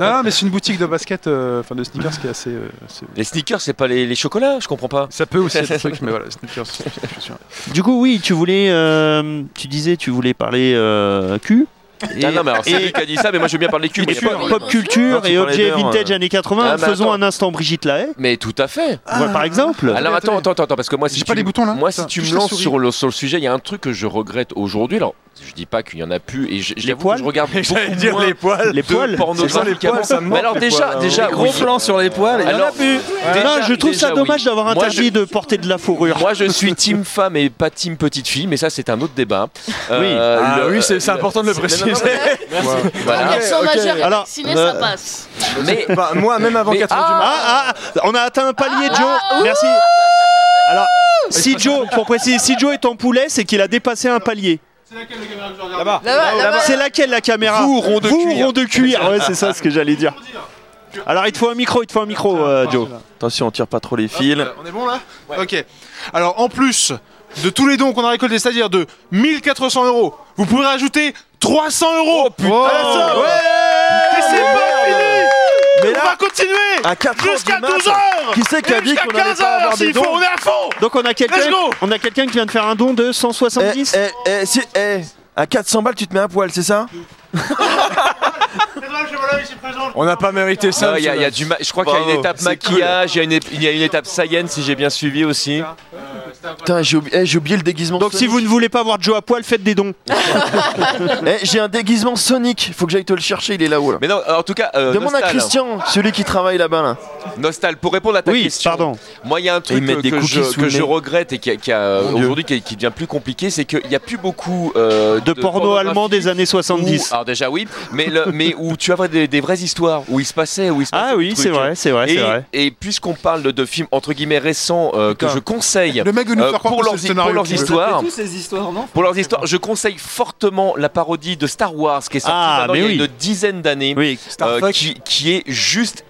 [SPEAKER 2] non, mais c'est une boutique de basket, euh, enfin de sneakers qui est assez. euh, assez-
[SPEAKER 1] les sneakers, c'est pas les, les chocolats, je comprends pas.
[SPEAKER 2] Ça peut aussi être un truc, mais voilà, sneakers. je suis sûr.
[SPEAKER 6] Du coup, oui, tu voulais. euh, tu disais, tu voulais parler euh, cul. Et,
[SPEAKER 1] ah non, mais alors c'est
[SPEAKER 6] et-
[SPEAKER 1] lui qui a dit ça, mais moi je veux bien parler cul.
[SPEAKER 6] et
[SPEAKER 1] Mais, il y a
[SPEAKER 6] pop,
[SPEAKER 1] pas-
[SPEAKER 7] pas-
[SPEAKER 6] pop
[SPEAKER 4] hein. Non,
[SPEAKER 6] culture
[SPEAKER 4] tu
[SPEAKER 6] et
[SPEAKER 4] parlais
[SPEAKER 6] objets
[SPEAKER 4] d'heures,
[SPEAKER 6] vintages
[SPEAKER 4] euh.
[SPEAKER 6] années 80.
[SPEAKER 1] Ah, mais
[SPEAKER 6] Faisons
[SPEAKER 1] attends. Ah,
[SPEAKER 6] un instant Brigitte Lahaye,
[SPEAKER 1] mais tout à fait.
[SPEAKER 6] voilà, par exemple.
[SPEAKER 1] Alors attends, attends, attends, parce que moi si
[SPEAKER 2] J'ai
[SPEAKER 1] tu,
[SPEAKER 2] pas les boutons là.
[SPEAKER 1] moi, si
[SPEAKER 2] Putain,
[SPEAKER 1] tu me
[SPEAKER 2] juste la
[SPEAKER 1] lances
[SPEAKER 2] souris.
[SPEAKER 1] sur le, sur le sujet, il y a un truc que je regrette aujourd'hui. Alors, je dis pas qu'il y en a plus, et je, je
[SPEAKER 6] Les
[SPEAKER 1] l'avoue que
[SPEAKER 6] poils
[SPEAKER 1] je regarde beaucoup
[SPEAKER 9] J'allais dire
[SPEAKER 1] moins
[SPEAKER 9] les poils.
[SPEAKER 6] les
[SPEAKER 1] de
[SPEAKER 6] poils.
[SPEAKER 1] pornographies
[SPEAKER 9] C'est ça, les poils,
[SPEAKER 1] qu'avant.
[SPEAKER 9] ça me
[SPEAKER 1] Mais alors
[SPEAKER 9] manque, les
[SPEAKER 1] déjà,
[SPEAKER 9] poils, hein.
[SPEAKER 1] déjà,
[SPEAKER 9] Les
[SPEAKER 3] Gros
[SPEAKER 1] oui.
[SPEAKER 3] plan sur les poils, il y en a
[SPEAKER 1] Alors-
[SPEAKER 3] plus
[SPEAKER 6] Non,
[SPEAKER 1] Déjà-
[SPEAKER 6] je trouve ça
[SPEAKER 1] déjà,
[SPEAKER 6] dommage
[SPEAKER 1] oui.
[SPEAKER 6] d'avoir
[SPEAKER 1] Moi,
[SPEAKER 6] interdit
[SPEAKER 1] je- Ah,
[SPEAKER 6] de porter de la fourrure.
[SPEAKER 1] Moi, je suis team femme et pas team petite fille, mais ça, c'est un autre débat. Euh,
[SPEAKER 9] Ah
[SPEAKER 1] le-
[SPEAKER 9] oui, c'est c'est
[SPEAKER 1] le-
[SPEAKER 9] important de le
[SPEAKER 1] c'est- non, non,
[SPEAKER 9] préciser.
[SPEAKER 1] non, Voilà.
[SPEAKER 7] Garçon
[SPEAKER 9] ok.
[SPEAKER 7] majeur et
[SPEAKER 6] Alors,
[SPEAKER 7] vacciné,
[SPEAKER 6] euh,
[SPEAKER 7] ça passe.
[SPEAKER 9] [LAUGHS]
[SPEAKER 1] Mais
[SPEAKER 9] Bah, moi, même avant
[SPEAKER 1] Mais-
[SPEAKER 9] 4 heures du matin.
[SPEAKER 6] Ah, ah, on a atteint un palier, Joe. Merci. Alors, si Joe, pour préciser, si Joe est en poulet, c'est qu'il a dépassé un palier.
[SPEAKER 9] Là-bas.
[SPEAKER 8] Là-bas, là-bas.
[SPEAKER 6] C'est laquelle la caméra
[SPEAKER 9] Vous, rond de cuir.
[SPEAKER 6] rond de cuir. Ouais, c'est ça ce que j'allais dire. Alors, il te faut un micro, il te faut un micro, euh, Joe.
[SPEAKER 4] Attention, on tire pas trop les fils.
[SPEAKER 9] On est bon là Ok. Alors en plus de tous les dons qu'on a récoltés, c'est-à-dire de 1400 euros, vous pourrez rajouter 300 euros putain Et c'est pas fini
[SPEAKER 4] Mais
[SPEAKER 9] On
[SPEAKER 4] là,
[SPEAKER 9] va continuer
[SPEAKER 4] à 4 heures
[SPEAKER 9] Jusqu'à
[SPEAKER 4] du matin,
[SPEAKER 9] 12 heures
[SPEAKER 4] Qui c'est qui a dit
[SPEAKER 9] Jusqu'à
[SPEAKER 4] qu'on allait
[SPEAKER 9] 15
[SPEAKER 4] pas avoir
[SPEAKER 9] heures
[SPEAKER 4] des
[SPEAKER 9] s'il faut,
[SPEAKER 4] dons
[SPEAKER 9] on est à fond
[SPEAKER 6] Donc, on a quelqu'un
[SPEAKER 9] Let's go
[SPEAKER 6] on a quelqu'un qui vient de faire un don de
[SPEAKER 4] Eh,
[SPEAKER 6] 170.
[SPEAKER 4] eh, eh, si, eh, à 400 balles, tu te mets un poil,
[SPEAKER 9] [LAUGHS]
[SPEAKER 4] c'est ça
[SPEAKER 9] On n'a pas mérité
[SPEAKER 1] ça, Ah, il y a, il y a du ma- je crois qu'il y a une
[SPEAKER 4] Bravo,
[SPEAKER 1] étape
[SPEAKER 4] c'est
[SPEAKER 1] maquillage, il y a une ép- il y, a une étape science, si j'ai bien suivi aussi.
[SPEAKER 4] Putain, j'ai oublié, eh, j'ai oublié le déguisement
[SPEAKER 6] Donc, si
[SPEAKER 4] Sonic.
[SPEAKER 6] vous ne voulez pas voir Joe à poil, faites des dons.
[SPEAKER 4] Eh, j'ai un déguisement Sonic, faut que j'aille te le chercher, il est là-haut là.
[SPEAKER 1] Mais non, en tout cas, euh,
[SPEAKER 4] Demande à
[SPEAKER 1] Nostal, hein.
[SPEAKER 4] Christian, celui qui travaille là-bas là.
[SPEAKER 1] Nostal, pour répondre à ta
[SPEAKER 6] Oui,
[SPEAKER 1] question,
[SPEAKER 6] pardon.
[SPEAKER 1] moi il y a un
[SPEAKER 4] ils
[SPEAKER 1] truc
[SPEAKER 4] mettent
[SPEAKER 1] euh,
[SPEAKER 4] des
[SPEAKER 1] que,
[SPEAKER 4] cookies
[SPEAKER 1] je,
[SPEAKER 4] sous
[SPEAKER 1] que
[SPEAKER 4] le
[SPEAKER 1] je
[SPEAKER 4] nez.
[SPEAKER 1] aujourd'hui qui, qui a-
[SPEAKER 4] Mon Dieu.
[SPEAKER 1] aujourd'hui qui, qui devient plus compliqué, c'est qu'il n'y a plus beaucoup euh,
[SPEAKER 6] De porno
[SPEAKER 1] pornographie
[SPEAKER 6] allemand des années
[SPEAKER 1] où-
[SPEAKER 6] 70.
[SPEAKER 1] alors déjà oui, mais, le- mais où tu avais des, des vraies histoires, où il se passait, où il se passait
[SPEAKER 6] Ah
[SPEAKER 1] des
[SPEAKER 6] oui,
[SPEAKER 1] trucs.
[SPEAKER 6] c'est vrai, c'est vrai, c'est
[SPEAKER 1] Et,
[SPEAKER 6] vrai.
[SPEAKER 1] et puisqu'on parle de, de films entre guillemets récents euh, que
[SPEAKER 2] Putain.
[SPEAKER 1] je conseille
[SPEAKER 2] Le mec veut nous
[SPEAKER 1] euh,
[SPEAKER 2] faire croire
[SPEAKER 1] pour,
[SPEAKER 2] que c'est le scénario
[SPEAKER 1] leurs, hi- pour leurs
[SPEAKER 2] qu'il veut.
[SPEAKER 1] histoires,
[SPEAKER 3] tous ces histoires, non
[SPEAKER 1] pour leurs histoires, je conseille fortement la parodie de Star Wars qui est sortie
[SPEAKER 6] Ah,
[SPEAKER 1] maintenant
[SPEAKER 6] mais
[SPEAKER 1] il y a
[SPEAKER 6] oui.
[SPEAKER 1] une dizaine d'années.
[SPEAKER 6] Oui,
[SPEAKER 1] euh, qui, qui est juste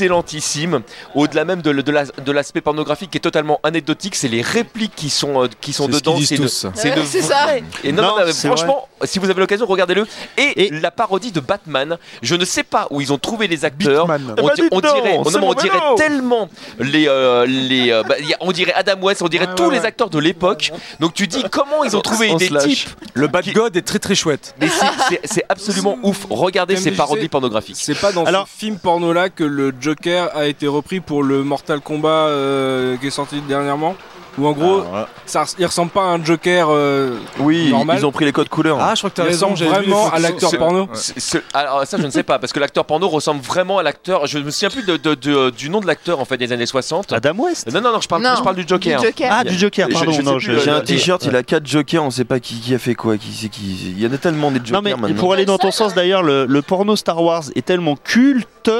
[SPEAKER 1] excellentissime au-delà même de, le- de la- de l'aspect pornographique qui est totalement anecdotique c'est les répliques qui sont, euh, qui sont
[SPEAKER 9] C'est ce qu'ils
[SPEAKER 1] dedans
[SPEAKER 9] disent
[SPEAKER 1] c'est une-
[SPEAKER 9] tous.
[SPEAKER 1] c'est une
[SPEAKER 8] Ouais, c'est ça.
[SPEAKER 1] et non,
[SPEAKER 6] Non,
[SPEAKER 1] non, non, mais
[SPEAKER 6] c'est
[SPEAKER 1] franchement, si vous avez l'occasion, regardez-le. Et,
[SPEAKER 6] Et-
[SPEAKER 1] la parodie de Batman, je ne sais pas où ils ont trouvé les acteurs.
[SPEAKER 2] Batman.
[SPEAKER 1] On,
[SPEAKER 4] bah
[SPEAKER 1] di- on
[SPEAKER 4] dites donc,
[SPEAKER 1] dirait, on-
[SPEAKER 4] c'est
[SPEAKER 1] non, mais on
[SPEAKER 4] mon
[SPEAKER 1] dirait
[SPEAKER 4] vélo.
[SPEAKER 1] tellement les, euh, les euh, bah, y a- on dirait Adam West, on dirait tous les acteurs de l'époque. Donc tu dis comment ils ont trouvé
[SPEAKER 4] on
[SPEAKER 1] des
[SPEAKER 4] se lâche.
[SPEAKER 1] types,
[SPEAKER 9] Le Bad God est très très chouette.
[SPEAKER 1] mais c'est- c'est- c'est absolument ouf. Regardez
[SPEAKER 5] Même
[SPEAKER 1] ces
[SPEAKER 5] les
[SPEAKER 1] parodies
[SPEAKER 5] lycées.
[SPEAKER 1] pornographiques.
[SPEAKER 5] C'est pas dans
[SPEAKER 6] Alors-
[SPEAKER 5] ce film porno là que le Joker a été repris pour le Mortal Kombat euh, qui est sorti dernièrement Ou
[SPEAKER 6] Ah,
[SPEAKER 5] en gros, ça, res- il ressemble pas à un Joker. euh,
[SPEAKER 4] Oui,
[SPEAKER 5] Normal.
[SPEAKER 4] ils ont pris les codes couleurs.
[SPEAKER 9] Ah, je crois que t'as
[SPEAKER 5] Il
[SPEAKER 9] raison,
[SPEAKER 5] ressemble
[SPEAKER 9] j'avais vu les
[SPEAKER 5] vraiment
[SPEAKER 9] photos.
[SPEAKER 5] à l'acteur
[SPEAKER 9] C'est-
[SPEAKER 5] porno.
[SPEAKER 9] Ouais.
[SPEAKER 1] C'est- c'est- alors ça je ne sais pas parce que l'acteur porno ressemble vraiment à l'acteur. Je me souviens plus de- de- de- du nom de l'acteur en fait des années 60.
[SPEAKER 9] Ah.
[SPEAKER 6] Adam West.
[SPEAKER 1] Non non non, je parle,
[SPEAKER 8] Non,
[SPEAKER 1] je parle du Joker.
[SPEAKER 8] Du Joker.
[SPEAKER 6] Ah, du Joker,
[SPEAKER 1] Je-
[SPEAKER 6] pardon.
[SPEAKER 1] je sais
[SPEAKER 6] non,
[SPEAKER 1] plus,
[SPEAKER 6] je-
[SPEAKER 1] euh,
[SPEAKER 4] J'ai un
[SPEAKER 1] le-
[SPEAKER 4] t-shirt, il a 4 jokers, on sait pas qui, qui a fait quoi, qui c'est qui. Il y en a tellement des
[SPEAKER 6] Non
[SPEAKER 4] jokers
[SPEAKER 6] mais
[SPEAKER 4] maintenant.
[SPEAKER 6] pour aller dans ton sens d'ailleurs, le, le porno Star Wars est tellement culte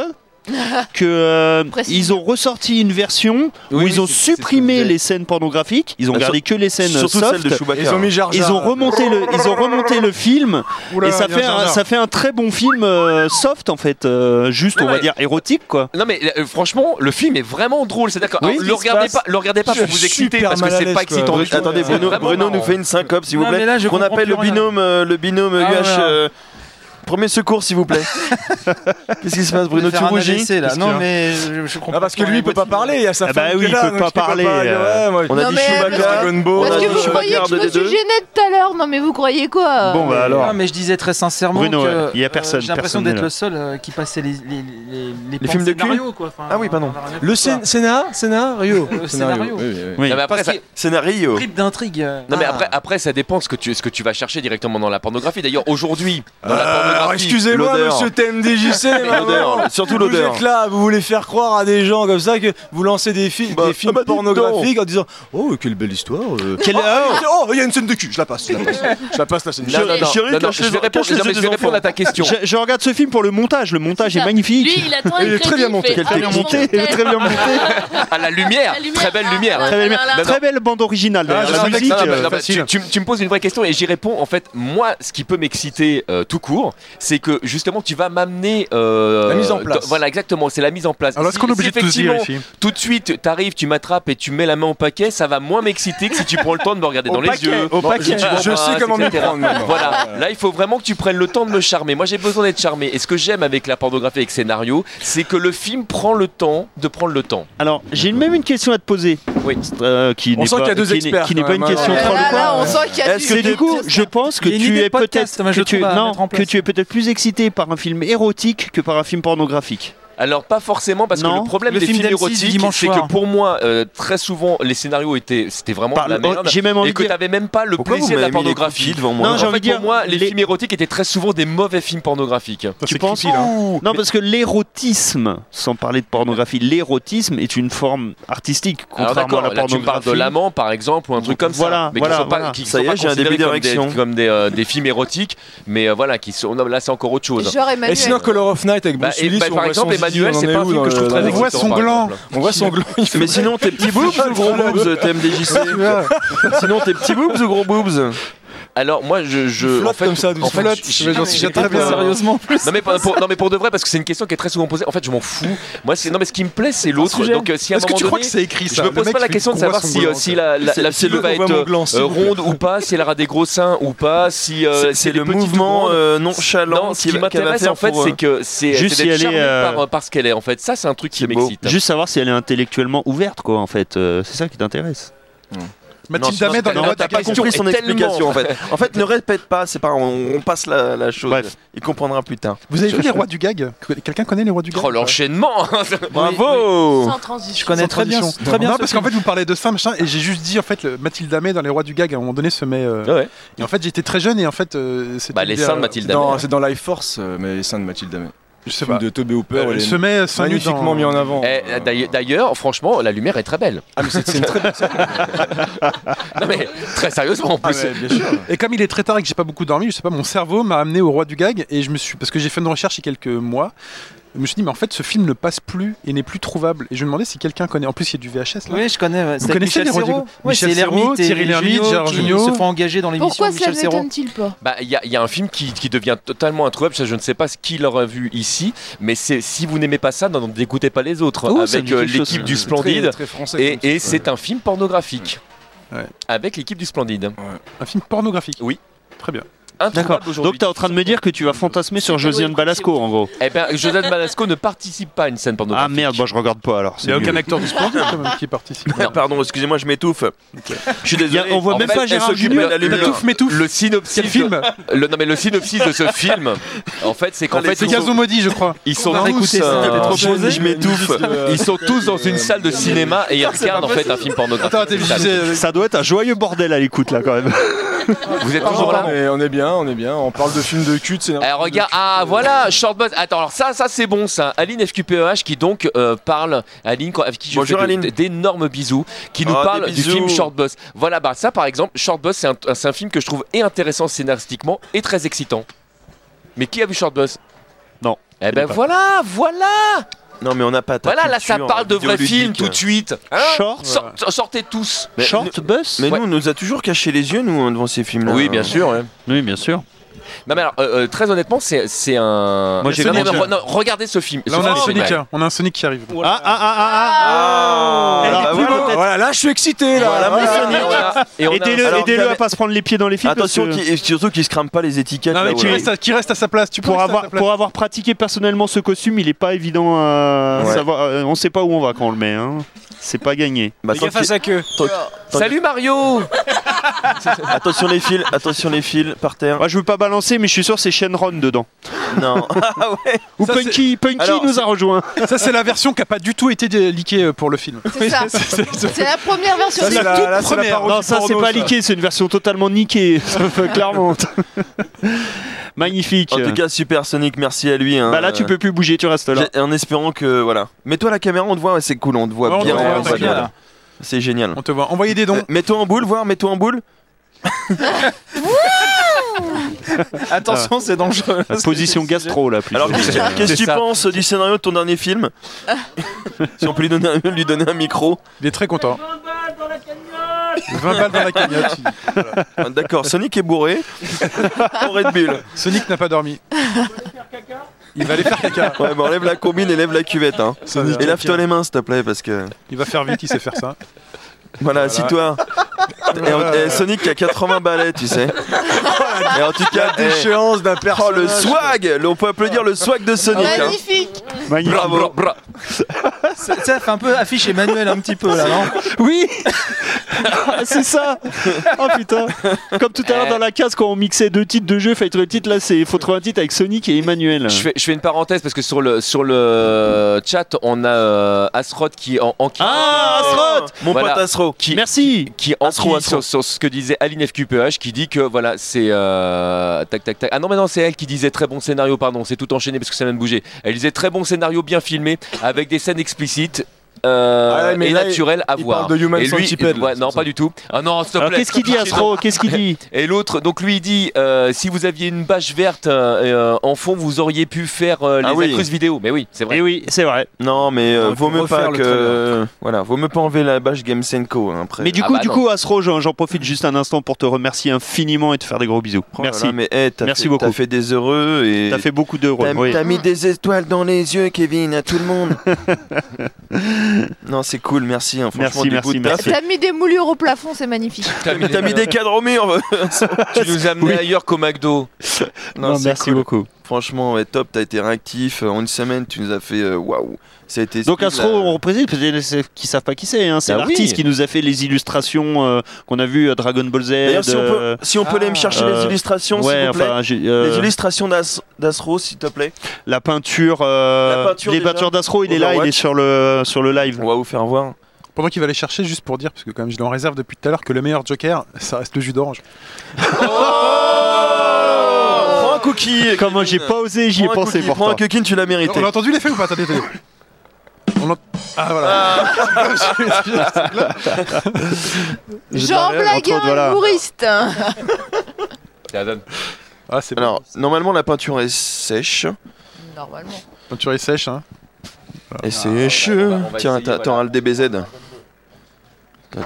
[SPEAKER 6] que euh,
[SPEAKER 8] Précise.
[SPEAKER 6] ils ont ressorti une version où
[SPEAKER 1] Oui,
[SPEAKER 6] ils ont
[SPEAKER 1] c'est- c'est ce que je
[SPEAKER 6] supprimé
[SPEAKER 1] disais.
[SPEAKER 6] les scènes pornographiques, ils ont
[SPEAKER 4] Ah, sur-
[SPEAKER 6] gardé que les scènes
[SPEAKER 4] Surtout
[SPEAKER 6] soft.
[SPEAKER 4] celle de Chewbacca.
[SPEAKER 9] Ils ont mis Jar Jar.
[SPEAKER 6] ils ont remonté le, ils ont remonté le film
[SPEAKER 2] Oula,
[SPEAKER 6] et ça
[SPEAKER 2] il y a
[SPEAKER 6] fait
[SPEAKER 2] Jar
[SPEAKER 6] un,
[SPEAKER 2] Jar.
[SPEAKER 6] ça fait un très bon film euh, soft en fait, euh, juste
[SPEAKER 1] Mais
[SPEAKER 6] on va
[SPEAKER 1] ouais.
[SPEAKER 6] dire érotique quoi.
[SPEAKER 1] Non mais euh, franchement, le film est vraiment drôle. C'est d'accord.
[SPEAKER 6] Oui,
[SPEAKER 1] Alors,
[SPEAKER 6] ce
[SPEAKER 1] Le
[SPEAKER 6] qui se
[SPEAKER 1] regardez
[SPEAKER 6] passe.
[SPEAKER 1] pas, le regardez pas
[SPEAKER 9] Je
[SPEAKER 1] pour
[SPEAKER 9] suis
[SPEAKER 1] vous exciter
[SPEAKER 9] super
[SPEAKER 1] parce que
[SPEAKER 9] mal à
[SPEAKER 1] c'est pas
[SPEAKER 9] l'aise, quoi.
[SPEAKER 1] excitant.
[SPEAKER 9] Ouais,
[SPEAKER 1] du tout.
[SPEAKER 4] Attendez,
[SPEAKER 1] C'est
[SPEAKER 4] Bruno,
[SPEAKER 1] vraiment
[SPEAKER 4] Bruno nous
[SPEAKER 1] marrant.
[SPEAKER 4] fait une syncope, s'il vous
[SPEAKER 3] Non,
[SPEAKER 4] plaît.
[SPEAKER 3] mais là, je
[SPEAKER 4] Qu'on
[SPEAKER 3] comprends
[SPEAKER 4] appelle
[SPEAKER 3] plus
[SPEAKER 4] le
[SPEAKER 3] rien.
[SPEAKER 4] binôme, euh, le binôme
[SPEAKER 3] Ah,
[SPEAKER 4] UH,
[SPEAKER 3] voilà.
[SPEAKER 4] euh, Premier secours, s'il vous plaît. Qu'est-ce qui se passe,
[SPEAKER 3] Je
[SPEAKER 4] Bruno
[SPEAKER 3] vais
[SPEAKER 4] Tu
[SPEAKER 3] faire un
[SPEAKER 4] rougis
[SPEAKER 3] AVC, là.
[SPEAKER 4] Qu'est-ce qu'il y
[SPEAKER 3] Non,
[SPEAKER 4] a
[SPEAKER 3] mais je, je comprends.
[SPEAKER 9] Ah, parce que lui, il peut pas parler, il y a sa
[SPEAKER 6] Ah
[SPEAKER 9] femme.
[SPEAKER 6] bah
[SPEAKER 9] qui
[SPEAKER 6] oui,
[SPEAKER 9] est là,
[SPEAKER 6] il
[SPEAKER 9] donc
[SPEAKER 6] peut pas
[SPEAKER 9] je peux
[SPEAKER 6] parler,
[SPEAKER 9] pas,
[SPEAKER 6] euh.
[SPEAKER 9] ouais, moi,
[SPEAKER 4] On a
[SPEAKER 8] Non,
[SPEAKER 4] dit
[SPEAKER 8] mais-
[SPEAKER 4] Chewbacca, Dragon Ball, on
[SPEAKER 8] Parce
[SPEAKER 4] a
[SPEAKER 8] que
[SPEAKER 4] dit
[SPEAKER 8] vous croyez
[SPEAKER 4] Chewbacca
[SPEAKER 8] que je me
[SPEAKER 4] des
[SPEAKER 8] suis
[SPEAKER 4] deux.
[SPEAKER 8] gênée tout à l'heure. Non, mais vous croyez quoi euh
[SPEAKER 6] Bon, bah alors.
[SPEAKER 3] Non, mais je disais très sincèrement
[SPEAKER 6] Bruno,
[SPEAKER 3] que euh,
[SPEAKER 6] ouais, il y a personne,
[SPEAKER 3] j'ai l'impression
[SPEAKER 6] personne n'est
[SPEAKER 3] d'être
[SPEAKER 6] là.
[SPEAKER 3] le seul euh, qui passait les, les, les,
[SPEAKER 4] Les films de cul
[SPEAKER 3] scénarios, quoi. Enfin,
[SPEAKER 4] Ah oui, pardon.
[SPEAKER 3] on en a rien
[SPEAKER 9] Le
[SPEAKER 3] à foutre,
[SPEAKER 9] scén- scénar- scénario.
[SPEAKER 3] quoi. Euh, scénario.
[SPEAKER 9] Oui, oui, oui.
[SPEAKER 6] Oui.
[SPEAKER 1] Non, mais après,
[SPEAKER 3] Parce
[SPEAKER 1] ça,
[SPEAKER 3] que-
[SPEAKER 4] Scénario.
[SPEAKER 3] Trip d'intrigue. euh.
[SPEAKER 1] non, mais
[SPEAKER 3] Ah.
[SPEAKER 1] après, après, ça dépend ce que, tu, ce que tu vas chercher directement dans la pornographie. D'ailleurs, aujourd'hui, dans la
[SPEAKER 9] Alors,
[SPEAKER 1] pornographie.
[SPEAKER 9] excusez-moi,
[SPEAKER 4] l'odeur.
[SPEAKER 9] monsieur [LAUGHS] TMDJC, maman.
[SPEAKER 4] L'odeur, surtout
[SPEAKER 9] Vous
[SPEAKER 4] l'odeur.
[SPEAKER 9] êtes là, vous voulez faire croire à des gens comme ça que vous lancez des, fi-
[SPEAKER 4] Bah,
[SPEAKER 9] des films
[SPEAKER 4] ah bah, dites
[SPEAKER 9] pornographiques en disant Oh, quelle belle histoire euh. Oh, oh, il y a une scène de cul, je la passe, je la passe, je la passe la scène de
[SPEAKER 1] Non,
[SPEAKER 9] cul.
[SPEAKER 1] non, non,
[SPEAKER 6] Chérie,
[SPEAKER 1] non, non,
[SPEAKER 6] cache
[SPEAKER 1] je vais
[SPEAKER 6] les-
[SPEAKER 1] répondre,
[SPEAKER 6] cache les
[SPEAKER 1] non, mais je vais
[SPEAKER 6] deux
[SPEAKER 1] répondre à ta question.
[SPEAKER 6] Je, je regarde ce film pour le montage. Le montage est
[SPEAKER 7] ça.
[SPEAKER 6] magnifique.
[SPEAKER 7] Lui, il attend
[SPEAKER 9] Il
[SPEAKER 7] le
[SPEAKER 9] est très
[SPEAKER 7] crédit,
[SPEAKER 9] bien
[SPEAKER 7] il
[SPEAKER 9] monté,
[SPEAKER 7] fait,
[SPEAKER 6] Quelle
[SPEAKER 7] ah,
[SPEAKER 6] technique
[SPEAKER 7] non,
[SPEAKER 6] montée, elle est très bien montée.
[SPEAKER 1] À la lumière,
[SPEAKER 7] La lumière, Ah,
[SPEAKER 1] très belle
[SPEAKER 7] là,
[SPEAKER 1] lumière.
[SPEAKER 7] là,
[SPEAKER 1] hein.
[SPEAKER 6] Très belle,
[SPEAKER 7] là, là, là.
[SPEAKER 6] très belle bande originale.
[SPEAKER 2] Ah,
[SPEAKER 6] d'ailleurs.
[SPEAKER 2] je
[SPEAKER 6] la
[SPEAKER 2] sais que
[SPEAKER 6] musique.
[SPEAKER 2] ça,
[SPEAKER 1] Non, mais
[SPEAKER 6] euh,
[SPEAKER 1] non, mais
[SPEAKER 2] facile.
[SPEAKER 1] tu, tu me- tu me poses une vraie question et j'y réponds. En fait, moi, ce qui peut m'exciter euh, tout court, c'est que justement, tu vas m'amener. euh,
[SPEAKER 9] La mise en place.
[SPEAKER 1] dans- voilà, exactement, c'est la mise en place.
[SPEAKER 2] Alors, est-ce
[SPEAKER 1] Si-
[SPEAKER 2] qu'on est
[SPEAKER 1] si
[SPEAKER 2] obligé de tout dire
[SPEAKER 1] effectivement,
[SPEAKER 2] ici
[SPEAKER 1] Tout de suite, t'arrives, tu m'attrapes et tu mets la main au paquet, ça va moins m'exciter que si tu prends le temps de me regarder dans les yeux.
[SPEAKER 2] Au paquet.
[SPEAKER 1] tu
[SPEAKER 9] Je
[SPEAKER 1] m'embrasses,
[SPEAKER 9] sais comment m'y
[SPEAKER 1] etc.
[SPEAKER 9] prendre. maintenant.
[SPEAKER 1] Voilà, là il faut vraiment que tu prennes le temps de me charmer. Moi j'ai besoin d'être charmé. Et ce que j'aime avec la pornographie et avec scénario, c'est que le film prend le temps de prendre le temps.
[SPEAKER 6] Alors, j'ai même une question à te poser.
[SPEAKER 1] Oui.
[SPEAKER 6] Euh, qui
[SPEAKER 9] On
[SPEAKER 6] n'est
[SPEAKER 9] sent
[SPEAKER 6] pas-
[SPEAKER 9] qu'il y a deux
[SPEAKER 6] qui n'est-
[SPEAKER 9] experts,
[SPEAKER 6] Qui n'est pas
[SPEAKER 9] quand
[SPEAKER 6] une
[SPEAKER 9] même,
[SPEAKER 6] question
[SPEAKER 9] hein.
[SPEAKER 8] Là,
[SPEAKER 6] troll ou
[SPEAKER 8] Ah, là,
[SPEAKER 6] quoi.
[SPEAKER 8] là, on sent qu'il y a
[SPEAKER 4] Est-ce
[SPEAKER 8] du-
[SPEAKER 4] que
[SPEAKER 6] C'est du coup, je pense que
[SPEAKER 3] Il y a une
[SPEAKER 6] tu
[SPEAKER 3] idée
[SPEAKER 6] es
[SPEAKER 3] de podcast,
[SPEAKER 6] peut-être
[SPEAKER 3] moi, je
[SPEAKER 6] que tu es-
[SPEAKER 3] trouve, à
[SPEAKER 6] non,
[SPEAKER 3] mettre en
[SPEAKER 6] que
[SPEAKER 3] place.
[SPEAKER 6] tu es peut-être plus excité par un film érotique que par un film pornographique.
[SPEAKER 1] Alors pas forcément parce que
[SPEAKER 6] Non.
[SPEAKER 1] le problème
[SPEAKER 3] Le
[SPEAKER 1] des
[SPEAKER 3] film
[SPEAKER 1] films
[SPEAKER 3] d'M6 du
[SPEAKER 1] érotiques,
[SPEAKER 3] dimanche
[SPEAKER 1] c'est
[SPEAKER 3] soir.
[SPEAKER 1] que pour moi euh, très souvent les scénarios étaient c'était vraiment
[SPEAKER 6] Par- oh,
[SPEAKER 1] de la merde.
[SPEAKER 6] J'ai même envie
[SPEAKER 1] Et
[SPEAKER 6] de
[SPEAKER 1] que
[SPEAKER 6] dire-
[SPEAKER 1] t'avais oh, même pas le
[SPEAKER 4] Pourquoi vous
[SPEAKER 1] plaisir de la
[SPEAKER 4] m'avez mis les
[SPEAKER 1] pornographie
[SPEAKER 4] coups de fil devant moi
[SPEAKER 6] Non,
[SPEAKER 1] En
[SPEAKER 6] j'ai
[SPEAKER 1] fait,
[SPEAKER 6] envie de dire
[SPEAKER 1] pour moi, les,
[SPEAKER 6] les-
[SPEAKER 1] films érotiques étaient très souvent des mauvais films pornographiques.
[SPEAKER 2] Ça,
[SPEAKER 6] Tu
[SPEAKER 2] ah, c'est hein.
[SPEAKER 6] penses
[SPEAKER 2] creepy, là.
[SPEAKER 6] Non, parce que l'érotisme, sans parler de pornographie, l'érotisme est une forme artistique,
[SPEAKER 1] Alors
[SPEAKER 6] Ah, contrairement
[SPEAKER 1] d'accord,
[SPEAKER 6] à la
[SPEAKER 1] là tu me parles
[SPEAKER 6] pornographie.
[SPEAKER 1] de l'amant par exemple ou un truc comme
[SPEAKER 6] Voilà,
[SPEAKER 1] ça, mais
[SPEAKER 6] voilà,
[SPEAKER 1] qui sont
[SPEAKER 6] voilà.
[SPEAKER 1] pas, qui
[SPEAKER 4] Ça
[SPEAKER 1] sont
[SPEAKER 4] y est,
[SPEAKER 1] pas
[SPEAKER 4] j'ai un début
[SPEAKER 1] considérés comme des-
[SPEAKER 4] d'érection.
[SPEAKER 1] comme des, euh, des films érotiques, mais euh, voilà, qui sont non, là c'est encore autre chose.
[SPEAKER 8] Genre Emmanuel.
[SPEAKER 9] Et sinon, Color of Night avec
[SPEAKER 1] Bah,
[SPEAKER 9] Bruce
[SPEAKER 1] et-
[SPEAKER 9] Willis,
[SPEAKER 1] bah,
[SPEAKER 9] on
[SPEAKER 1] par
[SPEAKER 9] voit
[SPEAKER 1] exemple,
[SPEAKER 9] son zizi,
[SPEAKER 1] Emmanuel,
[SPEAKER 9] on en
[SPEAKER 1] c'est
[SPEAKER 9] est
[SPEAKER 1] pas un
[SPEAKER 9] où
[SPEAKER 1] film
[SPEAKER 9] dans
[SPEAKER 1] que je trouve
[SPEAKER 9] le-
[SPEAKER 1] très
[SPEAKER 9] dans le-
[SPEAKER 2] On voit
[SPEAKER 1] excitant,
[SPEAKER 2] son
[SPEAKER 1] par
[SPEAKER 2] gland.
[SPEAKER 1] exemple.
[SPEAKER 9] On voit son gland. il fait-
[SPEAKER 4] Mais sinon, tes petits boobs ou gros boobs, TMDJC Sinon, tes petits boobs ou gros boobs
[SPEAKER 1] Alors moi je, je
[SPEAKER 9] Il
[SPEAKER 1] en
[SPEAKER 9] flotte
[SPEAKER 1] fait,
[SPEAKER 9] comme ça,
[SPEAKER 1] en
[SPEAKER 9] doucement.
[SPEAKER 1] fait,
[SPEAKER 9] Flotte,
[SPEAKER 1] je-
[SPEAKER 9] mais j'en
[SPEAKER 1] je-
[SPEAKER 9] suis
[SPEAKER 1] j'ai
[SPEAKER 9] très
[SPEAKER 1] pas
[SPEAKER 9] bien.
[SPEAKER 1] pensé-
[SPEAKER 3] Sérieusement, en plus.
[SPEAKER 1] Non mais, pour, pour- non mais pour de vrai parce que c'est une question qui est très souvent posée. En fait je m'en fous. Moi c'est non mais ce qui me plaît c'est l'autre.
[SPEAKER 9] sujet.
[SPEAKER 1] Donc euh, si à un
[SPEAKER 2] Est-ce que
[SPEAKER 1] moment
[SPEAKER 2] tu crois
[SPEAKER 1] donné
[SPEAKER 2] que c'est écrit ça
[SPEAKER 1] je me
[SPEAKER 2] Le
[SPEAKER 1] pose
[SPEAKER 2] mec
[SPEAKER 1] pas la
[SPEAKER 2] fait
[SPEAKER 1] question de
[SPEAKER 2] qu'on
[SPEAKER 1] savoir
[SPEAKER 2] voit son
[SPEAKER 1] si, euh,
[SPEAKER 2] gland,
[SPEAKER 1] si la, la,
[SPEAKER 4] C'est-
[SPEAKER 1] la
[SPEAKER 4] c'est
[SPEAKER 1] pilule
[SPEAKER 4] le-
[SPEAKER 1] va
[SPEAKER 9] on voit
[SPEAKER 1] être
[SPEAKER 9] mon
[SPEAKER 1] euh,
[SPEAKER 9] gland, s'il vous plaît.
[SPEAKER 1] ronde ou pas, si elle aura des gros seins ou pas, si euh,
[SPEAKER 4] C'est
[SPEAKER 1] si
[SPEAKER 4] c'est
[SPEAKER 1] elle est
[SPEAKER 4] le
[SPEAKER 1] petite ou
[SPEAKER 4] mouvement
[SPEAKER 1] grande.
[SPEAKER 4] euh,
[SPEAKER 1] Non,
[SPEAKER 4] nonchalant
[SPEAKER 1] ce qui
[SPEAKER 4] va- qu'elle va
[SPEAKER 1] m'intéresse
[SPEAKER 4] faire
[SPEAKER 1] en fait,
[SPEAKER 4] pour, euh,
[SPEAKER 1] c'est que c'est
[SPEAKER 6] Juste
[SPEAKER 1] c'est
[SPEAKER 6] si
[SPEAKER 1] d'être
[SPEAKER 6] elle est,
[SPEAKER 1] charmé
[SPEAKER 6] euh,
[SPEAKER 1] par, par ce qu'elle est en fait. Ça, c'est un truc qui
[SPEAKER 4] C'est beau.
[SPEAKER 1] m'excite. hein.
[SPEAKER 6] Juste savoir si elle est intellectuellement ouverte, quoi, en fait. Euh, c'est ça qui t'intéresse.
[SPEAKER 2] Mathilde
[SPEAKER 4] Non,
[SPEAKER 2] Damet dans les
[SPEAKER 1] non,
[SPEAKER 2] boîtes
[SPEAKER 1] t'as
[SPEAKER 2] à
[SPEAKER 1] pas
[SPEAKER 2] cartons.
[SPEAKER 1] question
[SPEAKER 4] compris son
[SPEAKER 1] est tellement-
[SPEAKER 4] explication en fait. En fait, ne répète pas, c'est pas on, on passe la, la chose.
[SPEAKER 6] Bref.
[SPEAKER 4] Il comprendra plus tard.
[SPEAKER 2] Vous avez vu les rois du gag Quelqu'un connaît les rois du gag
[SPEAKER 1] Oh l'enchaînement
[SPEAKER 4] Bravo
[SPEAKER 7] Sans transition.
[SPEAKER 3] Je connais très bien,
[SPEAKER 2] Non,
[SPEAKER 3] très bien.
[SPEAKER 2] non,
[SPEAKER 3] ce
[SPEAKER 2] parce qu'en
[SPEAKER 3] film.
[SPEAKER 2] fait, vous parlez de ça, machin, et j'ai juste dit, en fait, le- Mathilde Damet dans Les Rois du Gag, à un moment donné, se met. euh,
[SPEAKER 1] Ah Ouais.
[SPEAKER 2] Et en fait, j'étais très jeune, et en fait, euh, c'était.
[SPEAKER 1] Bah les
[SPEAKER 2] euh,
[SPEAKER 1] seins de Mathilda.
[SPEAKER 9] Non,
[SPEAKER 1] Mère.
[SPEAKER 9] c'est dans Life Force, euh, mais les seins de Mathilde Amet.
[SPEAKER 2] Je sais
[SPEAKER 9] Film
[SPEAKER 2] pas.
[SPEAKER 9] de Tobey Hooper,
[SPEAKER 2] Elle
[SPEAKER 9] elle
[SPEAKER 2] euh, se
[SPEAKER 9] est
[SPEAKER 2] met seins nus dans-
[SPEAKER 9] magnifiquement mis en avant.
[SPEAKER 1] Eh,
[SPEAKER 9] Euh,
[SPEAKER 1] d'ailleurs- D'ailleurs, franchement, la lumière est très belle.
[SPEAKER 9] Ah, mais c'est c'est une très belle
[SPEAKER 1] Non mais très sérieusement en
[SPEAKER 5] Ah,
[SPEAKER 1] plus.
[SPEAKER 9] bien sûr.
[SPEAKER 2] Et comme il est très tard et que j'ai pas beaucoup dormi, je sais pas, mon cerveau m'a amené au roi du gag et je me suis parce que j'ai fait une recherche il y a quelques mois. Je me suis dit mais en fait ce film ne passe plus et n'est plus trouvable et je me demandais si quelqu'un connaît. En plus il y a du VHS là.
[SPEAKER 3] Oui, je connais. ouais. C'est avec
[SPEAKER 2] connaissez les
[SPEAKER 3] Michel
[SPEAKER 2] Rodrigo
[SPEAKER 3] Serrault. Ouais,
[SPEAKER 2] Michel
[SPEAKER 3] c'est
[SPEAKER 2] Serrault,
[SPEAKER 3] l'ermite et
[SPEAKER 2] Thierry Lhermitte,
[SPEAKER 3] Junio
[SPEAKER 2] Gérard
[SPEAKER 3] qui
[SPEAKER 2] Junio.
[SPEAKER 3] se font engager dans l'émission
[SPEAKER 8] Pourquoi
[SPEAKER 3] de
[SPEAKER 8] ça
[SPEAKER 3] Michel
[SPEAKER 8] ne
[SPEAKER 3] Serrault.
[SPEAKER 1] [LAUGHS]
[SPEAKER 8] m'étonne-t-il pas
[SPEAKER 1] Bah, il y, a- il y a un film qui, qui devient totalement introuvable. Ça, je ne sais pas ce qui l'aura vu ici, mais c'est si vous n'aimez pas ça, n'en dégoûtez pas les autres.
[SPEAKER 6] Oh, ça me
[SPEAKER 1] avec
[SPEAKER 6] dit
[SPEAKER 1] euh,
[SPEAKER 6] quelque chose,
[SPEAKER 1] l'équipe
[SPEAKER 6] ça.
[SPEAKER 1] du
[SPEAKER 6] C'est
[SPEAKER 1] Splendide.
[SPEAKER 9] Très français.
[SPEAKER 1] Et, et c'est un film pornographique.
[SPEAKER 2] Ouais.
[SPEAKER 1] Avec l'équipe du Splendide.
[SPEAKER 2] Un film pornographique.
[SPEAKER 1] Oui.
[SPEAKER 2] Très bien.
[SPEAKER 6] D'accord.
[SPEAKER 1] Introuvable
[SPEAKER 6] Donc,
[SPEAKER 1] aujourd'hui.
[SPEAKER 6] tu es en train de me dire que tu vas fantasmer sur Josiane Balasco, en gros.
[SPEAKER 1] Eh bien, Joseph Balasco ne participe pas à une scène
[SPEAKER 6] Ah
[SPEAKER 1] pornographique.
[SPEAKER 6] merde, moi je regarde pas alors.
[SPEAKER 2] Il y a
[SPEAKER 6] c'est
[SPEAKER 2] aucun
[SPEAKER 6] mieux.
[SPEAKER 2] acteur du sport quand même qui participe.
[SPEAKER 1] Eh,
[SPEAKER 4] Ah, Pardon, excusez-moi, je m'étouffe. Je suis
[SPEAKER 6] Il y a-
[SPEAKER 4] désolé.
[SPEAKER 6] on voit
[SPEAKER 1] En
[SPEAKER 6] même
[SPEAKER 1] fait,
[SPEAKER 6] pas
[SPEAKER 1] elle
[SPEAKER 6] Gérard
[SPEAKER 1] s'occupe
[SPEAKER 6] Junior.
[SPEAKER 1] de la lumière.
[SPEAKER 2] M'étouffe, m'étouffe.
[SPEAKER 1] Le
[SPEAKER 2] Quel
[SPEAKER 1] synopsis, de,
[SPEAKER 2] film
[SPEAKER 1] le- non mais le synopsis
[SPEAKER 6] [LAUGHS]
[SPEAKER 1] de ce film, en fait, c'est qu'en fait,
[SPEAKER 2] C'est
[SPEAKER 1] ils sont-
[SPEAKER 2] Gazo Maudit je crois.
[SPEAKER 1] Ils sont
[SPEAKER 2] On va réécouter ça,
[SPEAKER 1] tous, euh,
[SPEAKER 2] c'était trop
[SPEAKER 1] je-
[SPEAKER 2] posé. euh,
[SPEAKER 1] je m'étouffe. Ils sont tous dans une salle de cinéma
[SPEAKER 2] [LAUGHS]
[SPEAKER 1] et ils regardent en fait un film pornographique.
[SPEAKER 2] Attends, t'es visé.
[SPEAKER 6] Ça doit être un joyeux bordel à l'écoute là quand même.
[SPEAKER 1] Vous êtes toujours là.
[SPEAKER 9] Pardon, mais on est bien, on est bien. On parle de films de cul, de scénario.
[SPEAKER 1] Eh, regarde, ah voilà, short buzz. Attends, alors ça, ça c'est bon, ça. Aline FQPEH qui donc euh, parle, Aline, quoi, avec qui je
[SPEAKER 4] Bonjour,
[SPEAKER 1] fais de-
[SPEAKER 4] Aline.
[SPEAKER 1] d- d'énormes bisous, qui nous
[SPEAKER 4] Ah, des
[SPEAKER 1] parle du
[SPEAKER 4] bisous.
[SPEAKER 1] film Short Buzz. Voilà, bah ça par exemple, Short Buzz, c'est un, c'est un film que je trouve et intéressant scénaristiquement et très excitant. Mais qui a vu Short Buzz
[SPEAKER 6] Non.
[SPEAKER 1] Eh ben
[SPEAKER 6] pas.
[SPEAKER 1] voilà, voilà,
[SPEAKER 4] Non, mais on n'a pas ta
[SPEAKER 1] voilà. Là, ça
[SPEAKER 4] culture,
[SPEAKER 1] parle de
[SPEAKER 4] euh,
[SPEAKER 1] vrais films
[SPEAKER 4] vidéoludique.
[SPEAKER 1] tout de suite. Hein
[SPEAKER 6] Short,
[SPEAKER 1] Sort- sortez tous.
[SPEAKER 4] Mais-
[SPEAKER 6] short bus.
[SPEAKER 4] Mais
[SPEAKER 1] Ouais.
[SPEAKER 4] nous, on nous a toujours caché les yeux, nous, devant ces hein, films-là.
[SPEAKER 1] Oui, bien sûr.
[SPEAKER 6] Oui, bien sûr.
[SPEAKER 1] Non mais alors euh, euh, très honnêtement c'est c'est un.
[SPEAKER 6] Moi, j'ai
[SPEAKER 1] Non,
[SPEAKER 6] vraiment-
[SPEAKER 1] non, non, non, regardez ce film.
[SPEAKER 2] Là, on
[SPEAKER 1] Ce
[SPEAKER 2] a un
[SPEAKER 1] film est
[SPEAKER 2] Sonic,
[SPEAKER 1] génial.
[SPEAKER 2] hein. on a un Sonic qui arrive.
[SPEAKER 6] Ah, ah, ah, ah,
[SPEAKER 4] Elle est
[SPEAKER 6] ah
[SPEAKER 4] plus
[SPEAKER 6] voilà.
[SPEAKER 2] Voilà, là, je suis excité, là.
[SPEAKER 4] Voilà,
[SPEAKER 1] Voilà, et
[SPEAKER 4] voilà.
[SPEAKER 1] on a- et on a-
[SPEAKER 6] Aidez-le
[SPEAKER 4] alors,
[SPEAKER 6] aidez-le
[SPEAKER 4] t'avais-
[SPEAKER 6] à pas se prendre les pieds dans les films.
[SPEAKER 4] Attention,
[SPEAKER 6] parce que-
[SPEAKER 4] qui- et surtout qu'ils se crament pas les étiquettes.
[SPEAKER 2] Non, mais
[SPEAKER 4] là,
[SPEAKER 2] qui
[SPEAKER 4] ouais.
[SPEAKER 2] reste, à, qui reste à sa place, tu peux
[SPEAKER 6] pour
[SPEAKER 2] rester à
[SPEAKER 6] avoir,
[SPEAKER 2] sa place.
[SPEAKER 6] pour avoir pratiqué personnellement ce costume, il est pas évident à
[SPEAKER 4] Ouais.
[SPEAKER 6] savoir. euh, on sait pas où on va quand on le met. Hein. C'est pas gagné.
[SPEAKER 4] Bah,
[SPEAKER 5] Fais
[SPEAKER 4] tant
[SPEAKER 5] gaffe à
[SPEAKER 4] qu'il-
[SPEAKER 5] sa queue.
[SPEAKER 1] Salut Mario.
[SPEAKER 4] Attention les fils, attention les fils, par terre.
[SPEAKER 6] Moi, je veux pas balancer, mais je suis sûr c'est Shenron dedans.
[SPEAKER 4] Non. Ah ouais.
[SPEAKER 6] Ou
[SPEAKER 2] Ça,
[SPEAKER 6] Punky, Punky
[SPEAKER 4] Alors,
[SPEAKER 6] nous a rejoint.
[SPEAKER 2] Ça, c'est la version qui a pas du tout été dé- leakée euh, pour le film.
[SPEAKER 8] C'est ça. C'est la première version.
[SPEAKER 2] Ça,
[SPEAKER 8] du-
[SPEAKER 2] c'est la- là, c'est la
[SPEAKER 6] Première.
[SPEAKER 2] parodie
[SPEAKER 6] Non, ça c'est
[SPEAKER 2] porno,
[SPEAKER 6] pas
[SPEAKER 2] ça.
[SPEAKER 6] liqué, c'est une version totalement niquée, [LAUGHS] euh, clairement. Magnifique.
[SPEAKER 4] En tout cas, Super Sonic, merci à lui. hein.
[SPEAKER 6] bah là, tu peux plus bouger, tu restes là.
[SPEAKER 4] J'ai- En espérant que voilà. Mets-toi la caméra, on te voit, ouais, c'est cool, on te voit
[SPEAKER 2] Ouais, on
[SPEAKER 4] bien.
[SPEAKER 2] te voit,
[SPEAKER 4] on
[SPEAKER 2] on te
[SPEAKER 4] voit
[SPEAKER 2] voit
[SPEAKER 4] bien.
[SPEAKER 2] bien.
[SPEAKER 4] C'est génial.
[SPEAKER 2] On te voit. Envoyez des
[SPEAKER 4] Euh,
[SPEAKER 2] dons.
[SPEAKER 4] mets-toi en boule, voir, mets-toi en boule.
[SPEAKER 3] [LAUGHS] Attention, c'est dangereux.
[SPEAKER 6] La position gastro là. Plus
[SPEAKER 4] Alors qu'est-ce que- qu'est-ce que tu
[SPEAKER 1] ça.
[SPEAKER 4] penses du scénario de ton
[SPEAKER 9] [LAUGHS]
[SPEAKER 4] dernier film Si on peut lui donner, un- lui donner un micro.
[SPEAKER 2] Il est très content. 20 balles dans la cagnotte.
[SPEAKER 4] Ah, D'accord, Sonic est bourré. en Red Bull.
[SPEAKER 2] Sonic n'a pas dormi. Il va aller faire caca.
[SPEAKER 4] Ouais, bah, enlève la combine et lève la cuvette. Hein.
[SPEAKER 2] Sonic
[SPEAKER 4] Et
[SPEAKER 2] caca.
[SPEAKER 4] lave-toi les mains, s'il te plaît, parce que.
[SPEAKER 2] euh, Il va faire vite, il sait faire ça.
[SPEAKER 4] Voilà, assis-toi. Et, on- et Sonic a 80 balais, tu sais. Et en tout cas, eh,
[SPEAKER 9] Échéance d'un
[SPEAKER 4] oh, le swag le- On peut applaudir le swag de Sonic. hein.
[SPEAKER 8] Magnifique.
[SPEAKER 6] Magnifique.
[SPEAKER 4] Bravo.
[SPEAKER 3] Ça ça fait un peu affiche Emmanuel un petit peu là, non
[SPEAKER 6] Oui Ah, C'est ça Oh putain Comme tout à l'heure dans la case quand on mixait deux titres de jeu, fallait trouver le titre, là c'est faut trouver un titre avec Sonic et Emmanuel.
[SPEAKER 1] Je fais, je fais une parenthèse parce que sur le sur le chat on a euh, Asroth qui en, en- qui-
[SPEAKER 6] Ah Asrod
[SPEAKER 4] Mon
[SPEAKER 1] Voilà.
[SPEAKER 4] pote Asro.
[SPEAKER 1] qui
[SPEAKER 6] Merci
[SPEAKER 1] qui en
[SPEAKER 4] Asro,
[SPEAKER 1] qui-
[SPEAKER 4] Asro.
[SPEAKER 1] sur, sur ce que disait Aline FQPH qui dit que voilà c'est euh, tac tac tac ah non mais non c'est elle qui disait très bon scénario pardon c'est tout enchaîné parce que ça vient de bouger elle disait très bon scénario bien filmé avec des scènes explicites euh,
[SPEAKER 9] Ah ouais, mais
[SPEAKER 1] et
[SPEAKER 9] là,
[SPEAKER 1] naturelles à
[SPEAKER 9] il
[SPEAKER 1] voir
[SPEAKER 9] parle de Human
[SPEAKER 1] et lui,
[SPEAKER 9] Centipede,
[SPEAKER 1] ouais,
[SPEAKER 9] là,
[SPEAKER 1] non
[SPEAKER 9] c'est
[SPEAKER 1] pas
[SPEAKER 9] ça.
[SPEAKER 1] du tout ah non s'il te
[SPEAKER 6] Alors
[SPEAKER 1] plaît
[SPEAKER 6] qu'est-ce qu'il dit Astro Qu'est-ce qu'il dit
[SPEAKER 1] et l'autre donc lui il dit euh, si vous aviez une bâche verte euh, euh, en fond vous auriez pu faire euh, les
[SPEAKER 4] Ah oui.
[SPEAKER 1] incrustes vidéo mais oui c'est vrai
[SPEAKER 6] Eh oui, c'est vrai.
[SPEAKER 4] Non, mais euh,
[SPEAKER 9] J'aurais
[SPEAKER 4] vaut
[SPEAKER 9] pu
[SPEAKER 4] mieux
[SPEAKER 9] refaire
[SPEAKER 4] pas
[SPEAKER 9] le
[SPEAKER 4] que.
[SPEAKER 9] trailer.
[SPEAKER 4] euh, voilà, vaut mieux pas enlever la bâche Game Senko hein, après.
[SPEAKER 6] Mais du
[SPEAKER 1] Ah
[SPEAKER 6] coup,
[SPEAKER 1] bah
[SPEAKER 6] du
[SPEAKER 1] non.
[SPEAKER 6] coup Astro, j'en j'en profite juste un instant pour te remercier infiniment et te faire des gros bisous.
[SPEAKER 4] Oh là
[SPEAKER 6] Merci.
[SPEAKER 4] là, mais eh, t'as
[SPEAKER 6] Merci
[SPEAKER 4] fait-
[SPEAKER 6] beaucoup.
[SPEAKER 4] T'as fait des heureux et.
[SPEAKER 6] T'as fait beaucoup d'euros.
[SPEAKER 4] T'as
[SPEAKER 6] oui.
[SPEAKER 4] t'as mis des étoiles dans les yeux, Kevin, à tout
[SPEAKER 6] [LAUGHS]
[SPEAKER 4] le monde. non, c'est cool, merci. hein, franchement,
[SPEAKER 6] Merci,
[SPEAKER 4] du coup,
[SPEAKER 6] merci,
[SPEAKER 4] t'as
[SPEAKER 6] merci.
[SPEAKER 4] fait-
[SPEAKER 8] T'as mis des moulures au plafond, c'est magnifique.
[SPEAKER 1] T'as mis-
[SPEAKER 4] T'as mis des cadres au mur. [LAUGHS]
[SPEAKER 1] tu nous as amené ailleurs qu'au McDo
[SPEAKER 4] Non,
[SPEAKER 6] Non,
[SPEAKER 4] c'est
[SPEAKER 6] merci
[SPEAKER 4] cool.
[SPEAKER 6] beaucoup.
[SPEAKER 4] Franchement, ouais, top, t'as été réactif. En une semaine, tu nous as fait. euh, Waouh. Ça a été. euh,
[SPEAKER 6] Donc
[SPEAKER 4] speed,
[SPEAKER 6] Astro,
[SPEAKER 4] là.
[SPEAKER 6] on représente, parce que ceux qui savent pas qui c'est, hein,
[SPEAKER 4] Bah
[SPEAKER 6] c'est
[SPEAKER 1] Ah oui.
[SPEAKER 6] l'artiste qui nous a fait les illustrations euh, qu'on a vues à Dragon Ball Z.
[SPEAKER 4] D'ailleurs, si on peut,
[SPEAKER 6] euh,
[SPEAKER 4] si on peut aller me chercher
[SPEAKER 6] euh,
[SPEAKER 4] les illustrations, s'il
[SPEAKER 6] ouais,
[SPEAKER 4] vous plaît.
[SPEAKER 6] enfin, j'ai, euh,
[SPEAKER 4] Les illustrations d'As- d'Asro, s'il te plaît.
[SPEAKER 6] la peinture, euh,
[SPEAKER 4] La peinture
[SPEAKER 6] les
[SPEAKER 4] déjà. Oh, bah
[SPEAKER 6] peintures d'Astro, il est là, il
[SPEAKER 4] Overwatch.
[SPEAKER 6] est sur le sur le live.
[SPEAKER 4] On va vous faire voir.
[SPEAKER 2] Pendant qu'il va aller chercher, juste pour dire, parce que quand même je l'ai en réserve depuis tout à l'heure, que le meilleur Joker, ça reste le jus d'orange.
[SPEAKER 4] Prends un cookie.
[SPEAKER 6] Comment j'ai
[SPEAKER 4] Kevin.
[SPEAKER 6] pas osé, j'y ai
[SPEAKER 4] Prends un
[SPEAKER 6] pensé
[SPEAKER 4] cookie, Prends un
[SPEAKER 6] pourtant.
[SPEAKER 4] cookie, tu l'as mérité.
[SPEAKER 2] On a entendu l'effet ou pas Attendez, attendez. On en- Ah voilà.
[SPEAKER 8] Jean
[SPEAKER 6] Entre autres,
[SPEAKER 8] Blaguin,
[SPEAKER 6] voilà.
[SPEAKER 8] humoriste.
[SPEAKER 2] Ah, c'est bon.
[SPEAKER 4] Alors, normalement, la peinture est sèche.
[SPEAKER 8] Normalement.
[SPEAKER 2] Peinture est sèche, hein.
[SPEAKER 4] Et
[SPEAKER 1] Ah,
[SPEAKER 4] sèche. Tiens, t'as- t'auras le DBZ.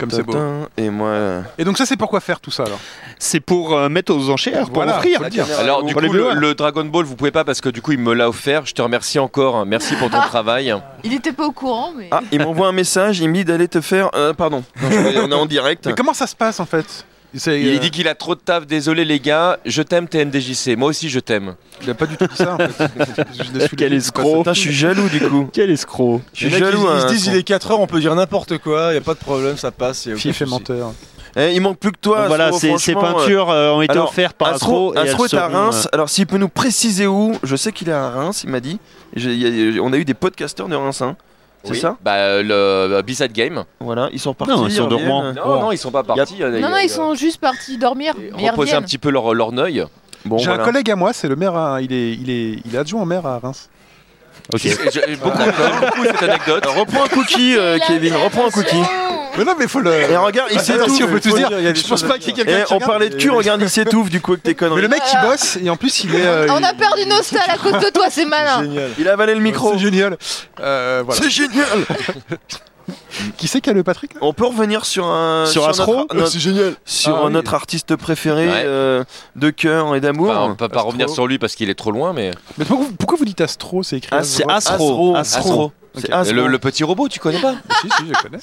[SPEAKER 2] Comme c'est beau.
[SPEAKER 4] Et moi. euh,
[SPEAKER 2] Et donc ça, c'est pourquoi faire tout ça alors
[SPEAKER 6] C'est pour euh, mettre aux enchères, pour
[SPEAKER 2] Voilà,
[SPEAKER 6] offrir.
[SPEAKER 2] faut le dire.
[SPEAKER 1] Alors du
[SPEAKER 6] Pour
[SPEAKER 1] coup
[SPEAKER 6] les
[SPEAKER 1] le,
[SPEAKER 6] viewers.
[SPEAKER 1] le Dragon Ball vous pouvez pas parce que du coup il me l'a offert. Je te remercie encore. hein. Merci
[SPEAKER 9] [LAUGHS]
[SPEAKER 1] pour ton travail.
[SPEAKER 8] Il était pas au courant, mais.
[SPEAKER 4] Ah, il m'envoie un message, il me dit d'aller te faire. euh, pardon, Non, je vais- on est en direct.
[SPEAKER 2] Mais comment ça se passe en fait C'est,
[SPEAKER 1] Il
[SPEAKER 2] euh,
[SPEAKER 1] dit qu'il a trop de taf. Désolé les gars. Je t'aime TMDJC. Moi aussi je t'aime.
[SPEAKER 2] il a pas du tout dit ça en fait. Je l'ai souligné,
[SPEAKER 6] Quel
[SPEAKER 2] c'est
[SPEAKER 6] escroc.
[SPEAKER 4] Putain, je suis jaloux du coup.
[SPEAKER 6] Quel escroc.
[SPEAKER 4] Je suis jaloux.
[SPEAKER 9] Ils,
[SPEAKER 4] hein.
[SPEAKER 9] se disent, il est 4h, on peut dire n'importe quoi, y a pas de problème, ça passe. y a
[SPEAKER 2] pas ça.
[SPEAKER 9] aucun
[SPEAKER 2] Fif et
[SPEAKER 9] souci.
[SPEAKER 2] menteur.
[SPEAKER 4] Eh, il manque plus que toi.
[SPEAKER 6] Donc voilà, ces,
[SPEAKER 4] Astro,
[SPEAKER 6] ces
[SPEAKER 4] franchement, euh,
[SPEAKER 6] peintures euh, ont été
[SPEAKER 4] alors,
[SPEAKER 6] offertes par Astro.
[SPEAKER 4] Astro,
[SPEAKER 6] et
[SPEAKER 4] Astro
[SPEAKER 6] elles
[SPEAKER 4] est à
[SPEAKER 6] seront,
[SPEAKER 4] Reims.
[SPEAKER 6] euh,
[SPEAKER 4] Alors, s'il peut nous préciser où, je sais qu'il est à Reims, il m'a dit. J'ai- il y a- on a eu des podcasteurs de Reims, hein. C'est
[SPEAKER 1] Oui.
[SPEAKER 4] ça
[SPEAKER 1] Bah euh, le B-side game.
[SPEAKER 4] Voilà, ils sont partis.
[SPEAKER 6] ils sont de
[SPEAKER 4] reviennent.
[SPEAKER 6] Rouen.
[SPEAKER 1] Non non ils sont pas partis. euh,
[SPEAKER 8] Non, non,
[SPEAKER 1] euh,
[SPEAKER 8] ils sont juste partis dormir.
[SPEAKER 1] euh,
[SPEAKER 8] Mais
[SPEAKER 1] Reposer
[SPEAKER 8] ils
[SPEAKER 1] un
[SPEAKER 8] reviennent.
[SPEAKER 1] petit peu leur leur neuil.
[SPEAKER 4] Bon,
[SPEAKER 2] J'ai
[SPEAKER 4] voilà.
[SPEAKER 2] un collègue à moi, c'est le maire, à- il, est, il, est, il est adjoint au maire à Reims.
[SPEAKER 6] ok.
[SPEAKER 1] J'ai- j'ai Beaucoup j'aime beaucoup cette anecdote.
[SPEAKER 4] Reprends un cookie,
[SPEAKER 8] [LAUGHS]
[SPEAKER 4] euh, Kevin, reprends un cookie.
[SPEAKER 2] Mais non, mais faut le.
[SPEAKER 4] [LAUGHS] Et regarde, il
[SPEAKER 2] Ah, si, on
[SPEAKER 4] s'étouffe.
[SPEAKER 2] peut tout
[SPEAKER 9] faut
[SPEAKER 2] dire.
[SPEAKER 9] dire, il y a des
[SPEAKER 2] Je pense
[SPEAKER 9] choses à
[SPEAKER 2] pas qu'il y ait quelqu'un
[SPEAKER 4] Eh,
[SPEAKER 2] qui
[SPEAKER 4] on
[SPEAKER 2] regarde.
[SPEAKER 4] parlait de cul, regarde, il s'étouffe du coup [LAUGHS] avec tes
[SPEAKER 2] Mais
[SPEAKER 4] conneries.
[SPEAKER 2] le mec qui bosse et en plus
[SPEAKER 8] [LAUGHS]
[SPEAKER 2] il est. euh,
[SPEAKER 8] Ah. On a
[SPEAKER 2] il-
[SPEAKER 8] perdu nos stalles à cause de toi, c'est malin.
[SPEAKER 9] Génial.
[SPEAKER 4] Il a avalé le micro.
[SPEAKER 2] C'est génial. Euh, voilà.
[SPEAKER 4] C'est génial
[SPEAKER 2] [LAUGHS] Qui c'est qui a le Patrick là
[SPEAKER 4] On peut revenir sur un
[SPEAKER 6] Sur
[SPEAKER 4] notre-
[SPEAKER 6] Astro
[SPEAKER 4] notre-
[SPEAKER 2] génial.
[SPEAKER 4] sur
[SPEAKER 2] Ah oui.
[SPEAKER 4] notre artiste préféré
[SPEAKER 1] Ouais.
[SPEAKER 4] euh, de cœur et d'amour.
[SPEAKER 1] Enfin, on peut pas
[SPEAKER 4] Astro.
[SPEAKER 1] revenir sur lui parce qu'il est trop loin, mais
[SPEAKER 2] Mais pourquoi vous, pourquoi vous dites Astro C'est écrit.
[SPEAKER 4] Ah,
[SPEAKER 2] à
[SPEAKER 4] c'est
[SPEAKER 2] droite.
[SPEAKER 4] Astro.
[SPEAKER 6] Astro.
[SPEAKER 4] Astro. C'est
[SPEAKER 1] Mais
[SPEAKER 4] Astro.
[SPEAKER 1] le, le petit robot, tu connais pas
[SPEAKER 2] si, si, je connais.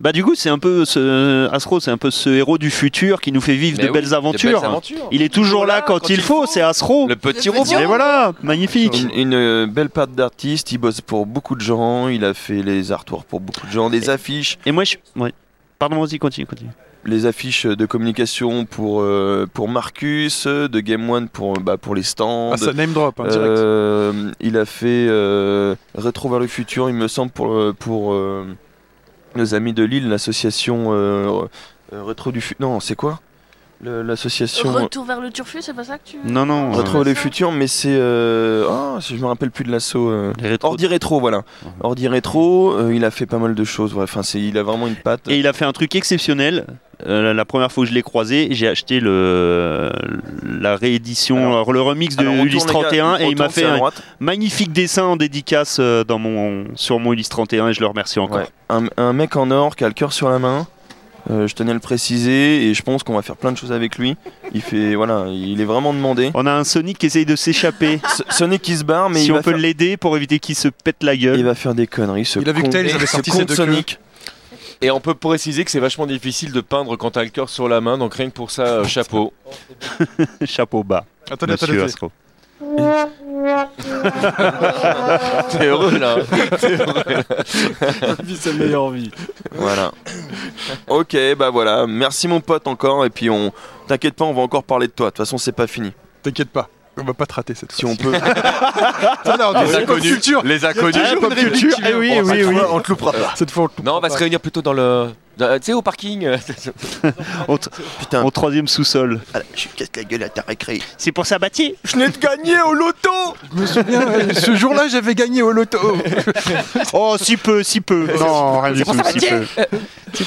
[SPEAKER 6] Bah du coup, c'est un peu ce Astro, c'est un peu ce héros du futur qui nous fait vivre
[SPEAKER 1] Mais
[SPEAKER 6] de
[SPEAKER 1] oui,
[SPEAKER 6] belles aventures.
[SPEAKER 1] belles aventures.
[SPEAKER 6] Il est toujours là quand, il faut, c'est Astro.
[SPEAKER 1] Le petit
[SPEAKER 8] [LAUGHS] Le petit
[SPEAKER 1] robot.
[SPEAKER 6] Et voilà, magnifique.
[SPEAKER 4] Une, une, euh, belle patte d'artiste, il bosse pour beaucoup de gens, il a fait les artworks pour beaucoup de gens, les affiches,
[SPEAKER 6] Et moi je ouais. Pardon, vas-y, continue, continue.
[SPEAKER 4] les affiches de communication pour, euh, pour Marcus, euh, de Game One pour, euh, bah, pour les stands.
[SPEAKER 2] Ah, ça name drop, hein, direct.
[SPEAKER 4] Euh, il a fait euh, Rétro vers le futur, il me semble, pour, euh, pour euh, nos amis de Lille, l'association euh, euh, Rétro du futur. Non, c'est quoi Le- L'association
[SPEAKER 7] Retour vers le turfu, c'est pas ça que tu.
[SPEAKER 6] Non non, euh,
[SPEAKER 4] Rétro vers le futur, mais c'est. euh, ah, je me rappelle plus de l'asso. euh,
[SPEAKER 6] les rétros-
[SPEAKER 4] Ordi rétro, voilà.
[SPEAKER 6] Mhm.
[SPEAKER 4] Ordi rétro, euh, il a fait pas mal de choses. ouais. Enfin, c'est, il a vraiment une patte.
[SPEAKER 6] Et il a fait un truc exceptionnel. Euh, la- la première fois que je l'ai croisé, j'ai acheté le la réédition, alors, le remix de
[SPEAKER 4] Alors, on tourne,
[SPEAKER 6] Ulysse
[SPEAKER 4] les gars,
[SPEAKER 6] 31 et
[SPEAKER 4] on
[SPEAKER 6] il m'a
[SPEAKER 4] tourne, c'est
[SPEAKER 6] fait
[SPEAKER 4] à
[SPEAKER 6] un
[SPEAKER 4] droite.
[SPEAKER 6] magnifique dessin en dédicace euh, dans mon sur mon Ulysse 31 et je le remercie encore.
[SPEAKER 4] Ouais. Un, un mec en or qui a le cœur sur la main. Euh, je tenais à le préciser et je pense qu'on va faire plein de choses avec lui. Il fait voilà, il est vraiment demandé.
[SPEAKER 6] On a un Sonic qui essaye de
[SPEAKER 4] [LAUGHS]
[SPEAKER 6] s'échapper.
[SPEAKER 4] S- Sonic qui se barre, mais
[SPEAKER 6] si
[SPEAKER 4] il,
[SPEAKER 6] on
[SPEAKER 4] va
[SPEAKER 6] peut
[SPEAKER 4] faire,
[SPEAKER 6] l'aider pour éviter qu'il se pète la
[SPEAKER 4] il
[SPEAKER 6] gueule.
[SPEAKER 4] va faire des conneries. Ce
[SPEAKER 2] Il a vu que
[SPEAKER 4] con- [LAUGHS]
[SPEAKER 2] Tails avait
[SPEAKER 4] ce
[SPEAKER 2] sorti
[SPEAKER 4] con
[SPEAKER 2] ses
[SPEAKER 4] de
[SPEAKER 2] deux [LAUGHS]
[SPEAKER 4] Sonic.
[SPEAKER 1] Et on peut préciser que c'est vachement difficile de peindre quand t'as le cœur sur la main, donc rien que pour ça, euh, chapeau.
[SPEAKER 6] [LAUGHS] Chapeau bas,
[SPEAKER 2] Attendez, attendez. attendez.
[SPEAKER 6] monsieur Astro.
[SPEAKER 1] T'es heureux là.
[SPEAKER 5] c'est le meilleur vie.
[SPEAKER 4] Voilà. ok, bah voilà. Merci mon pote encore et puis on. T'inquiète pas, on va encore parler de toi. De toute façon, c'est pas fini.
[SPEAKER 2] T'inquiète pas. On va pas te rater cette
[SPEAKER 4] Si
[SPEAKER 2] fois.
[SPEAKER 4] on [LAUGHS] peut.
[SPEAKER 2] Alors,
[SPEAKER 1] Les inconnus. Les inconnus.
[SPEAKER 2] pop culture. Eh oui,
[SPEAKER 4] Ah, On va
[SPEAKER 2] oui,
[SPEAKER 4] se
[SPEAKER 2] oui.
[SPEAKER 4] trouver, on te loupera
[SPEAKER 6] Euh,
[SPEAKER 4] pas.
[SPEAKER 2] Cette fois, on te
[SPEAKER 1] Non, on va se réunir plutôt dans le. dans- euh, Tu sais, au parking. euh,
[SPEAKER 4] Putain,
[SPEAKER 6] Au troisième sous-sol.
[SPEAKER 4] Ah, je casse la gueule à ta récré.
[SPEAKER 6] C'est pour Sabatier.
[SPEAKER 4] [LAUGHS] Je n'ai de gagné au loto.
[SPEAKER 2] Je me souviens, euh, ce jour-là, j'avais gagné au loto.
[SPEAKER 6] Oh, si peu, si peu. Non, rien du tout, si peu.
[SPEAKER 4] Euh, Il,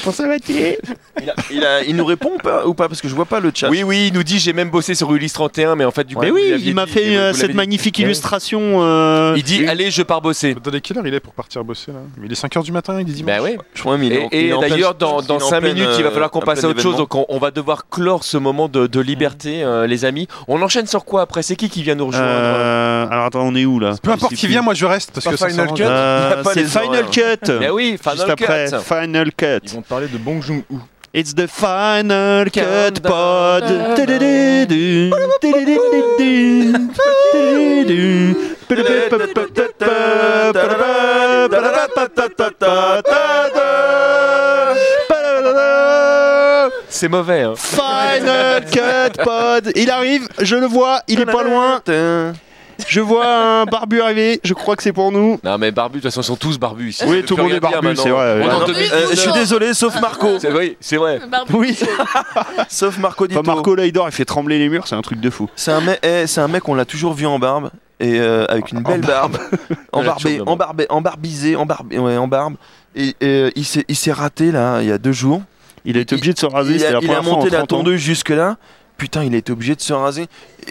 [SPEAKER 4] a- il a- il nous répond ou pas, ou pas Parce que je vois pas le chat.
[SPEAKER 1] Oui, oui, il nous dit j'ai même bossé sur Ulysse 31, mais en fait, du coup.
[SPEAKER 6] Mais
[SPEAKER 1] vous
[SPEAKER 6] oui,
[SPEAKER 1] l'aviez
[SPEAKER 6] il m'a
[SPEAKER 1] dit,
[SPEAKER 6] fait
[SPEAKER 1] vous-
[SPEAKER 6] euh,
[SPEAKER 1] vous l'avez
[SPEAKER 6] cette
[SPEAKER 1] dit.
[SPEAKER 6] magnifique
[SPEAKER 4] Eh
[SPEAKER 6] illustration. euh,
[SPEAKER 1] Il dit allez, je pars bosser.
[SPEAKER 2] Attendez, quelle heure il est pour partir bosser là Il est 5h du matin, il est dimanche.
[SPEAKER 1] Bah ouais.
[SPEAKER 4] Je crois, mais il est en- il
[SPEAKER 1] Et,
[SPEAKER 4] est
[SPEAKER 1] et
[SPEAKER 4] en pleine-
[SPEAKER 1] d'ailleurs, dans,
[SPEAKER 4] il est
[SPEAKER 1] dans
[SPEAKER 4] en
[SPEAKER 1] 5
[SPEAKER 4] pleine,
[SPEAKER 1] minutes, il va falloir qu'on
[SPEAKER 4] euh,
[SPEAKER 1] passe à
[SPEAKER 4] plein
[SPEAKER 1] autre chose.
[SPEAKER 4] événement.
[SPEAKER 1] Donc, on, on va devoir clore ce moment de, de liberté, euh, les amis. On enchaîne sur quoi après C'est qui qui vient nous rejoindre
[SPEAKER 6] euh, alors attends, on est où là
[SPEAKER 2] Peu importe qui vient, moi je reste parce
[SPEAKER 9] Pas
[SPEAKER 2] que ça
[SPEAKER 9] Final
[SPEAKER 2] s'arrange.
[SPEAKER 4] Hein
[SPEAKER 9] Cut
[SPEAKER 6] Euh,
[SPEAKER 4] a pas euh.
[SPEAKER 6] C'est
[SPEAKER 4] les
[SPEAKER 6] Final
[SPEAKER 4] horaires.
[SPEAKER 6] [LAUGHS] Cut.
[SPEAKER 1] Ben oui,
[SPEAKER 6] Euh, Juste
[SPEAKER 1] Final
[SPEAKER 6] après,
[SPEAKER 1] Cut.
[SPEAKER 6] Final
[SPEAKER 10] Ils
[SPEAKER 6] Cut.
[SPEAKER 10] vont te parler de Bong Joon-ho.
[SPEAKER 6] It's the Final Cut Pod. Du-du-du-du. Du-du-du-du-du. Du-du-du-du.
[SPEAKER 1] C'est mauvais. hein.
[SPEAKER 6] Final Cut Pod. Il arrive, je le vois, il est pas loin. Je vois un barbu arriver, je crois que c'est pour nous.
[SPEAKER 1] Non, mais barbu, de toute façon, ils sont tous barbus. ici.
[SPEAKER 6] Oui,
[SPEAKER 1] Ça
[SPEAKER 6] tout
[SPEAKER 1] peut
[SPEAKER 6] le monde
[SPEAKER 1] rien
[SPEAKER 6] est barbu,
[SPEAKER 1] dire,
[SPEAKER 6] c'est vrai,
[SPEAKER 1] maintenant. On
[SPEAKER 6] ouais.
[SPEAKER 1] est en
[SPEAKER 4] Non,
[SPEAKER 1] 2000.
[SPEAKER 4] euh, je suis [LAUGHS] désolé, sauf Marco.
[SPEAKER 1] C'est vrai, c'est vrai. Ah,
[SPEAKER 7] Barbie.
[SPEAKER 6] Oui.
[SPEAKER 4] [LAUGHS] Sauf Marco Ditto.
[SPEAKER 6] Enfin, Marco là, il dort, il fait trembler les murs, c'est un truc de fou.
[SPEAKER 4] C'est un, mec- eh, c'est un mec, on l'a toujours vu en barbe. Et euh, avec une belle barbe. [LAUGHS]
[SPEAKER 1] On l'a toujours
[SPEAKER 4] Embarbé,
[SPEAKER 1] vu en barbe.
[SPEAKER 4] embarbé, embarbisé, embarbé, ouais, en barbe. Et, euh, il s'est- il s'est raté là, il y a deux jours.
[SPEAKER 6] Il a été obligé de se raser,
[SPEAKER 4] il
[SPEAKER 6] c'était
[SPEAKER 4] a,
[SPEAKER 6] la
[SPEAKER 4] il a
[SPEAKER 6] première fois en
[SPEAKER 4] monté la
[SPEAKER 6] 30 ans.
[SPEAKER 4] tondeuse jusque-là. Putain, il a été obligé de se raser.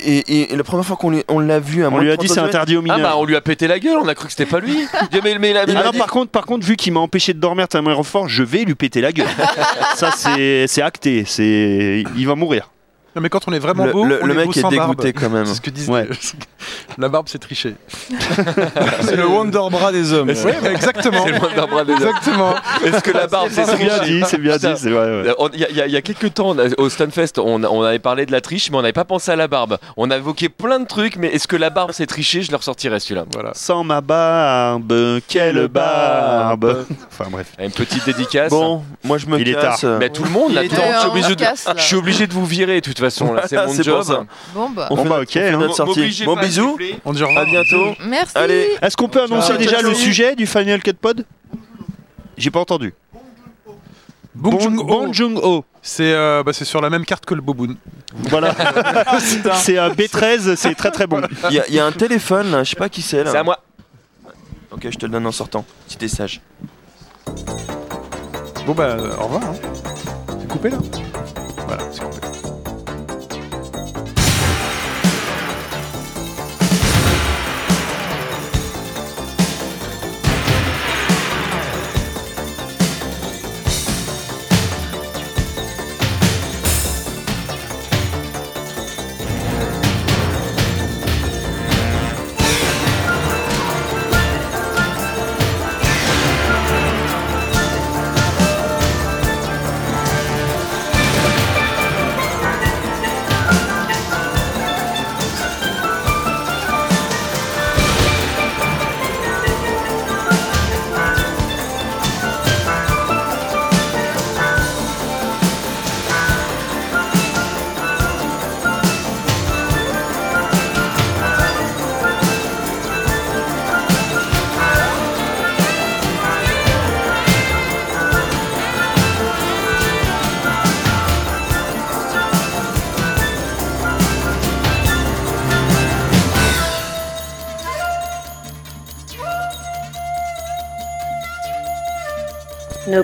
[SPEAKER 4] Et, et- et la première fois qu'on lui- on l'a vu à
[SPEAKER 6] On
[SPEAKER 4] moins
[SPEAKER 6] lui
[SPEAKER 4] de
[SPEAKER 6] a dit
[SPEAKER 4] 30
[SPEAKER 6] c'est interdit aux
[SPEAKER 1] Ah
[SPEAKER 6] mineurs.
[SPEAKER 1] bah on lui a pété la gueule, on a cru que c'était pas lui. Dieu, mais- mais la- mais
[SPEAKER 6] Ah
[SPEAKER 1] la-
[SPEAKER 6] non, par contre, par contre, vu qu'il m'a empêché de dormir tellement fort, je vais lui péter
[SPEAKER 4] [LAUGHS]
[SPEAKER 6] la gueule. Ça, c'est c'est acté. C'est il va mourir.
[SPEAKER 2] Non, mais quand on est vraiment
[SPEAKER 4] Le,
[SPEAKER 2] beau,
[SPEAKER 4] le-
[SPEAKER 2] on
[SPEAKER 4] le
[SPEAKER 2] est
[SPEAKER 4] mec
[SPEAKER 2] beau
[SPEAKER 4] est
[SPEAKER 2] sans barbe.
[SPEAKER 4] dégoûté quand même.
[SPEAKER 2] C'est ce que disent.
[SPEAKER 6] Ouais.
[SPEAKER 2] les- [LAUGHS] La barbe, c'est
[SPEAKER 4] [LAUGHS]
[SPEAKER 2] triché.
[SPEAKER 10] C'est le Wonderbra des hommes.
[SPEAKER 2] Oui, mais exactement.
[SPEAKER 1] [LAUGHS] c'est loin d'un bras des hommes.
[SPEAKER 2] Exactement.
[SPEAKER 1] Est-ce que la barbe
[SPEAKER 4] Ah,
[SPEAKER 1] c'est
[SPEAKER 6] C'est bien
[SPEAKER 1] triché
[SPEAKER 6] dit, c'est bien dit, c'est vrai.
[SPEAKER 4] [LAUGHS]
[SPEAKER 6] ouais.
[SPEAKER 1] Euh, on- Il y, a- il y a- il y a quelques temps, on a- au Stunfest, on, on avait parlé de la triche, mais on n'avait pas pensé à la barbe. On a évoqué plein de trucs, mais est-ce que la barbe c'est triché Je le ressortirai celui-là.
[SPEAKER 2] Voilà.
[SPEAKER 6] Sans ma barbe, quelle barbe. Enfin bref.
[SPEAKER 1] Une petite dédicace.
[SPEAKER 4] Bon, moi je me
[SPEAKER 6] Il est
[SPEAKER 4] casse.
[SPEAKER 6] tard.
[SPEAKER 4] Euh,
[SPEAKER 1] Mais tout le monde, là,
[SPEAKER 4] est
[SPEAKER 1] tout-
[SPEAKER 4] temps,
[SPEAKER 8] Ouais,
[SPEAKER 1] je suis
[SPEAKER 8] on
[SPEAKER 1] obligé de-
[SPEAKER 8] casse, là.
[SPEAKER 1] je suis obligé de vous virer de toute façon.
[SPEAKER 4] [LAUGHS]
[SPEAKER 1] là, C'est mon
[SPEAKER 4] c'est
[SPEAKER 1] job.
[SPEAKER 4] pour ça.
[SPEAKER 8] Bon bah,
[SPEAKER 4] On
[SPEAKER 6] Bon
[SPEAKER 4] fait
[SPEAKER 6] bah
[SPEAKER 4] notre-
[SPEAKER 6] ok.
[SPEAKER 4] on fait
[SPEAKER 6] hein.
[SPEAKER 4] notre sortie.
[SPEAKER 1] m'obligez
[SPEAKER 4] Bon
[SPEAKER 1] pas, s'il vous
[SPEAKER 4] bisous.
[SPEAKER 1] plaît.
[SPEAKER 2] On dit au
[SPEAKER 4] À
[SPEAKER 2] revoir.
[SPEAKER 4] bientôt.
[SPEAKER 8] merci.
[SPEAKER 4] Allez.
[SPEAKER 6] Est-ce qu'on peut annoncer
[SPEAKER 4] Ciao.
[SPEAKER 6] déjà
[SPEAKER 4] Ciao.
[SPEAKER 6] le sujet du Final Cut Pod J'ai pas entendu.
[SPEAKER 2] Bong Joon-ho.
[SPEAKER 6] Joon-ho.
[SPEAKER 2] C'est euh, bah, c'est sur la même carte que le Boboon.
[SPEAKER 6] Voilà. c'est un B13, c'est très très bon.
[SPEAKER 4] Il y, a- il y a un téléphone là, je sais pas qui c'est là.
[SPEAKER 1] C'est à moi.
[SPEAKER 4] Ok, je te le donne en sortant. Si t'es sage.
[SPEAKER 2] Bon bah, euh, au revoir. hein. C'est coupé là. Voilà, c'est coupé.
[SPEAKER 11] Nos